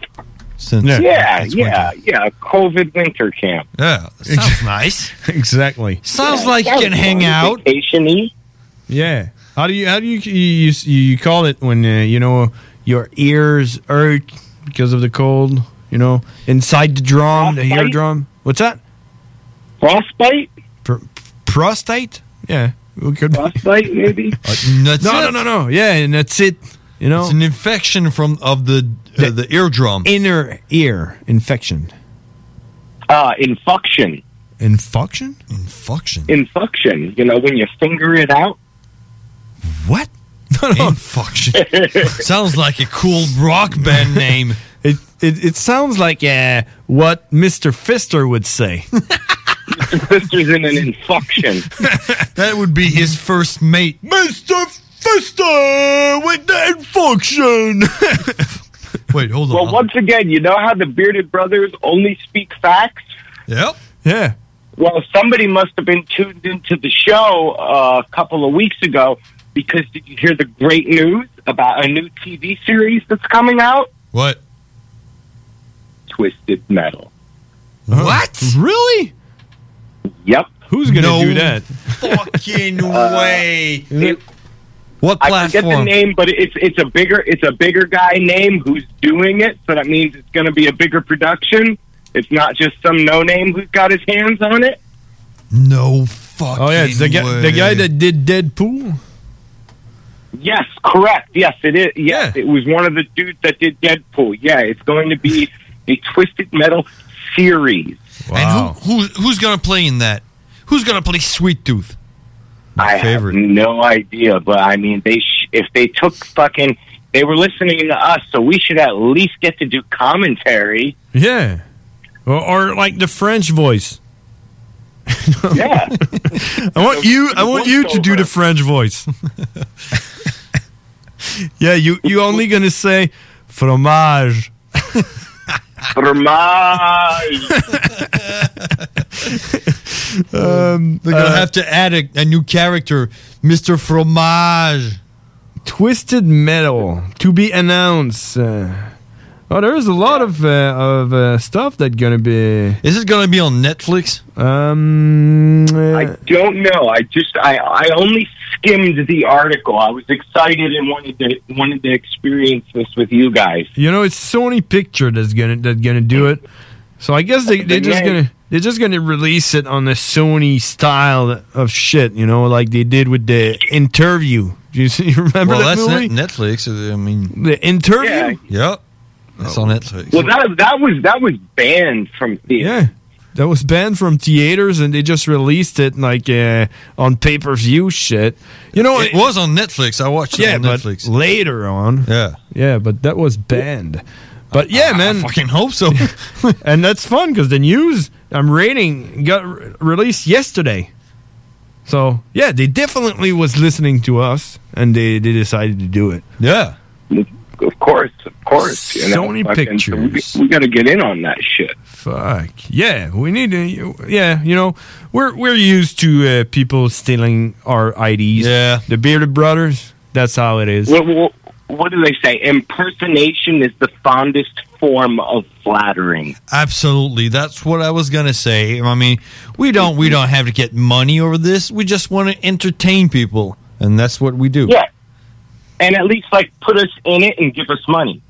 Speaker 8: Since
Speaker 21: yeah,
Speaker 8: it's
Speaker 21: yeah,
Speaker 8: winter.
Speaker 21: yeah. COVID winter camp.
Speaker 8: yeah. Sounds nice.
Speaker 36: exactly.
Speaker 8: Sounds like you can hang out.
Speaker 21: Vacationy.
Speaker 36: Yeah. How do you how do you you, you, you call it when uh, you know your ears hurt because of the cold? You know, inside the drum, the ear
Speaker 21: Frostbite?
Speaker 36: drum. What's that?
Speaker 21: Frostbite.
Speaker 36: Pr- prostate. Yeah. We could
Speaker 21: Frostbite maybe.
Speaker 8: Uh, that's
Speaker 36: no,
Speaker 8: it.
Speaker 36: no, no, no. Yeah, and that's it. You know,
Speaker 8: It's an infection from of the uh, the eardrum,
Speaker 36: inner ear infection.
Speaker 21: Uh, infunction.
Speaker 36: Infunction?
Speaker 8: Infunction.
Speaker 21: Infunction. You know when you finger it out.
Speaker 8: What?
Speaker 36: No, no.
Speaker 8: Sounds like a cool rock band name.
Speaker 36: It it, it sounds like uh, what Mister Fister would say.
Speaker 21: Fister's in an infunction.
Speaker 8: that would be his first mate, Mister Fister with the infunction. Wait, hold
Speaker 21: Well, once again, you know how the bearded brothers only speak facts.
Speaker 8: Yep.
Speaker 36: Yeah.
Speaker 21: Well, somebody must have been tuned into the show uh, a couple of weeks ago because did you hear the great news about a new TV series that's coming out?
Speaker 8: What?
Speaker 21: Twisted Metal.
Speaker 8: What?
Speaker 36: Really?
Speaker 21: Yep.
Speaker 36: Who's
Speaker 21: gonna
Speaker 8: No.
Speaker 21: do that?
Speaker 8: Fucking
Speaker 21: Uh,
Speaker 8: way.
Speaker 21: it-
Speaker 8: What
Speaker 21: I forget the
Speaker 8: platform?
Speaker 21: name, but it's it's a bigger it's a bigger guy name who's doing it, so that means it's going to be a bigger production. It's not just some no name who's got his hands on it.
Speaker 8: No fucking
Speaker 36: Oh yeah, it's the guy the guy that did Deadpool.
Speaker 21: Yes, correct. Yes, it is. Yes, it was one of the dudes that did Deadpool. Yeah, it's going to be a twisted metal series.
Speaker 8: And who, who who's gonna play in that? Who's gonna play Sweet Tooth?
Speaker 21: I have no idea, but I mean, they sh- if they took fucking, they were listening to us, so we should at least get to do commentary.
Speaker 36: Yeah. Or, or like the French voice.
Speaker 21: yeah.
Speaker 36: I want you I want you to do the French voice. yeah, you you only gonna say fromage.
Speaker 8: Um, They're gonna
Speaker 36: uh,
Speaker 8: have to add a, a new character, Mister Fromage.
Speaker 36: Twisted Metal to be announced. Uh, oh, there is a lot of uh, of uh, stuff that gonna be.
Speaker 8: Is it gonna be on Netflix?
Speaker 36: Um, uh,
Speaker 21: I don't know. I just I I only skimmed the article. I was excited and wanted to wanted to experience this with you guys.
Speaker 36: you know, it's Sony Picture that's gonna that's gonna do it. So I guess they they're just gonna they're just gonna release it on the Sony style of shit. You know, like they did with the interview. Do you, see, you remember
Speaker 8: well,
Speaker 36: that
Speaker 8: that's
Speaker 36: movie?
Speaker 8: Net- Netflix. I mean,
Speaker 36: the interview.
Speaker 8: yep, it's on Netflix.
Speaker 21: Well, that that was that was banned from theater.
Speaker 36: Yeah. That was banned from theaters and they just released it like uh, on pay per view shit. You know,
Speaker 8: it, was on Netflix. I watched
Speaker 36: yeah,
Speaker 8: it on
Speaker 36: but
Speaker 8: Netflix
Speaker 36: later on.
Speaker 8: Yeah,
Speaker 36: yeah, but that was banned. But yeah, man, I
Speaker 8: fucking hope so.
Speaker 36: and that's fun because the news I'm rating got re- released yesterday. So yeah, they definitely was listening to us and they, they decided to do it.
Speaker 8: Yeah,
Speaker 21: Of course, of course. You know,
Speaker 36: Sony
Speaker 21: fucking- so we-
Speaker 36: Pictures.
Speaker 21: We, got to get in on that shit.
Speaker 36: Fuck yeah, we need to. Yeah, you know, we're we're used to uh, people stealing our IDs. Yeah, the bearded brothers. That's how it is.
Speaker 21: What, what, what do they say? Impersonation is the fondest form of flattering.
Speaker 8: absolutely. That's what I was gonna say. I mean, we don't we don't have to get money over this. We just want to entertain people, and that's what we do.
Speaker 21: Yeah. And at least like put us in it and give us money.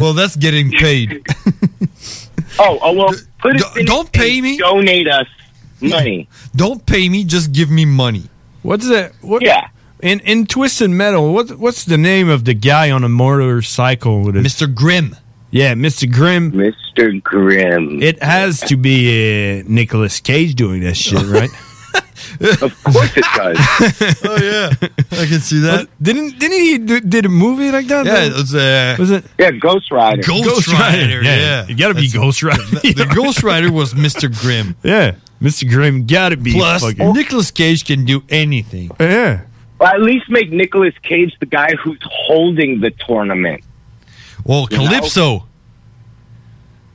Speaker 8: Well, that's getting paid.
Speaker 21: Oh, oh well, put us in
Speaker 8: don't
Speaker 21: it
Speaker 8: pay
Speaker 21: and
Speaker 8: me.
Speaker 21: Donate us money.
Speaker 8: Don't pay me. Just give me money.
Speaker 36: What's that? What, yeah. In in Twisted Metal, what what's the name of the guy on a motorcycle with it?
Speaker 8: Mr. Grimm.
Speaker 36: Yeah, Mr. Grimm.
Speaker 21: Mr. Grimm.
Speaker 36: It has to be uh, Nicolas Cage doing that shit, right?
Speaker 21: of course it does.
Speaker 8: oh yeah, I can see that.
Speaker 36: didn't didn't he do, did a movie like that?
Speaker 8: Yeah, it was, uh,
Speaker 36: was it?
Speaker 21: Yeah, Ghost Rider.
Speaker 8: Ghost, Rider. Yeah,
Speaker 36: you gotta be Ghost Rider.
Speaker 8: The, the Ghost Rider was Mr. Grimm.
Speaker 36: Yeah, Mr. Grimm gotta be
Speaker 8: Plus,
Speaker 36: fucking-
Speaker 8: Nicolas Cage can do anything.
Speaker 36: Yeah.
Speaker 21: Well, at least make Nicolas Cage the guy who's holding the tournament.
Speaker 8: Well,
Speaker 21: You know?
Speaker 8: Calypso.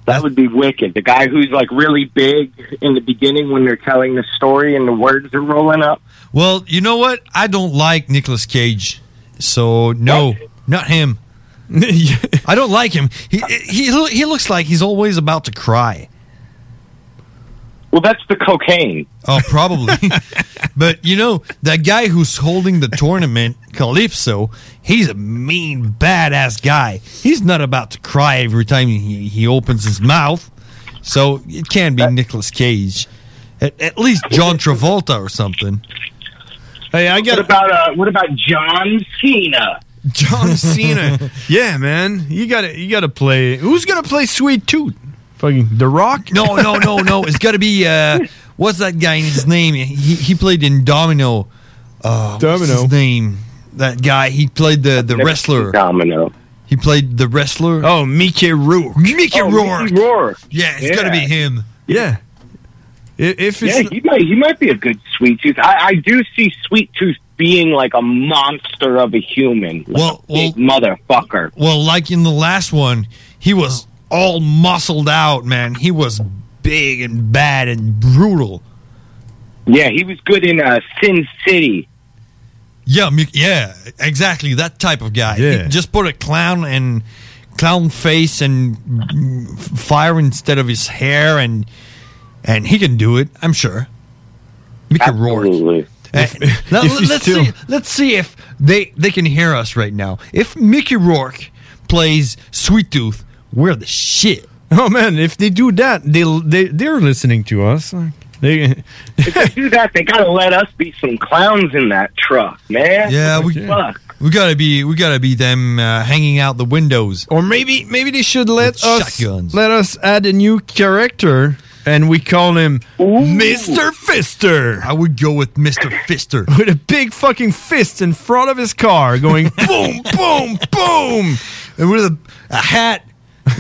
Speaker 21: That would be wicked. The guy who's like really big in the beginning when they're telling the story and the words are rolling up.
Speaker 8: Well, you know what? I don't like Nicolas Cage, so no, not him. I don't like him. He, he lo- he looks like he's always about to cry.
Speaker 21: Well, that's the cocaine.
Speaker 8: Oh, probably. but you know that guy who's holding the tournament, Calypso. He's a mean, badass guy. He's not about to cry every time he, he opens his mouth. So it can be Nicolas Cage, at, at least John Travolta or something.
Speaker 36: Hey, I
Speaker 21: What about uh, what about John Cena?
Speaker 36: John Cena. yeah, man, you gotta you gotta play. Who's gonna play Sweet Tooth? Fucking The Rock?
Speaker 8: No, no, no, no. It's got to be uh, what's that guy in his name? He he played in Domino. Uh, Domino. What's his name? That guy. He played the the wrestler.
Speaker 21: Domino.
Speaker 8: He played the wrestler.
Speaker 36: Oh, Mickey Rourke.
Speaker 8: Mickey
Speaker 21: Oh,
Speaker 8: Rourke.
Speaker 21: Mickey Rourke.
Speaker 8: Yeah, it's got to be
Speaker 21: Yeah.
Speaker 8: him.
Speaker 36: Yeah. I- If it's
Speaker 21: Yeah, he might he might be a good sweet tooth. I, I do see sweet tooth being like a monster of a human. Like
Speaker 8: Well,
Speaker 21: a big motherfucker.
Speaker 8: Well, like in the last one, he was all muscled out, man. He was big and bad and brutal.
Speaker 21: Yeah, he was good in uh, Sin City.
Speaker 8: Yeah, mu- yeah, exactly that type of guy.
Speaker 21: Yeah.
Speaker 8: He just put a clown and clown face and mm, f- fire instead of his hair, and and he can do it. I'm sure. Mickey Rourke. Uh, now,
Speaker 36: if he's
Speaker 8: let's
Speaker 36: still-
Speaker 8: see. Let's see if they they can hear us right now. If Mickey Rourke plays Sweet Tooth, we're the shit.
Speaker 36: oh man, if they do that, they they they're listening to us. Like, They
Speaker 21: If they do that, they gotta let us be some clowns in that truck, man.
Speaker 8: Yeah, we
Speaker 21: fuck.
Speaker 8: we gotta be we gotta be them uh, hanging out the windows.
Speaker 36: or maybe maybe they should let
Speaker 8: With
Speaker 36: us
Speaker 8: shotguns.
Speaker 36: let us add a new character and we call him Mr. Fister.
Speaker 8: I would go with Mr. Fister.
Speaker 36: With a big fucking fist in front of his car going boom, boom, boom.
Speaker 8: And with a, a hat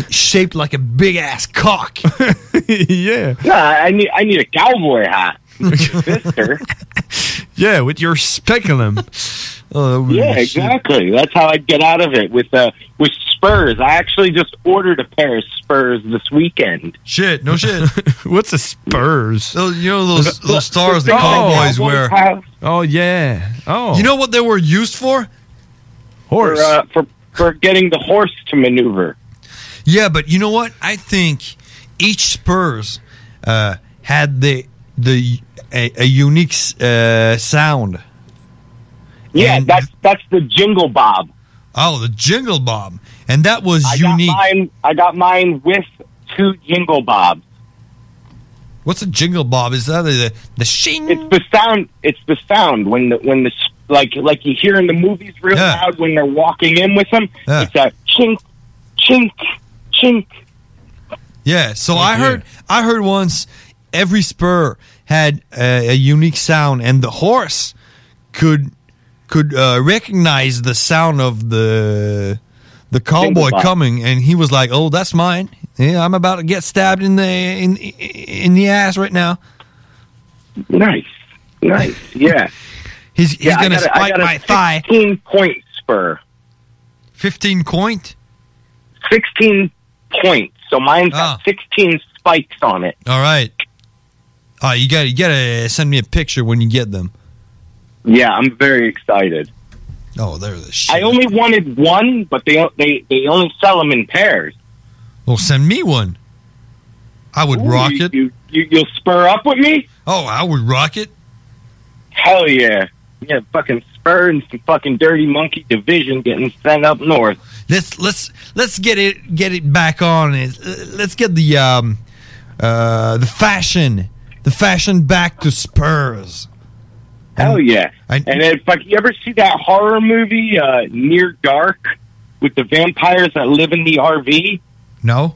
Speaker 8: shaped like a big ass cock.
Speaker 36: yeah.
Speaker 21: Yeah, I need I need a cowboy hat. Sister.
Speaker 36: Yeah, with your speculum. oh,
Speaker 21: Yeah, exactly. That's how I'd get out of it with uh with spurs. I actually just ordered a pair of spurs this weekend.
Speaker 8: Shit, no shit.
Speaker 36: What's a Spurs?
Speaker 8: Those, you know those those stars the
Speaker 21: Oh.
Speaker 8: cowboys wear.
Speaker 36: Oh yeah. Oh.
Speaker 8: You know what they were used for?
Speaker 21: Horse. For, uh, for for getting the horse to maneuver.
Speaker 8: Yeah, but you know what? I think each Spurs uh, had the the a, a unique uh, sound.
Speaker 21: Yeah, that's that's the jingle bob.
Speaker 8: Oh, the jingle bob, and that was unique.
Speaker 21: Mine I got mine with two jingle bobs.
Speaker 8: What's a jingle bob? Is that the the shing?
Speaker 21: It's the sound. It's the sound when the when the s- like like you hear in the movies real loud when they're walking in with them. It's a chink, chink, chink.
Speaker 8: Yeah. So I heard I heard once every spur had a, a unique sound, and the horse could could uh, recognize the sound of the the cowboy
Speaker 21: Jinglebop.
Speaker 8: coming, and he was like, "Oh, that's mine. Yeah, I'm about to get stabbed in the in in the ass right now."
Speaker 21: Nice, nice. Yeah.
Speaker 8: he's he's
Speaker 21: Yeah, I
Speaker 8: gonna
Speaker 21: got a- I
Speaker 8: spike
Speaker 21: got a
Speaker 8: my thigh.
Speaker 21: Fifteen point spur.
Speaker 8: Fifteen point.
Speaker 21: Sixteen points. So mine's got
Speaker 8: Ah.
Speaker 21: sixteen spikes on it.
Speaker 8: All right. Oh, you got you gotta send me a picture when you get them.
Speaker 21: Yeah, I'm very excited.
Speaker 8: Oh, they're the shit.
Speaker 21: I only wanted one, but they they they only sell them in pairs.
Speaker 8: Well, send me one. I would
Speaker 21: Ooh,
Speaker 8: rock
Speaker 21: you-
Speaker 8: it.
Speaker 21: You, you you'll spur up with me?
Speaker 8: Oh, I would rock it.
Speaker 21: Hell yeah. Yeah, fucking Spur and some fucking Dirty Monkey Division getting sent up north.
Speaker 8: Let's let's let's get it get it back on. It- Let's get the um uh the fashion the fashion back to Spurs.
Speaker 21: Hell yeah. and then, fuck, you ever see that horror movie, uh, Near Dark, with the vampires that live in the RV?
Speaker 8: No.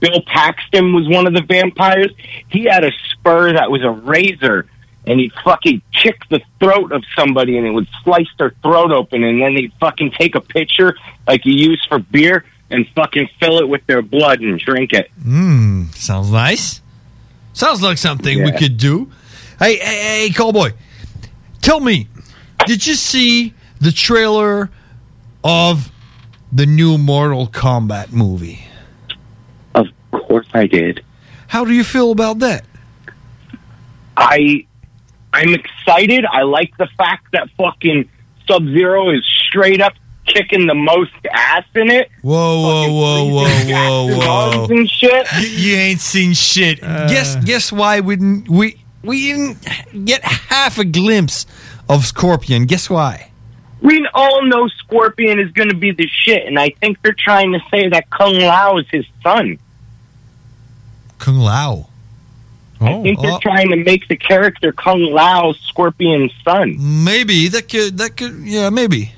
Speaker 21: Bill Paxton was one of the vampires. He had a spur that was a razor, and he'd fucking kick the throat of somebody, and it would slice their throat open, and then they'd fucking take a picture like you use for beer and fucking fill it with their blood and drink it.
Speaker 8: Hmm. Sounds nice. Sounds like something we
Speaker 21: Yeah.
Speaker 8: could do. Hey, hey, hey, cowboy. Tell me, did you see the trailer of the new Mortal Kombat movie?
Speaker 21: Of course I did.
Speaker 8: How do you feel about that?
Speaker 21: I I'm excited. I like the fact that fucking Sub Zero is straight up kicking the most ass in it.
Speaker 8: Whoa, whoa, whoa, whoa, whoa,
Speaker 21: whoa! And shit.
Speaker 8: You, you ain't seen shit. Uh. guess, guess why we didn't, we we didn't get half a glimpse of Scorpion. Guess why?
Speaker 21: We all know Scorpion is going to be the shit, and I think they're trying to say that Kung Lao is his son.
Speaker 8: Kung Lao. Oh,
Speaker 21: I think they're trying to make the character Kung Lao Scorpion's son.
Speaker 8: Maybe that could that could yeah maybe.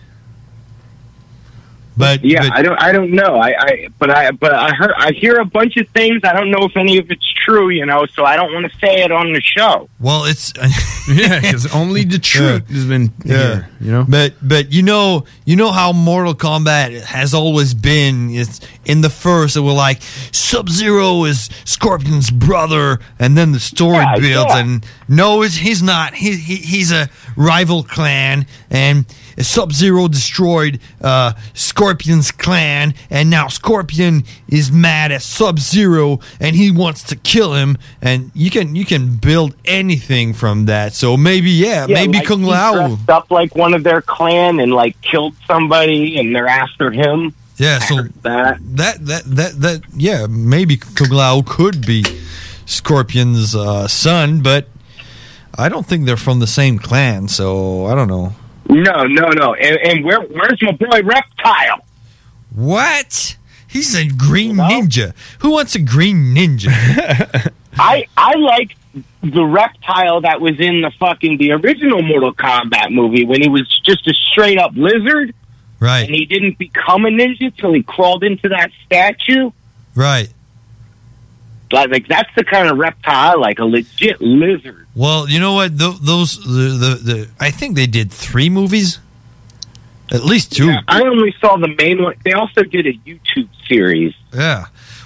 Speaker 8: But
Speaker 21: yeah, I don't I don't know. I, I but I but I heard I hear a bunch of things. I don't know if any of it's true, you know. So I don't want to say it on the show.
Speaker 8: Well, it's
Speaker 36: yeah, because only the truth has been here. You know,
Speaker 8: but but you know you know how Mortal Kombat has always been. It's in the first it was like Sub Zero is Scorpion's brother, and then the story builds,
Speaker 21: yeah.
Speaker 8: and no, it's, he's not. He, he he's a rival clan, and Sub Zero destroyed uh, Scorpion's clan, and now Scorpion is mad at Sub Zero, and he wants to kill him. And you can you can build anything from that. So maybe yeah, maybe
Speaker 21: like,
Speaker 8: Kung
Speaker 21: he
Speaker 8: Lao.
Speaker 21: dressed up like one of their clan and like killed somebody, and they're after him.
Speaker 8: Yeah, so
Speaker 21: that
Speaker 8: that that that that yeah, maybe Kung Lao could be Scorpion's uh, son, but I don't think they're from the same clan, so I don't know.
Speaker 21: No, no, no. And, and where where's my boy Reptile?
Speaker 8: What? He's a green ninja. Who wants a green ninja?
Speaker 21: I I like the reptile that was in the fucking the original Mortal Kombat movie when he was just a straight up lizard.
Speaker 8: Right.
Speaker 21: And he didn't become a ninja till he crawled into that statue.
Speaker 8: right.
Speaker 21: Like, like that's the kind of reptile, like a legit lizard.
Speaker 8: Well, you know what? Tho- those the, the the I think they did three movies, at least two. Yeah.
Speaker 21: I only saw the main one. They also did a YouTube series.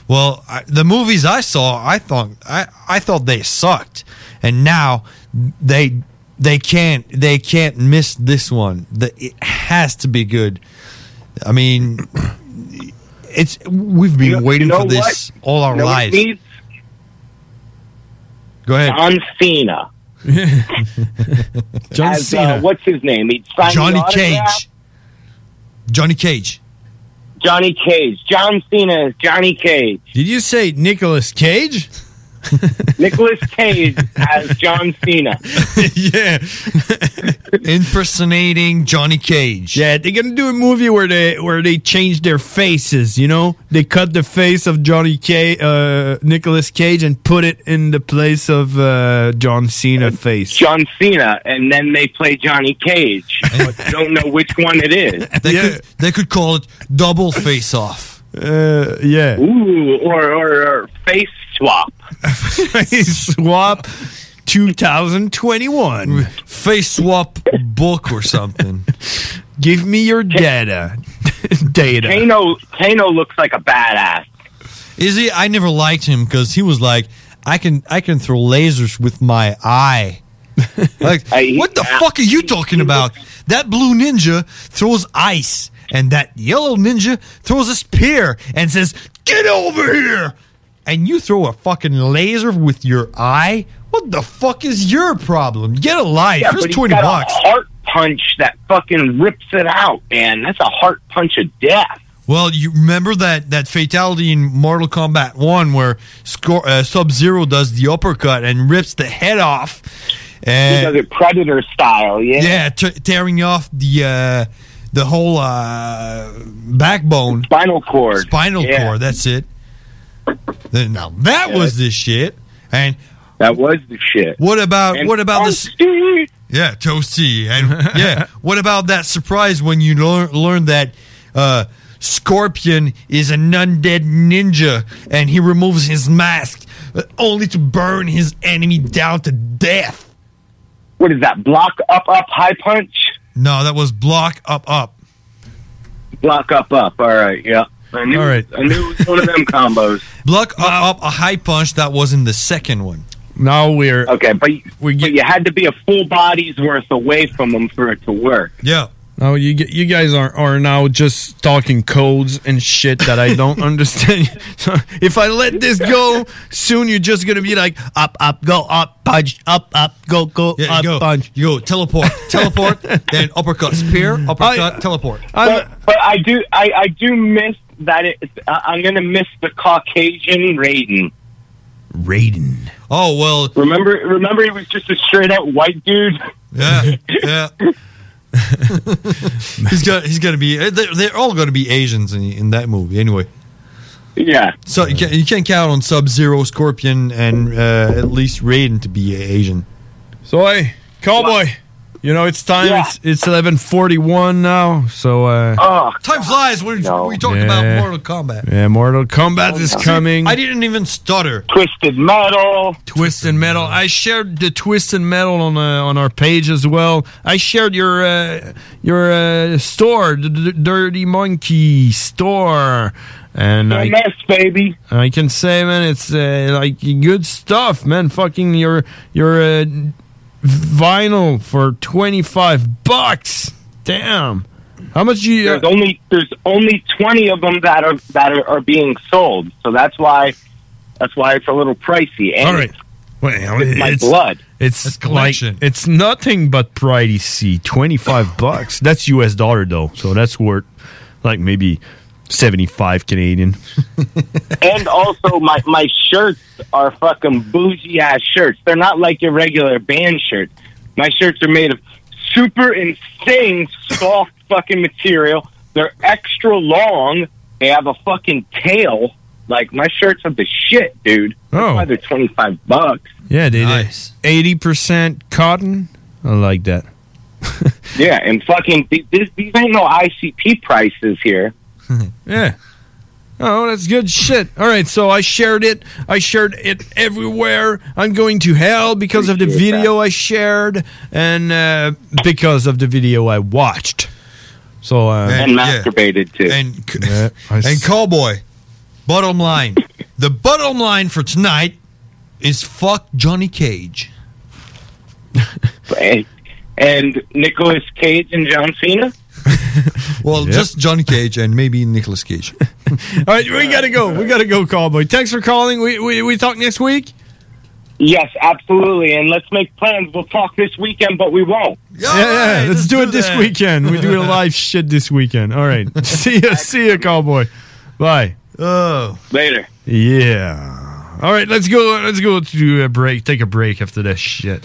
Speaker 8: Well, I, the movies I saw, I thought I, I thought they sucked, and now they they can't they can't miss this one. The, it has to be good. I mean, it's we've been
Speaker 21: You-
Speaker 8: waiting
Speaker 21: you know
Speaker 8: for this
Speaker 21: what?
Speaker 8: all our
Speaker 21: You know what
Speaker 8: lives.
Speaker 21: it needs?
Speaker 8: Go ahead.
Speaker 21: John Cena.
Speaker 8: John
Speaker 21: As,
Speaker 8: Cena.
Speaker 21: Uh, what's his name? He'd sign
Speaker 8: Johnny
Speaker 21: the autograph.
Speaker 8: Cage. Johnny Cage.
Speaker 21: Johnny Cage. John Cena is Johnny Cage.
Speaker 36: Did you say Nicolas Cage?
Speaker 21: Nicolas Cage as John Cena.
Speaker 8: yeah. Impersonating Johnny Cage.
Speaker 36: Yeah, they're gonna do a movie where they where they change their faces. You know, they cut the face of Johnny Cage, uh, Nicolas Cage, and put it in the place of uh, John Cena face.
Speaker 21: John Cena, and then they play Johnny Cage. but don't know which one it is.
Speaker 8: They could they could call it double face off.
Speaker 36: Uh, yeah.
Speaker 21: Ooh, or, or, or face swap.
Speaker 36: face swap 2021.
Speaker 8: Face swap book or something.
Speaker 36: Give me your data. data.
Speaker 21: Kano, Kano looks like a badass.
Speaker 8: Is he? I never liked him because he was like, I can I can throw lasers with my eye. like, what the fuck are you talking about? That blue ninja throws ice, and that yellow ninja throws a spear and says, "Get over here!" And you throw a fucking laser with your eye. What the fuck is your problem? Get a life.
Speaker 21: Yeah,
Speaker 8: Here's
Speaker 21: but he's
Speaker 8: twenty
Speaker 21: got
Speaker 8: bucks.
Speaker 21: A heart punch that fucking rips it out, man. That's a heart punch of death.
Speaker 8: Well, you remember that that fatality in Mortal Kombat One where Scor- uh, Sub Zero does the uppercut and rips the head off.
Speaker 21: he does
Speaker 8: And,
Speaker 21: it predator style, yeah.
Speaker 8: yeah, te- tearing off the uh, the whole uh, backbone,
Speaker 21: spinal cord,
Speaker 8: spinal
Speaker 21: yeah.
Speaker 8: cord. That's it. Then, now that was the shit. And
Speaker 21: that was the shit.
Speaker 8: What about
Speaker 21: And
Speaker 8: what about this?
Speaker 21: Toasty.
Speaker 8: Yeah, toasty. And yeah, what about that surprise when you learn learn that uh, Scorpion is an undead ninja and he removes his mask uh, only to burn his enemy down to death.
Speaker 21: What is that? Block up up high punch?
Speaker 8: No, that was block up up.
Speaker 21: Block up up. All right, yeah. I knew,
Speaker 8: All right.
Speaker 21: I knew it was one of them combos.
Speaker 8: Block up up a high punch that was in the second one.
Speaker 36: Now we're
Speaker 21: okay, but, we but you had to be a full body's worth away from them for it to work.
Speaker 8: Yeah.
Speaker 36: No, Oh, you g- you guys are are now just talking codes and shit that I don't understand. So if I let this go, soon you're just gonna be like up up go up punch up up go go
Speaker 8: Yeah, you
Speaker 36: up
Speaker 8: go.
Speaker 36: punch
Speaker 8: you go teleport teleport then uppercut spear uppercut teleport.
Speaker 21: But, but I do, I, I do miss that. It, I- I'm going to miss the Caucasian Raiden.
Speaker 36: Raiden.
Speaker 8: Oh well.
Speaker 21: Remember, remember, he was just a straight up white dude.
Speaker 8: Yeah, yeah. he's got. He's going to be. They're, they're all going to be Asians in, in that movie, anyway.
Speaker 21: Yeah.
Speaker 8: So you can, you can count on Sub Zero, Scorpion, and uh, at least Raiden to be Asian.
Speaker 36: So hey, cowboy, you know it's time. It's it's eleven forty one now. So uh,
Speaker 21: Oh,
Speaker 8: time flies when we talk
Speaker 36: Yeah.
Speaker 8: about Mortal Kombat.
Speaker 36: yeah, Mortal Kombat is coming.
Speaker 8: I didn't even stutter.
Speaker 21: Twisted Metal.
Speaker 36: Twisted Metal. I shared the Twisted Metal on uh, on our page as well. I shared your uh, your uh, store, the D- Dirty Monkey store, and I,
Speaker 21: mess, baby.
Speaker 36: I can say, man, it's uh, like good stuff, man. Fucking your your uh, vinyl for twenty five bucks. Damn, how much you?
Speaker 21: There's only there's only twenty of them that are that are, are being sold. So that's why that's why it's a little pricey. And
Speaker 36: All right. Well,
Speaker 21: it's my blood.
Speaker 36: It's, like it's nothing but pricey. twenty five bucks. That's U.S. dollar though, so that's worth like maybe seventy five Canadian.
Speaker 21: and also my my shirts are fucking bougie ass shirts. They're not like your regular band shirts. My shirts are made of super insane soft fucking material. They're extra long. They have a fucking tail. Like my shirts are the shit, dude. That's
Speaker 36: Oh.
Speaker 21: why they're twenty five bucks.
Speaker 36: Yeah, they eighty percent cotton. I like that.
Speaker 21: Yeah, and fucking th- this, these ain't no ICP prices here.
Speaker 36: Yeah, Oh, that's good shit. All right, so I shared it. I shared it everywhere. I'm going to hell because of the
Speaker 7: Appreciate
Speaker 36: video I shared and uh, because of the video I watched. So uh,
Speaker 21: and masturbated too.
Speaker 8: And, and Cowboy, bottom line. the bottom line for tonight is fuck Johnny Cage.
Speaker 21: and, and Nicolas Cage and John Cena.
Speaker 8: Well, just Johnny Cage and maybe Nicolas Cage.
Speaker 36: All right, we gotta go. We gotta go, Cowboy. Thanks for calling. We we, we talk next week.
Speaker 21: Yes, absolutely. And let's make plans. We'll talk this weekend, but we won't.
Speaker 36: Yeah, yeah. Let's, do, it this weekend. We do a live shit this weekend. All right. see ya, see ya, Cowboy. Bye.
Speaker 8: Oh.
Speaker 21: Later.
Speaker 36: Yeah. All right, let's go. Let's go to a break. Take a break after this shit.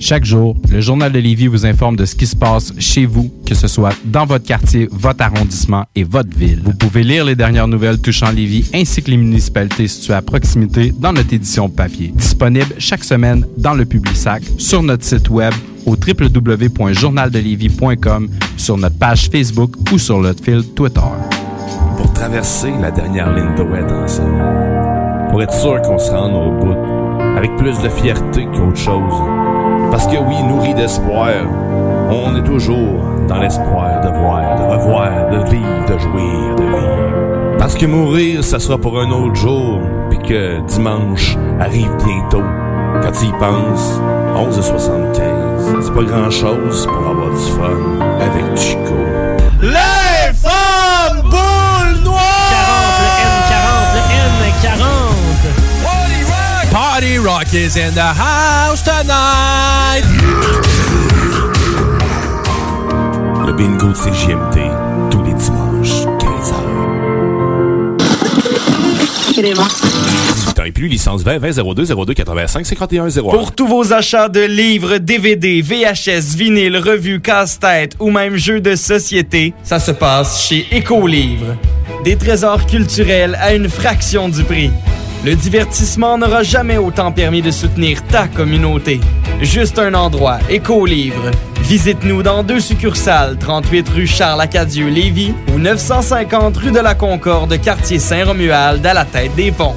Speaker 14: Chaque jour, le Journal de Lévis vous informe de ce qui se passe chez vous, que ce soit dans votre quartier, votre arrondissement et votre ville. Vous pouvez lire les dernières nouvelles touchant Lévis ainsi que les municipalités situées à proximité dans notre édition papier. Disponible chaque semaine dans le Publisac, sur notre site web au www.journaldelévis.com, sur notre page Facebook ou sur notre fil Twitter.
Speaker 6: pour traverser la dernière ligne droite ensemble. Pour être sûr qu'on se rende au bout, avec plus de fierté qu'autre chose. Parce que oui, nourri d'espoir, on est toujours dans l'espoir de voir, de revoir, de vivre, de jouir, de vivre. Parce que mourir, ça sera pour un autre jour, puis que dimanche arrive bientôt. Quand tu y penses, 11h75, c'est pas grand-chose pour avoir du fun avec Chico.
Speaker 2: Les femmes boules noires! 40, le N40, le N40.
Speaker 14: Party Rock is in the house tonight!
Speaker 6: Le bingo de CGMT, tous les dimanches, 15h. 18 ans et plus, licence 20, 20 02 02 85 51 01.
Speaker 10: Pour tous vos achats de livres, DVD, VHS, vinyle, revues, casse-tête ou même jeux de société, ça se passe chez Écolivre. Des trésors culturels à une fraction du prix. Le divertissement n'aura jamais autant permis de soutenir ta communauté. Juste un endroit, Écolivre. Visite-nous dans deux succursales, 38 rue Charles-Acadieux-Lévis ou 950 rue de la Concorde, quartier Saint-Romuald, à la tête des ponts.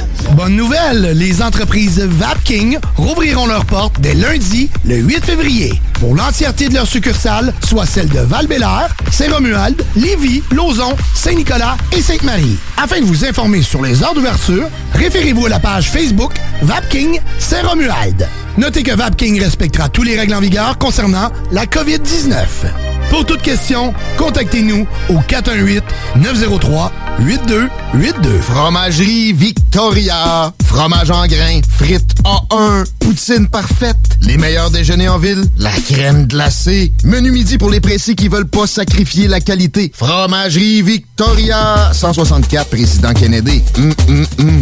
Speaker 19: Bonne nouvelle, les entreprises VapKing rouvriront leurs portes dès lundi, le 8 février, pour l'entièreté de leurs succursales, soit celles de val Saint-Romuald, Lévis, Lauson, Saint-Nicolas et Sainte-Marie. Afin de vous informer sur les heures d'ouverture, référez-vous à la page Facebook VapKing Saint-Romuald. Notez que Vapking respectera tous les règles en vigueur concernant la COVID-19. Pour toute question, contactez-nous au 418-903-8282.
Speaker 9: Fromagerie Victoria. Fromage en grains. Frites A1. Poutine parfaite. Les meilleurs déjeuners en ville. La crème glacée. Menu midi pour les pressés qui veulent pas sacrifier la qualité. Fromagerie Victoria. 164, Président Kennedy. Hum, hum, hum.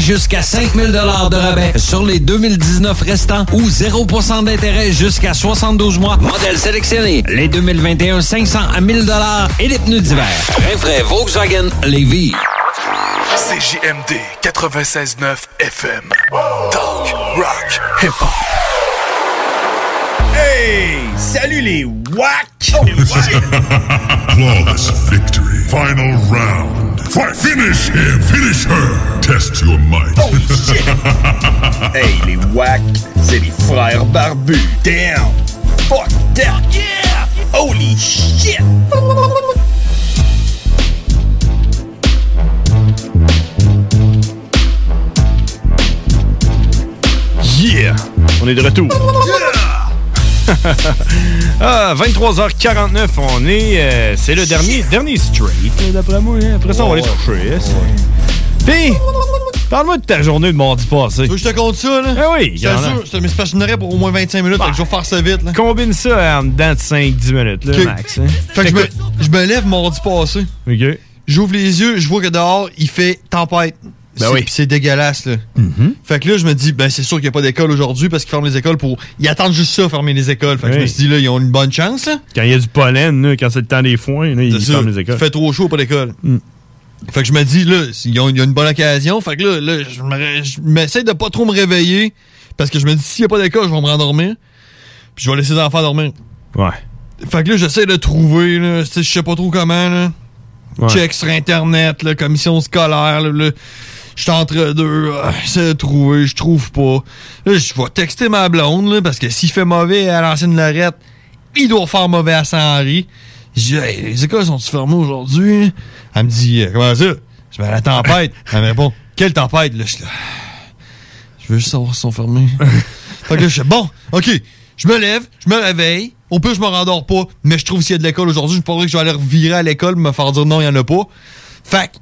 Speaker 20: jusqu'à 5000 de rabais sur les 2019 restants ou 0% d'intérêt jusqu'à 72 mois. Modèle sélectionné, les 2021 500 à 1000 et les pneus d'hiver. Rinfraie Volkswagen Lévis.
Speaker 38: CJMD 96.9 FM. Talk, rock, hip-hop.
Speaker 2: Hey! Salut les WAC! Oh,
Speaker 38: Flawless victory. Final round. Fight. Finish him. Finish her. Test your might. Oh, shit.
Speaker 2: hey, les WAC, c'est les frères barbus. Damn! Fuck that! Yeah! Holy shit!
Speaker 7: Yeah! On est de retour. ah, 23h49, on est. euh, c'est le dernier, dernier straight, euh, d'après moi. hein. Après ça, on va aller se coucher. c'est- Puis, parle-moi de ta journée de mardi passé. Tu veux que je te compte ça, là? Ah oui,
Speaker 8: Je te jure, je te mets pas je n'aurais pour au moins 25 minutes, fait que je vais faire ça vite. Là.
Speaker 7: Combine ça en dedans de 5-10 minutes, là,
Speaker 8: Ok.
Speaker 7: max. hein.
Speaker 8: Fait que je me, je me lève mardi passé.
Speaker 7: OK.
Speaker 8: J'ouvre les yeux, je vois que dehors, il fait tempête. C'est-
Speaker 7: Ben oui. Mm-hmm.
Speaker 8: pis C'est dégueulasse, là. Fait que là, je me dis, ben c'est sûr qu'il n'y a pas d'école aujourd'hui parce qu'ils ferment les écoles pour. Ils attendent juste ça, fermer les écoles. Fait que je
Speaker 7: Oui.
Speaker 8: me suis dit, là, ils ont une bonne chance, là.
Speaker 7: Quand il y a du pollen, là, quand c'est le temps des foins, là, ils
Speaker 8: C'est ça.
Speaker 7: ferment les écoles.
Speaker 8: Fait trop chaud, pas d'école.
Speaker 7: Mm.
Speaker 8: Fait que je me dis, là, il y a une bonne occasion. Fait que là, là, je me ré- je m'essaie de pas trop me réveiller parce que je me dis, s'il n'y a pas d'école, je vais me rendormir. Puis je vais laisser les enfants dormir.
Speaker 7: Ouais.
Speaker 8: Fait que là, j'essaie de trouver, là, tu sais, je sais pas trop comment, là.
Speaker 7: Ouais.
Speaker 8: Check sur Internet, la commission scolaire, là, là. Je suis entre deux, ah, j'essaie de trouver, je trouve pas. Là, je vais texter ma blonde, là, parce que s'il fait mauvais à l'ancienne Lorette, il doit faire mauvais à Saint-Henri. Je dis, Hey, les écoles sont-tu fermées aujourd'hui? hein? Elle me dit, euh, comment ça? Je vais à la tempête. Elle me répond, quelle tempête? Là, je suis là, je veux juste savoir s'ils sont fermés. fait que là, je suis bon, ok, je me lève, je me réveille. Au pire, je me rendors pas, mais je trouve s'il y a de l'école aujourd'hui, je pourrais que je vais aller revirer à l'école me faire dire non, il y en a pas. Fait que,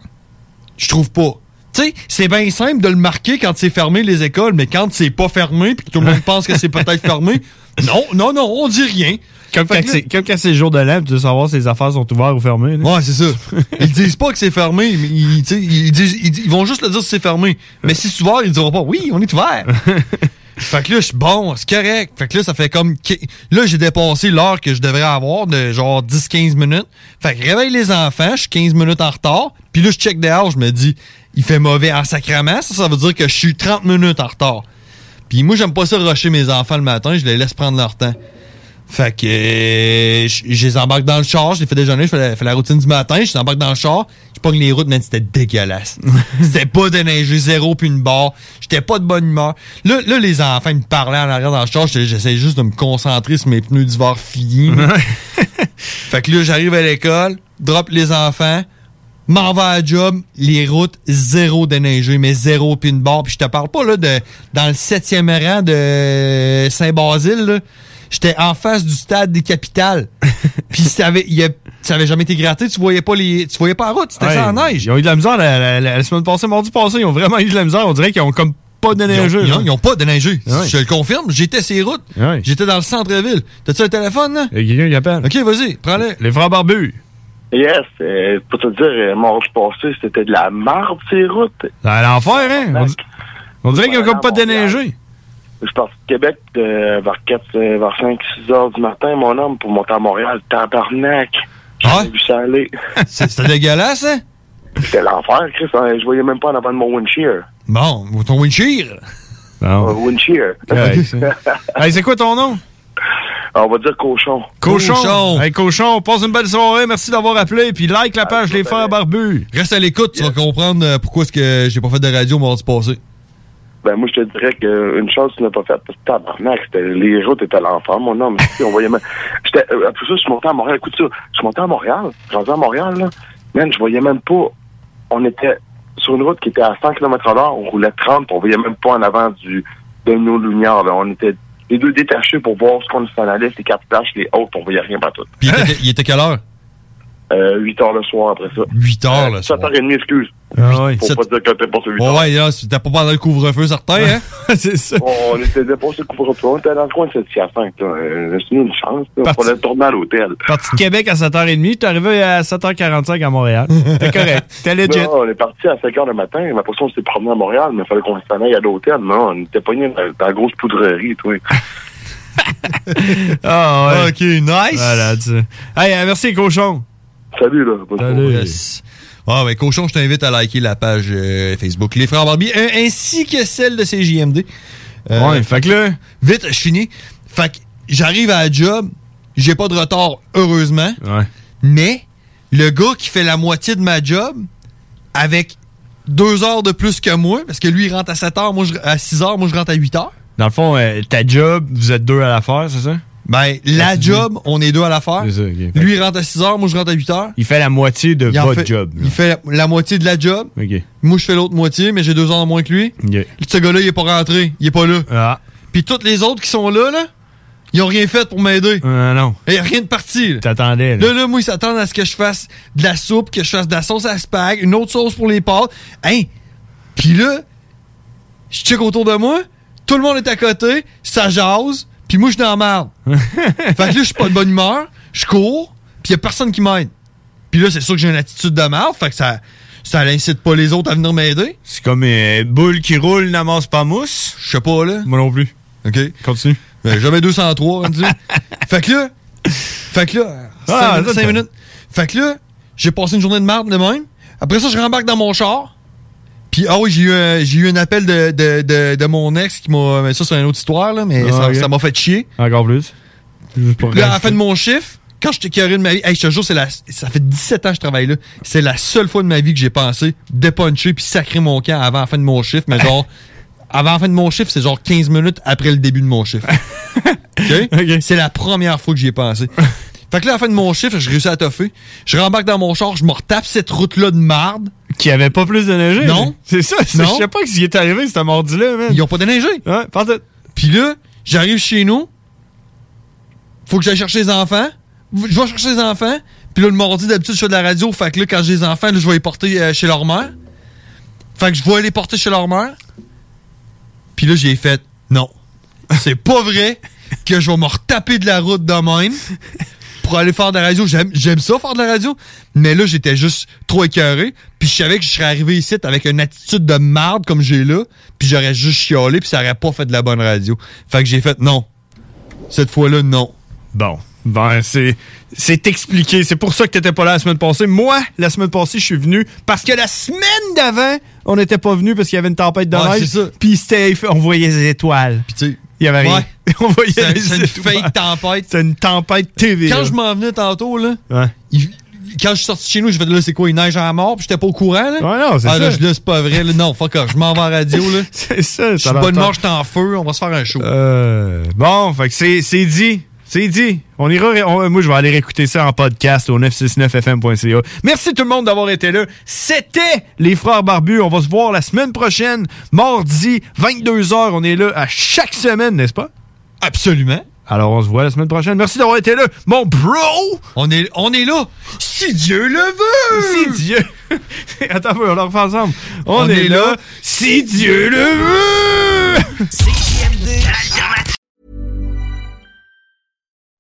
Speaker 8: je trouve pas. Tu sais, c'est bien simple de le marquer quand c'est fermé les écoles, mais quand c'est pas fermé puis que tout le monde pense que c'est peut-être fermé, non, non, non, on dit rien.
Speaker 7: Comme
Speaker 8: Fait
Speaker 7: quand
Speaker 8: que là-
Speaker 7: c'est comme quand c'est le jour de l'âme, tu veux savoir si les affaires sont ouvertes ou fermées.
Speaker 8: Ouais, c'est ça. Ils disent pas que c'est fermé, mais ils, tu sais, ils disent- ils di- ils vont juste le dire si c'est fermé. Mais si c'est ouvert, ils diront pas oui, on est ouvert. fait que là, je suis bon, c'est correct. Fait que là, ça fait comme. qui- Là, j'ai dépassé l'heure que je devrais avoir de genre 10-15 minutes. Fait que réveille les enfants, je suis 15 minutes en retard. Puis là, je check dehors, je me dis, il fait mauvais en sacrament. Ça, ça veut dire que je suis 30 minutes en retard. Puis moi, j'aime pas ça rusher mes enfants le matin, je les laisse prendre leur temps. Fait que euh, je je les embarque dans le char, je les fais déjeuner, je fais la, fais la routine du matin, je les embarque dans le char, je pogne les routes, man, c'était dégueulasse. c'était pas déneigé, zéro puis une barre, j'étais pas de bonne humeur. Là, là les enfants ils me parlaient en arrière dans le char, j'étais- j'essayais juste de me concentrer sur mes pneus d'hiver finis. fait que là, j'arrive à l'école, drop les enfants, m'en vais à la job, les routes zéro déneigé, mais zéro puis une barre. Puis je te parle pas là de dans le septième rang de Saint-Basile. là. J'étais en face du stade des capitales. puis ça avait, il y a- ça avait jamais été gratté, tu voyais pas les. Tu voyais pas la route, c'était
Speaker 7: Ouais,
Speaker 8: ça en neige.
Speaker 7: Ils ont eu de la misère la, la- la- la semaine passée, mardi passé, ils ont vraiment eu de la misère. On dirait qu'ils ont comme pas donné un
Speaker 8: Ils ont-
Speaker 7: jeu.
Speaker 8: Ils ont, ils ont pas déneigé.
Speaker 7: Ouais.
Speaker 8: Je le confirme, j'étais ces routes.
Speaker 7: Ouais.
Speaker 8: J'étais dans le centre-ville. T'as-tu un téléphone, là?
Speaker 7: Il y a quelqu'un qui appelle.
Speaker 8: Ok, vas-y, prends-le.
Speaker 7: Les frères barbus.
Speaker 11: Yes, euh, pour te dire, euh, mon rush passé, c'était de la marde, ces routes.
Speaker 7: À l'enfer, hein? On, di- on dirait qu'ils ont comme pas déneigé.
Speaker 11: Je suis parti de Québec euh, vers, 4, euh, vers 5, 6 heures du matin, mon homme, pour monter à Montréal. Tabarnak! J'ai vu ça aller.
Speaker 8: C'était dégueulasse, hein?
Speaker 11: C'était l'enfer, Chris. hein, Je voyais même pas en avant de mon windshield.
Speaker 8: Bon, ton windshield.
Speaker 7: Non.
Speaker 11: Ou une cheer.
Speaker 7: Correct, ça. Hey, c'est quoi ton nom?
Speaker 11: On va dire cochon.
Speaker 7: Cochon. Hey, cochon, passe une belle soirée. Merci d'avoir appelé. Puis like la page Les Frères Barbus.
Speaker 8: Reste à l'écoute, tu vas comprendre euh, pourquoi est-ce que j'ai pas fait de radio mardi passé.
Speaker 11: Ben, moi, je te dirais qu'une chose, tu n'as pas faite. Parce que tabarnak, c'était- les routes étaient l'enfer, mon homme. Si, on voyait. même- J'étais, euh, après ça, je suis monté à Montréal. Écoute ça. Je suis monté à Montréal. J'en à Montréal, là. Man, je voyais même pas. On était sur une route qui était à 100 km à l'heure. On roulait 30, puis on voyait même pas en avant du, de nos lumières, là. On était les deux détachés pour voir ce qu'on s'en allait, les quatre flashs, les autres, on voyait rien pas tout.
Speaker 8: Puis il était, il était quelle heure?
Speaker 11: Euh, 8 heures le soir après ça. Euh,
Speaker 8: 8 heures le soir.
Speaker 11: 7h30, excuse.
Speaker 8: Ah ouais.
Speaker 11: Faut
Speaker 8: Sept-
Speaker 11: pas dire que t'es pas sur 8
Speaker 8: Ouais,
Speaker 11: heures.
Speaker 8: ouais, là, c'était pas pendant le couvre-feu, certain, hein? c'est ça.
Speaker 11: On était dépassé le couvre-feu. On était dans le coin de cette hyacinthe. C'est une chance. Là. On
Speaker 7: Parti-
Speaker 11: allait tourner à l'hôtel.
Speaker 7: Parti de Québec à 7h30, t'es arrivé à 7h45 à Montréal. T'es correct. T'es legit.
Speaker 11: Non, on est parti à 5 h le matin. Mais après ça, on s'est promené à Montréal, mais il fallait qu'on s'en aille à l'hôtel. Non, on était pognés dans, dans la grosse poudrerie. Toi.
Speaker 7: Ah ouais. Ok, nice. Voilà, tu... Hey, euh, merci, cochon.
Speaker 11: Salut, là.
Speaker 7: Salut.
Speaker 8: Yes. Ah, ben, cochon, je t'invite à liker la page euh, Facebook Les Frères Barbie, euh, ainsi que celle de CJMD. Euh,
Speaker 7: Ouais, fait que là.
Speaker 8: Vite, je finis. Fait que j'arrive à la job, j'ai pas de retard, heureusement. Mais le gars qui fait la moitié de ma job, avec deux heures de plus que moi, parce que lui, il rentre à 7 heures, moi, je- à 6 heures, moi, je rentre à 8 heures.
Speaker 7: Dans le fond, euh, ta job, vous êtes deux à l'affaire, c'est ça?
Speaker 8: Ben, la job, on est deux à l'affaire.
Speaker 7: C'est ça, ok. Fait que
Speaker 8: Lui, il rentre à 6 heures, moi, je rentre à 8 heures.
Speaker 7: Il fait la moitié de
Speaker 8: Il en
Speaker 7: votre
Speaker 8: fait-
Speaker 7: job.
Speaker 8: Il fait la, la moitié de la job.
Speaker 7: OK.
Speaker 8: Moi, je fais l'autre moitié, mais j'ai deux ans de moins que lui.
Speaker 7: OK.
Speaker 8: Ce gars-là, il est pas rentré. Il est pas là.
Speaker 7: Ah.
Speaker 8: Puis tous les autres qui sont là, là, ils ont rien fait pour m'aider.
Speaker 7: Euh, non.
Speaker 8: Et rien de parti. là.
Speaker 7: T'attendais, là.
Speaker 8: Là, là, moi, ils s'attendent à ce que je fasse de la soupe, que je fasse de la sauce à spag, une autre sauce pour les pâtes. Hein? Puis là, je check autour de moi, tout le monde est à côté, ça jase, puis moi, je suis dans la merde. fait que là, je suis pas de bonne humeur, je cours, puis y a personne qui m'aide. Puis là, c'est sûr que j'ai une attitude de merde, fait que ça, ça incite pas les autres à venir m'aider.
Speaker 7: C'est comme une boule qui roule, n'amasse pas mousse.
Speaker 8: Je sais pas, là.
Speaker 7: Moi non plus.
Speaker 8: OK. Ben,
Speaker 7: Continue.
Speaker 8: jamais 203, on dit. fait que là, fait que là,
Speaker 7: Ah,
Speaker 8: 5,
Speaker 7: ça, ça.
Speaker 8: minutes. Fait que là, j'ai passé une journée de merde de même. Après ça, je rembarque dans mon char. Puis, ah oui, j'ai eu, un- j'ai eu un appel de, de, de, de mon ex qui m'a. Mais ça, c'est une autre histoire, là, mais
Speaker 7: Ah,
Speaker 8: ça-
Speaker 7: ok.
Speaker 8: ça m'a fait chier.
Speaker 7: Encore plus. Juste pour
Speaker 8: Là, à la
Speaker 7: rajouter.
Speaker 8: fin de mon chiffre, quand j'étais carré de ma vie, hey, je te jure, c'est la, ça fait 17 ans que je travaille là. C'est la seule fois de ma vie que j'ai pensé dépuncher puis sacrer mon camp avant la fin de mon chiffre. Mais genre, avant la fin de mon chiffre, c'est genre 15 minutes après le début de mon chiffre. OK? C'est la première fois que j'y ai pensé. Fait que là, à la fin de mon chiffre, je réussis à toffer. Je rembarque dans mon char, je me retape cette route-là de marde.
Speaker 7: Qui avait pas plus de neigé. là.
Speaker 8: Non.
Speaker 7: C'est ça. c'est-
Speaker 8: Non.
Speaker 7: Je sais pas ce qui est arrivé, ce mardi-là, man.
Speaker 8: Ils ont pas déneigé.
Speaker 7: Ouais, parfait.
Speaker 8: Puis là, j'arrive chez nous. Faut que j'aille chercher les enfants. Je vais chercher les enfants. Puis là, le mardi, d'habitude, je fais de la radio. Fait que là, quand j'ai les enfants, là, je vais les porter euh, chez leur mère. Fait que je vais les porter chez leur mère. Puis là, j'ai fait non. C'est pas vrai que je vais me retaper de la route de même pour aller faire de la radio. J'aime j'aime ça faire de la radio. Mais là, j'étais juste trop écœuré. Puis je savais que je serais arrivé ici avec une attitude de marde comme j'ai là. Puis j'aurais juste chiolé. Puis ça aurait pas fait de la bonne radio. Fait que j'ai fait non. Cette fois-là, non.
Speaker 7: Bon. Ben, c'est, c'est expliqué. C'est pour ça que t'étais pas là la semaine passée. Moi, la semaine passée, je suis venu parce que la semaine d'avant, on n'était pas venu parce qu'il y avait une tempête de
Speaker 8: Ouais,
Speaker 7: neige.
Speaker 8: c'est ça.
Speaker 7: Puis c'était, on voyait les étoiles. Puis
Speaker 8: tu
Speaker 7: il y avait rien. on voyait
Speaker 8: C'est-
Speaker 7: les
Speaker 8: c'est une fake tempête.
Speaker 7: C'est une tempête TV.
Speaker 8: Quand
Speaker 7: là.
Speaker 8: je m'en venais tantôt, là,
Speaker 7: Ouais.
Speaker 8: il- quand je suis sorti chez nous, je vais là, c'est quoi, une neige à la mort, puis j'étais pas au courant, là.
Speaker 7: Ouais, non, c'est
Speaker 8: ah, là,
Speaker 7: ça.
Speaker 8: je- là, c'est pas vrai, là. Non, fuck off, je m'en vais à la radio, là.
Speaker 7: c'est ça,
Speaker 8: Je suis
Speaker 7: ça
Speaker 8: bonne
Speaker 7: l'entend.
Speaker 8: mort, je suis en feu, on va se faire un show.
Speaker 7: Euh, bon, fait que c'est, c'est dit. C'est dit. On ira. ré- on- euh, moi, je vais aller réécouter ça en podcast au 969fm.ca. Merci tout le monde d'avoir été là. C'était les Frères Barbus. On va se voir la semaine prochaine, mardi, 22h. On est là à chaque semaine, n'est-ce pas?
Speaker 8: Absolument.
Speaker 7: Alors, on se voit la semaine prochaine. Merci d'avoir été là, mon bro!
Speaker 8: On est, on est là! Si Dieu le veut!
Speaker 7: Si Dieu. Attends, un peu, on le refait ensemble. On, est, là, si Dieu le veut!